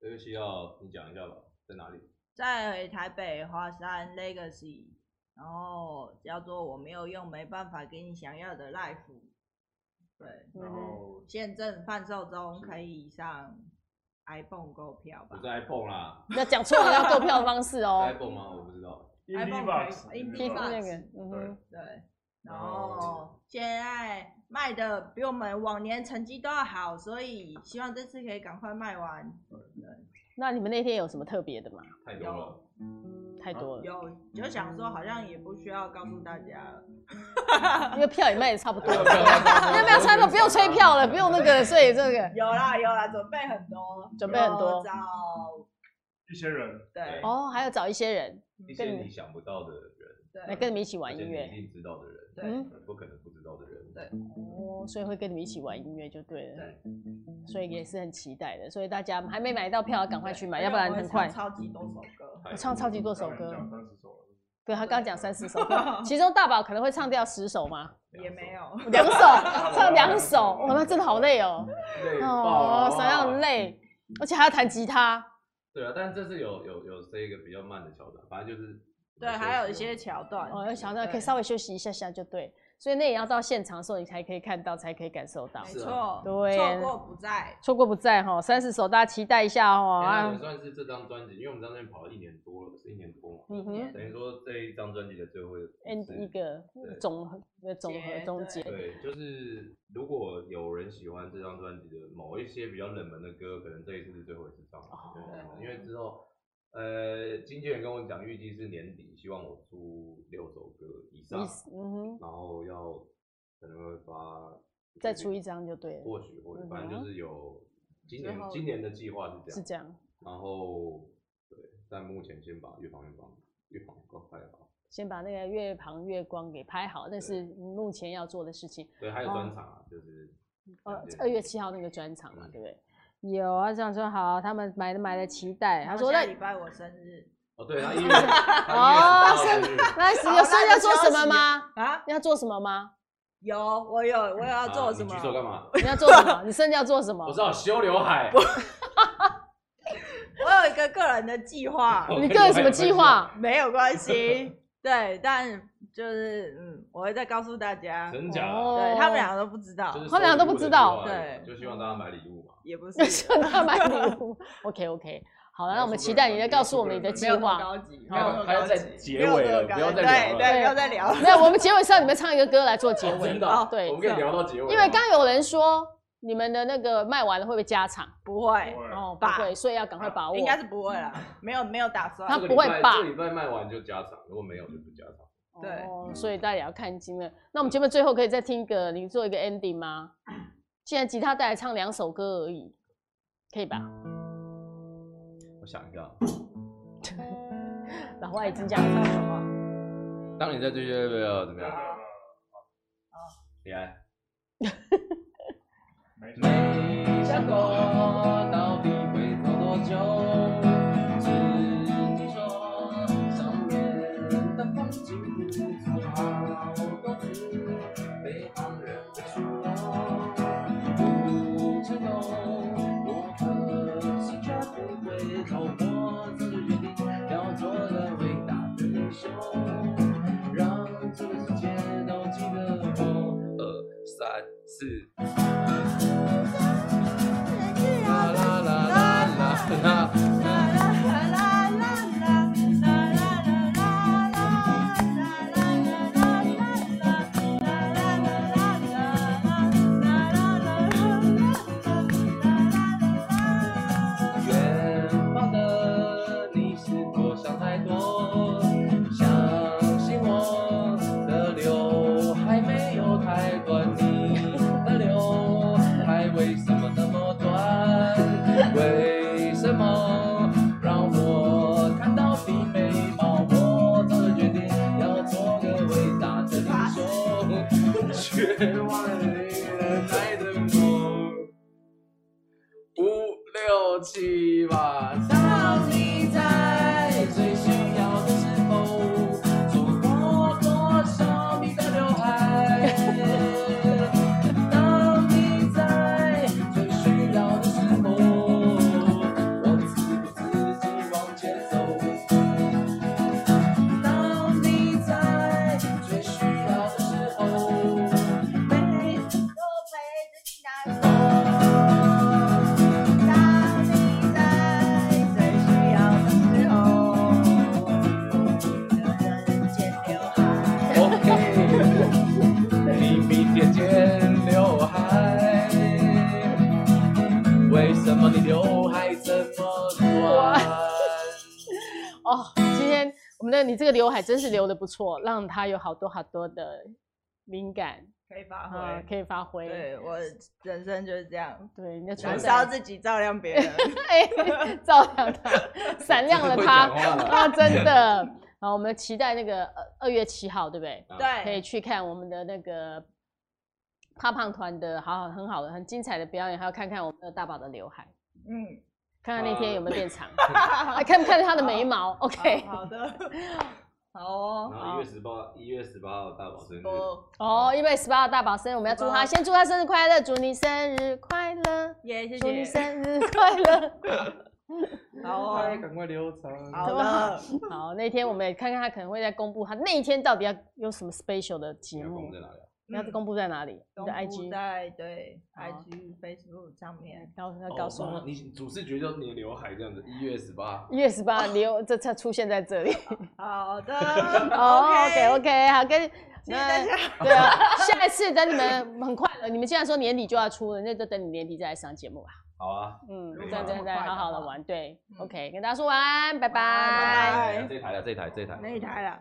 Speaker 5: 这个需要你讲一下吧，在哪里？
Speaker 2: 在台北华山 Legacy，然后叫做我没有用，没办法给你想要的 life。对，
Speaker 4: 然后
Speaker 2: 现正贩售中，可以上 iPhone 购票吧
Speaker 5: 我。在 iPhone 啦，
Speaker 1: 那讲错了要购票的方式哦
Speaker 5: 在、iPhone 吗？我不知道。
Speaker 2: iPhone
Speaker 4: ，Inbox
Speaker 2: 可以
Speaker 1: p
Speaker 2: 皮
Speaker 1: p
Speaker 2: 肤
Speaker 1: 那个，嗯
Speaker 4: 对
Speaker 1: 哼，
Speaker 2: 对，然
Speaker 4: 然后
Speaker 2: 后现在卖的比我们往年成绩都要好，所以希望这次可以赶快卖完。
Speaker 1: 那你们那天有什么特别的吗？
Speaker 5: 太多了，
Speaker 1: 太多了，
Speaker 2: 有就想说，好像也不需要告诉大家了。
Speaker 1: 因为票也卖的差不多了。
Speaker 5: 对啊对啊
Speaker 1: 没有没有差不不用催票了，不用那个，所以这个
Speaker 2: 有啦有啦，准备很多，
Speaker 1: 准备很多
Speaker 2: 有找
Speaker 4: 一些人
Speaker 2: 对
Speaker 1: 哦，还有找一些人
Speaker 5: 一些你想不到的人，
Speaker 1: 来
Speaker 2: 对
Speaker 1: 跟你们一起
Speaker 5: 而
Speaker 1: 玩
Speaker 5: 且
Speaker 1: 音
Speaker 5: 你一
Speaker 1: 乐，
Speaker 5: 定知道的人，
Speaker 2: 对
Speaker 1: 嗯，
Speaker 5: 不可能不知道的人。
Speaker 1: 哦，所以会跟你们一起玩音乐就对了，
Speaker 2: 对，
Speaker 1: 所以也是很期待的，所以大家还没买到票赶快去买，
Speaker 2: 对
Speaker 1: 要不然
Speaker 2: 我会
Speaker 1: 哎很快
Speaker 2: 唱。超级多首歌。
Speaker 1: 我唱超级多首歌，
Speaker 4: 讲三十首了，
Speaker 1: 对他刚讲三十 首歌，其中大宝可能会唱掉十首吗？
Speaker 2: 也没有，
Speaker 1: 两首，唱两首，哇，那真的好累哦，
Speaker 5: 累爆啊
Speaker 1: 哦
Speaker 5: 了，
Speaker 1: 想要很。累，而且还要弹吉他，
Speaker 5: 对啊，但是这次有有有这一个比较慢的桥段，反正就是
Speaker 6: 对，
Speaker 5: 休息
Speaker 6: 还有一
Speaker 5: 哦
Speaker 6: 些桥段，
Speaker 1: 哦，要想到可以
Speaker 6: 对
Speaker 1: 稍微休息一下下就对，所以那也要到现场的时候你才可以看到，才可以感受到
Speaker 6: 没。
Speaker 5: 是啊
Speaker 6: 错，
Speaker 2: 哦
Speaker 1: 对
Speaker 6: 错过不在，
Speaker 1: 错过不在哈，三十首大家期待一下哦。
Speaker 5: 哎那我
Speaker 1: 啊
Speaker 5: 们，算是这张专辑，因为我们张专辑跑了一年多了，是一年多嘛，
Speaker 1: 嗯哼
Speaker 5: 等于说这一张专辑的最后一次
Speaker 1: ，and 一个
Speaker 5: 对
Speaker 1: 总和的总和
Speaker 6: 结
Speaker 1: 总
Speaker 6: 对
Speaker 1: 结，
Speaker 5: 对，就是如果有人喜欢这张专辑的某一些比较冷门的歌，可能这一次是最后一次唱，
Speaker 1: 哦
Speaker 5: 对因为之后，呃，经纪人跟我讲，预计是年底，希望我出六首歌以上
Speaker 1: 意，思嗯哼，
Speaker 5: 然后要可能会发，
Speaker 1: 再出一，张就对了，嗯
Speaker 5: 或许或许，反正就是有今
Speaker 6: 之
Speaker 5: 年
Speaker 6: 后
Speaker 5: 今年的计划是这
Speaker 1: 是
Speaker 5: 样，
Speaker 1: 这样。
Speaker 5: 然后对，但目前先把越防越防越防越防拍好，
Speaker 1: 先把那个月旁月光给拍好，那是目前要做的事情。
Speaker 5: 对，还有
Speaker 1: 哦
Speaker 5: 专场啊，就是
Speaker 1: 呃
Speaker 5: 两件，
Speaker 1: 二月七号那个专场嘛，
Speaker 5: 嗯
Speaker 1: 对不对？有啊，这样说好，他们买的买的期待。他
Speaker 6: 然后
Speaker 1: 说
Speaker 6: 下
Speaker 1: 那
Speaker 6: 礼拜我生日
Speaker 5: 哦，对，他一月他一月十八号 生日。
Speaker 1: 那是
Speaker 6: 好
Speaker 1: 有说
Speaker 6: 那
Speaker 1: 要
Speaker 6: 你
Speaker 1: 做
Speaker 6: 休
Speaker 1: 什么
Speaker 6: 息
Speaker 1: 吗？
Speaker 6: 啊，
Speaker 1: 要做什么吗？
Speaker 6: 有我有我有要做
Speaker 5: 啊
Speaker 6: 什
Speaker 5: 你
Speaker 6: 么？
Speaker 5: 举手干嘛？
Speaker 1: 你要做什么？你甚至要做什么
Speaker 5: 我？知道修刘海，
Speaker 6: 我有一个个人的计划，
Speaker 5: 我
Speaker 1: 你个人什么计划？
Speaker 6: 没有关系，对，但就是嗯，我会再告诉大家，
Speaker 5: 真假的？啊
Speaker 1: 哦
Speaker 6: 对他们两个都不知道，
Speaker 5: 就是
Speaker 1: 他们俩都不知道
Speaker 5: 收礼物的计划啊
Speaker 6: 对
Speaker 5: 就希望大家买礼物 嘛。
Speaker 6: 也 不是
Speaker 1: 想到买礼物。OK OK，好了，
Speaker 5: 你
Speaker 1: 那
Speaker 5: 要
Speaker 1: 我们
Speaker 5: 出
Speaker 1: 期
Speaker 5: 个
Speaker 1: 待
Speaker 5: 人
Speaker 1: 你
Speaker 5: 吗
Speaker 1: 再
Speaker 5: 你要
Speaker 1: 告诉
Speaker 5: 出
Speaker 1: 我
Speaker 5: 个
Speaker 1: 们你
Speaker 5: 人
Speaker 1: 的
Speaker 5: 吗
Speaker 6: 没
Speaker 1: 计
Speaker 6: 有那么
Speaker 1: 划。
Speaker 6: 高级，哦没
Speaker 5: 还
Speaker 6: 有
Speaker 5: 要
Speaker 6: 那么
Speaker 5: 还要
Speaker 6: 高
Speaker 5: 在
Speaker 6: 级。
Speaker 5: 结尾了，不要再聊了。
Speaker 6: 对对，
Speaker 1: 对
Speaker 6: 不要再聊了。
Speaker 1: 没有，我们结尾是要你们唱一个歌来做结
Speaker 5: 哦
Speaker 1: 尾
Speaker 5: 真。的哦，
Speaker 1: 对
Speaker 5: 我们可以
Speaker 6: 啊
Speaker 5: 聊到结尾吗。
Speaker 1: 因为刚有人说你们的那个卖完了会不会加场？
Speaker 6: 不会，
Speaker 5: 嗯
Speaker 4: 哦，
Speaker 1: 哦，不
Speaker 6: 吧
Speaker 1: 会，所以要
Speaker 5: 啊
Speaker 1: 赶快把握。
Speaker 6: 应该是不会了，没有没有打算
Speaker 1: 他。
Speaker 5: 这个
Speaker 1: 不
Speaker 5: 礼
Speaker 1: 会
Speaker 5: 拜
Speaker 1: 吧
Speaker 5: 这个礼拜卖完就加场，如果没有就不加场。
Speaker 6: 对
Speaker 1: 哦，所以大家也要看经了。那我们节目最后可以再听一个，你做一个 ending 吗？现在吉他带来唱两首歌而已，可以吧？
Speaker 5: 我想一下，
Speaker 1: 老外已经讲了，
Speaker 5: 当你在追追追怎么样？你来。
Speaker 4: 没事。
Speaker 3: 没想过到底会走多久，只听说上面的风景不错，好多次被旁人触动，不成功，我可惜却不回头，我早就决定要做个伟大的英雄，让这个世界都记得我。二三四。啦啦啦啦啦啦。远方的你是否想太多？相信我的刘海没有太短，你的刘海为什么那么短？为什么让我看到你眉毛？我早就决定要做个伟大的英雄，却忘了你的爱的我。五六七八，到底在最想要的是否做过多少你的刘海？到底在最需要的时候，我自不自己往前走？到底在最需要的时候，没，OK，你明天剪刘海，为什么你刘海这么短？
Speaker 1: 哦，今天我们的你这个刘海真是留的不错，让它有好多好多的灵感
Speaker 6: 可以发
Speaker 1: 啊、
Speaker 6: 挥。
Speaker 1: 可以发挥。
Speaker 6: 对我人生就是这样，
Speaker 1: 对，你的
Speaker 6: 燃
Speaker 1: 传
Speaker 6: 烧
Speaker 1: 达
Speaker 6: 自己，照亮别人。
Speaker 1: 哎， 照亮它，闪亮了它
Speaker 5: 会讲话了
Speaker 1: 啊！真的。好，我们期待那个呃二月七号，对不 对？
Speaker 5: 啊
Speaker 6: 对，
Speaker 1: 可以去看我们的那个胖胖团的好好很好的很精彩的表演，还要看看我们的大宝的刘海，
Speaker 6: 嗯，
Speaker 1: 看看那天有没有变长，啊、看不看他的眉毛？OK，
Speaker 6: 好好 的，好哦，
Speaker 5: 然后一月十八，一月十八号大宝生日，
Speaker 6: 我
Speaker 1: 哦，因为十八号大宝生日，我们要祝他，先祝他生日快乐，祝你生日快乐，
Speaker 6: 耶，谢
Speaker 1: 祝
Speaker 6: 谢。
Speaker 1: 你生日快乐。
Speaker 2: 好
Speaker 7: 哎
Speaker 2: 哦，
Speaker 7: 赶快留长。
Speaker 2: 好 的，
Speaker 1: 好，那天我们也看看他可能会在公布他那一天到底要有什么 special 的
Speaker 5: 你
Speaker 1: 节
Speaker 5: 要公
Speaker 1: 目
Speaker 5: 布在，哪里啊？
Speaker 1: 要
Speaker 2: 嗯
Speaker 1: 公布在哪里？你
Speaker 2: 公
Speaker 1: 的
Speaker 2: 布
Speaker 1: IG，
Speaker 2: 在对
Speaker 1: 好
Speaker 2: IG、Facebook 上面。
Speaker 1: 然后他告诉
Speaker 5: 哦
Speaker 1: 我。
Speaker 5: 你主视觉就是你的刘海这样子，一月十八。
Speaker 1: 一月十
Speaker 2: 哦
Speaker 1: 八，留这次出现在这 里。
Speaker 2: 好 的
Speaker 1: 哦，OK
Speaker 2: ，OK，
Speaker 1: OK，好，跟
Speaker 2: 谢谢大家。
Speaker 1: 对啊，下一次等你们很快了，你们既然说年底就要出了，那就等你年底再来上节目吧。
Speaker 5: 好啊，
Speaker 1: 嗯
Speaker 5: 可，以
Speaker 1: 再
Speaker 5: 吗
Speaker 1: 再
Speaker 2: 这么
Speaker 1: 再
Speaker 2: 快
Speaker 1: 好
Speaker 2: 的
Speaker 1: 好的
Speaker 2: 话
Speaker 1: 玩，对
Speaker 2: 嗯
Speaker 1: ，OK，跟大家说晚安，拜
Speaker 2: 晚安拜
Speaker 1: 拜
Speaker 2: 拜。
Speaker 1: 哎
Speaker 5: 这一台了，这一台，这一台。
Speaker 2: 那一台了。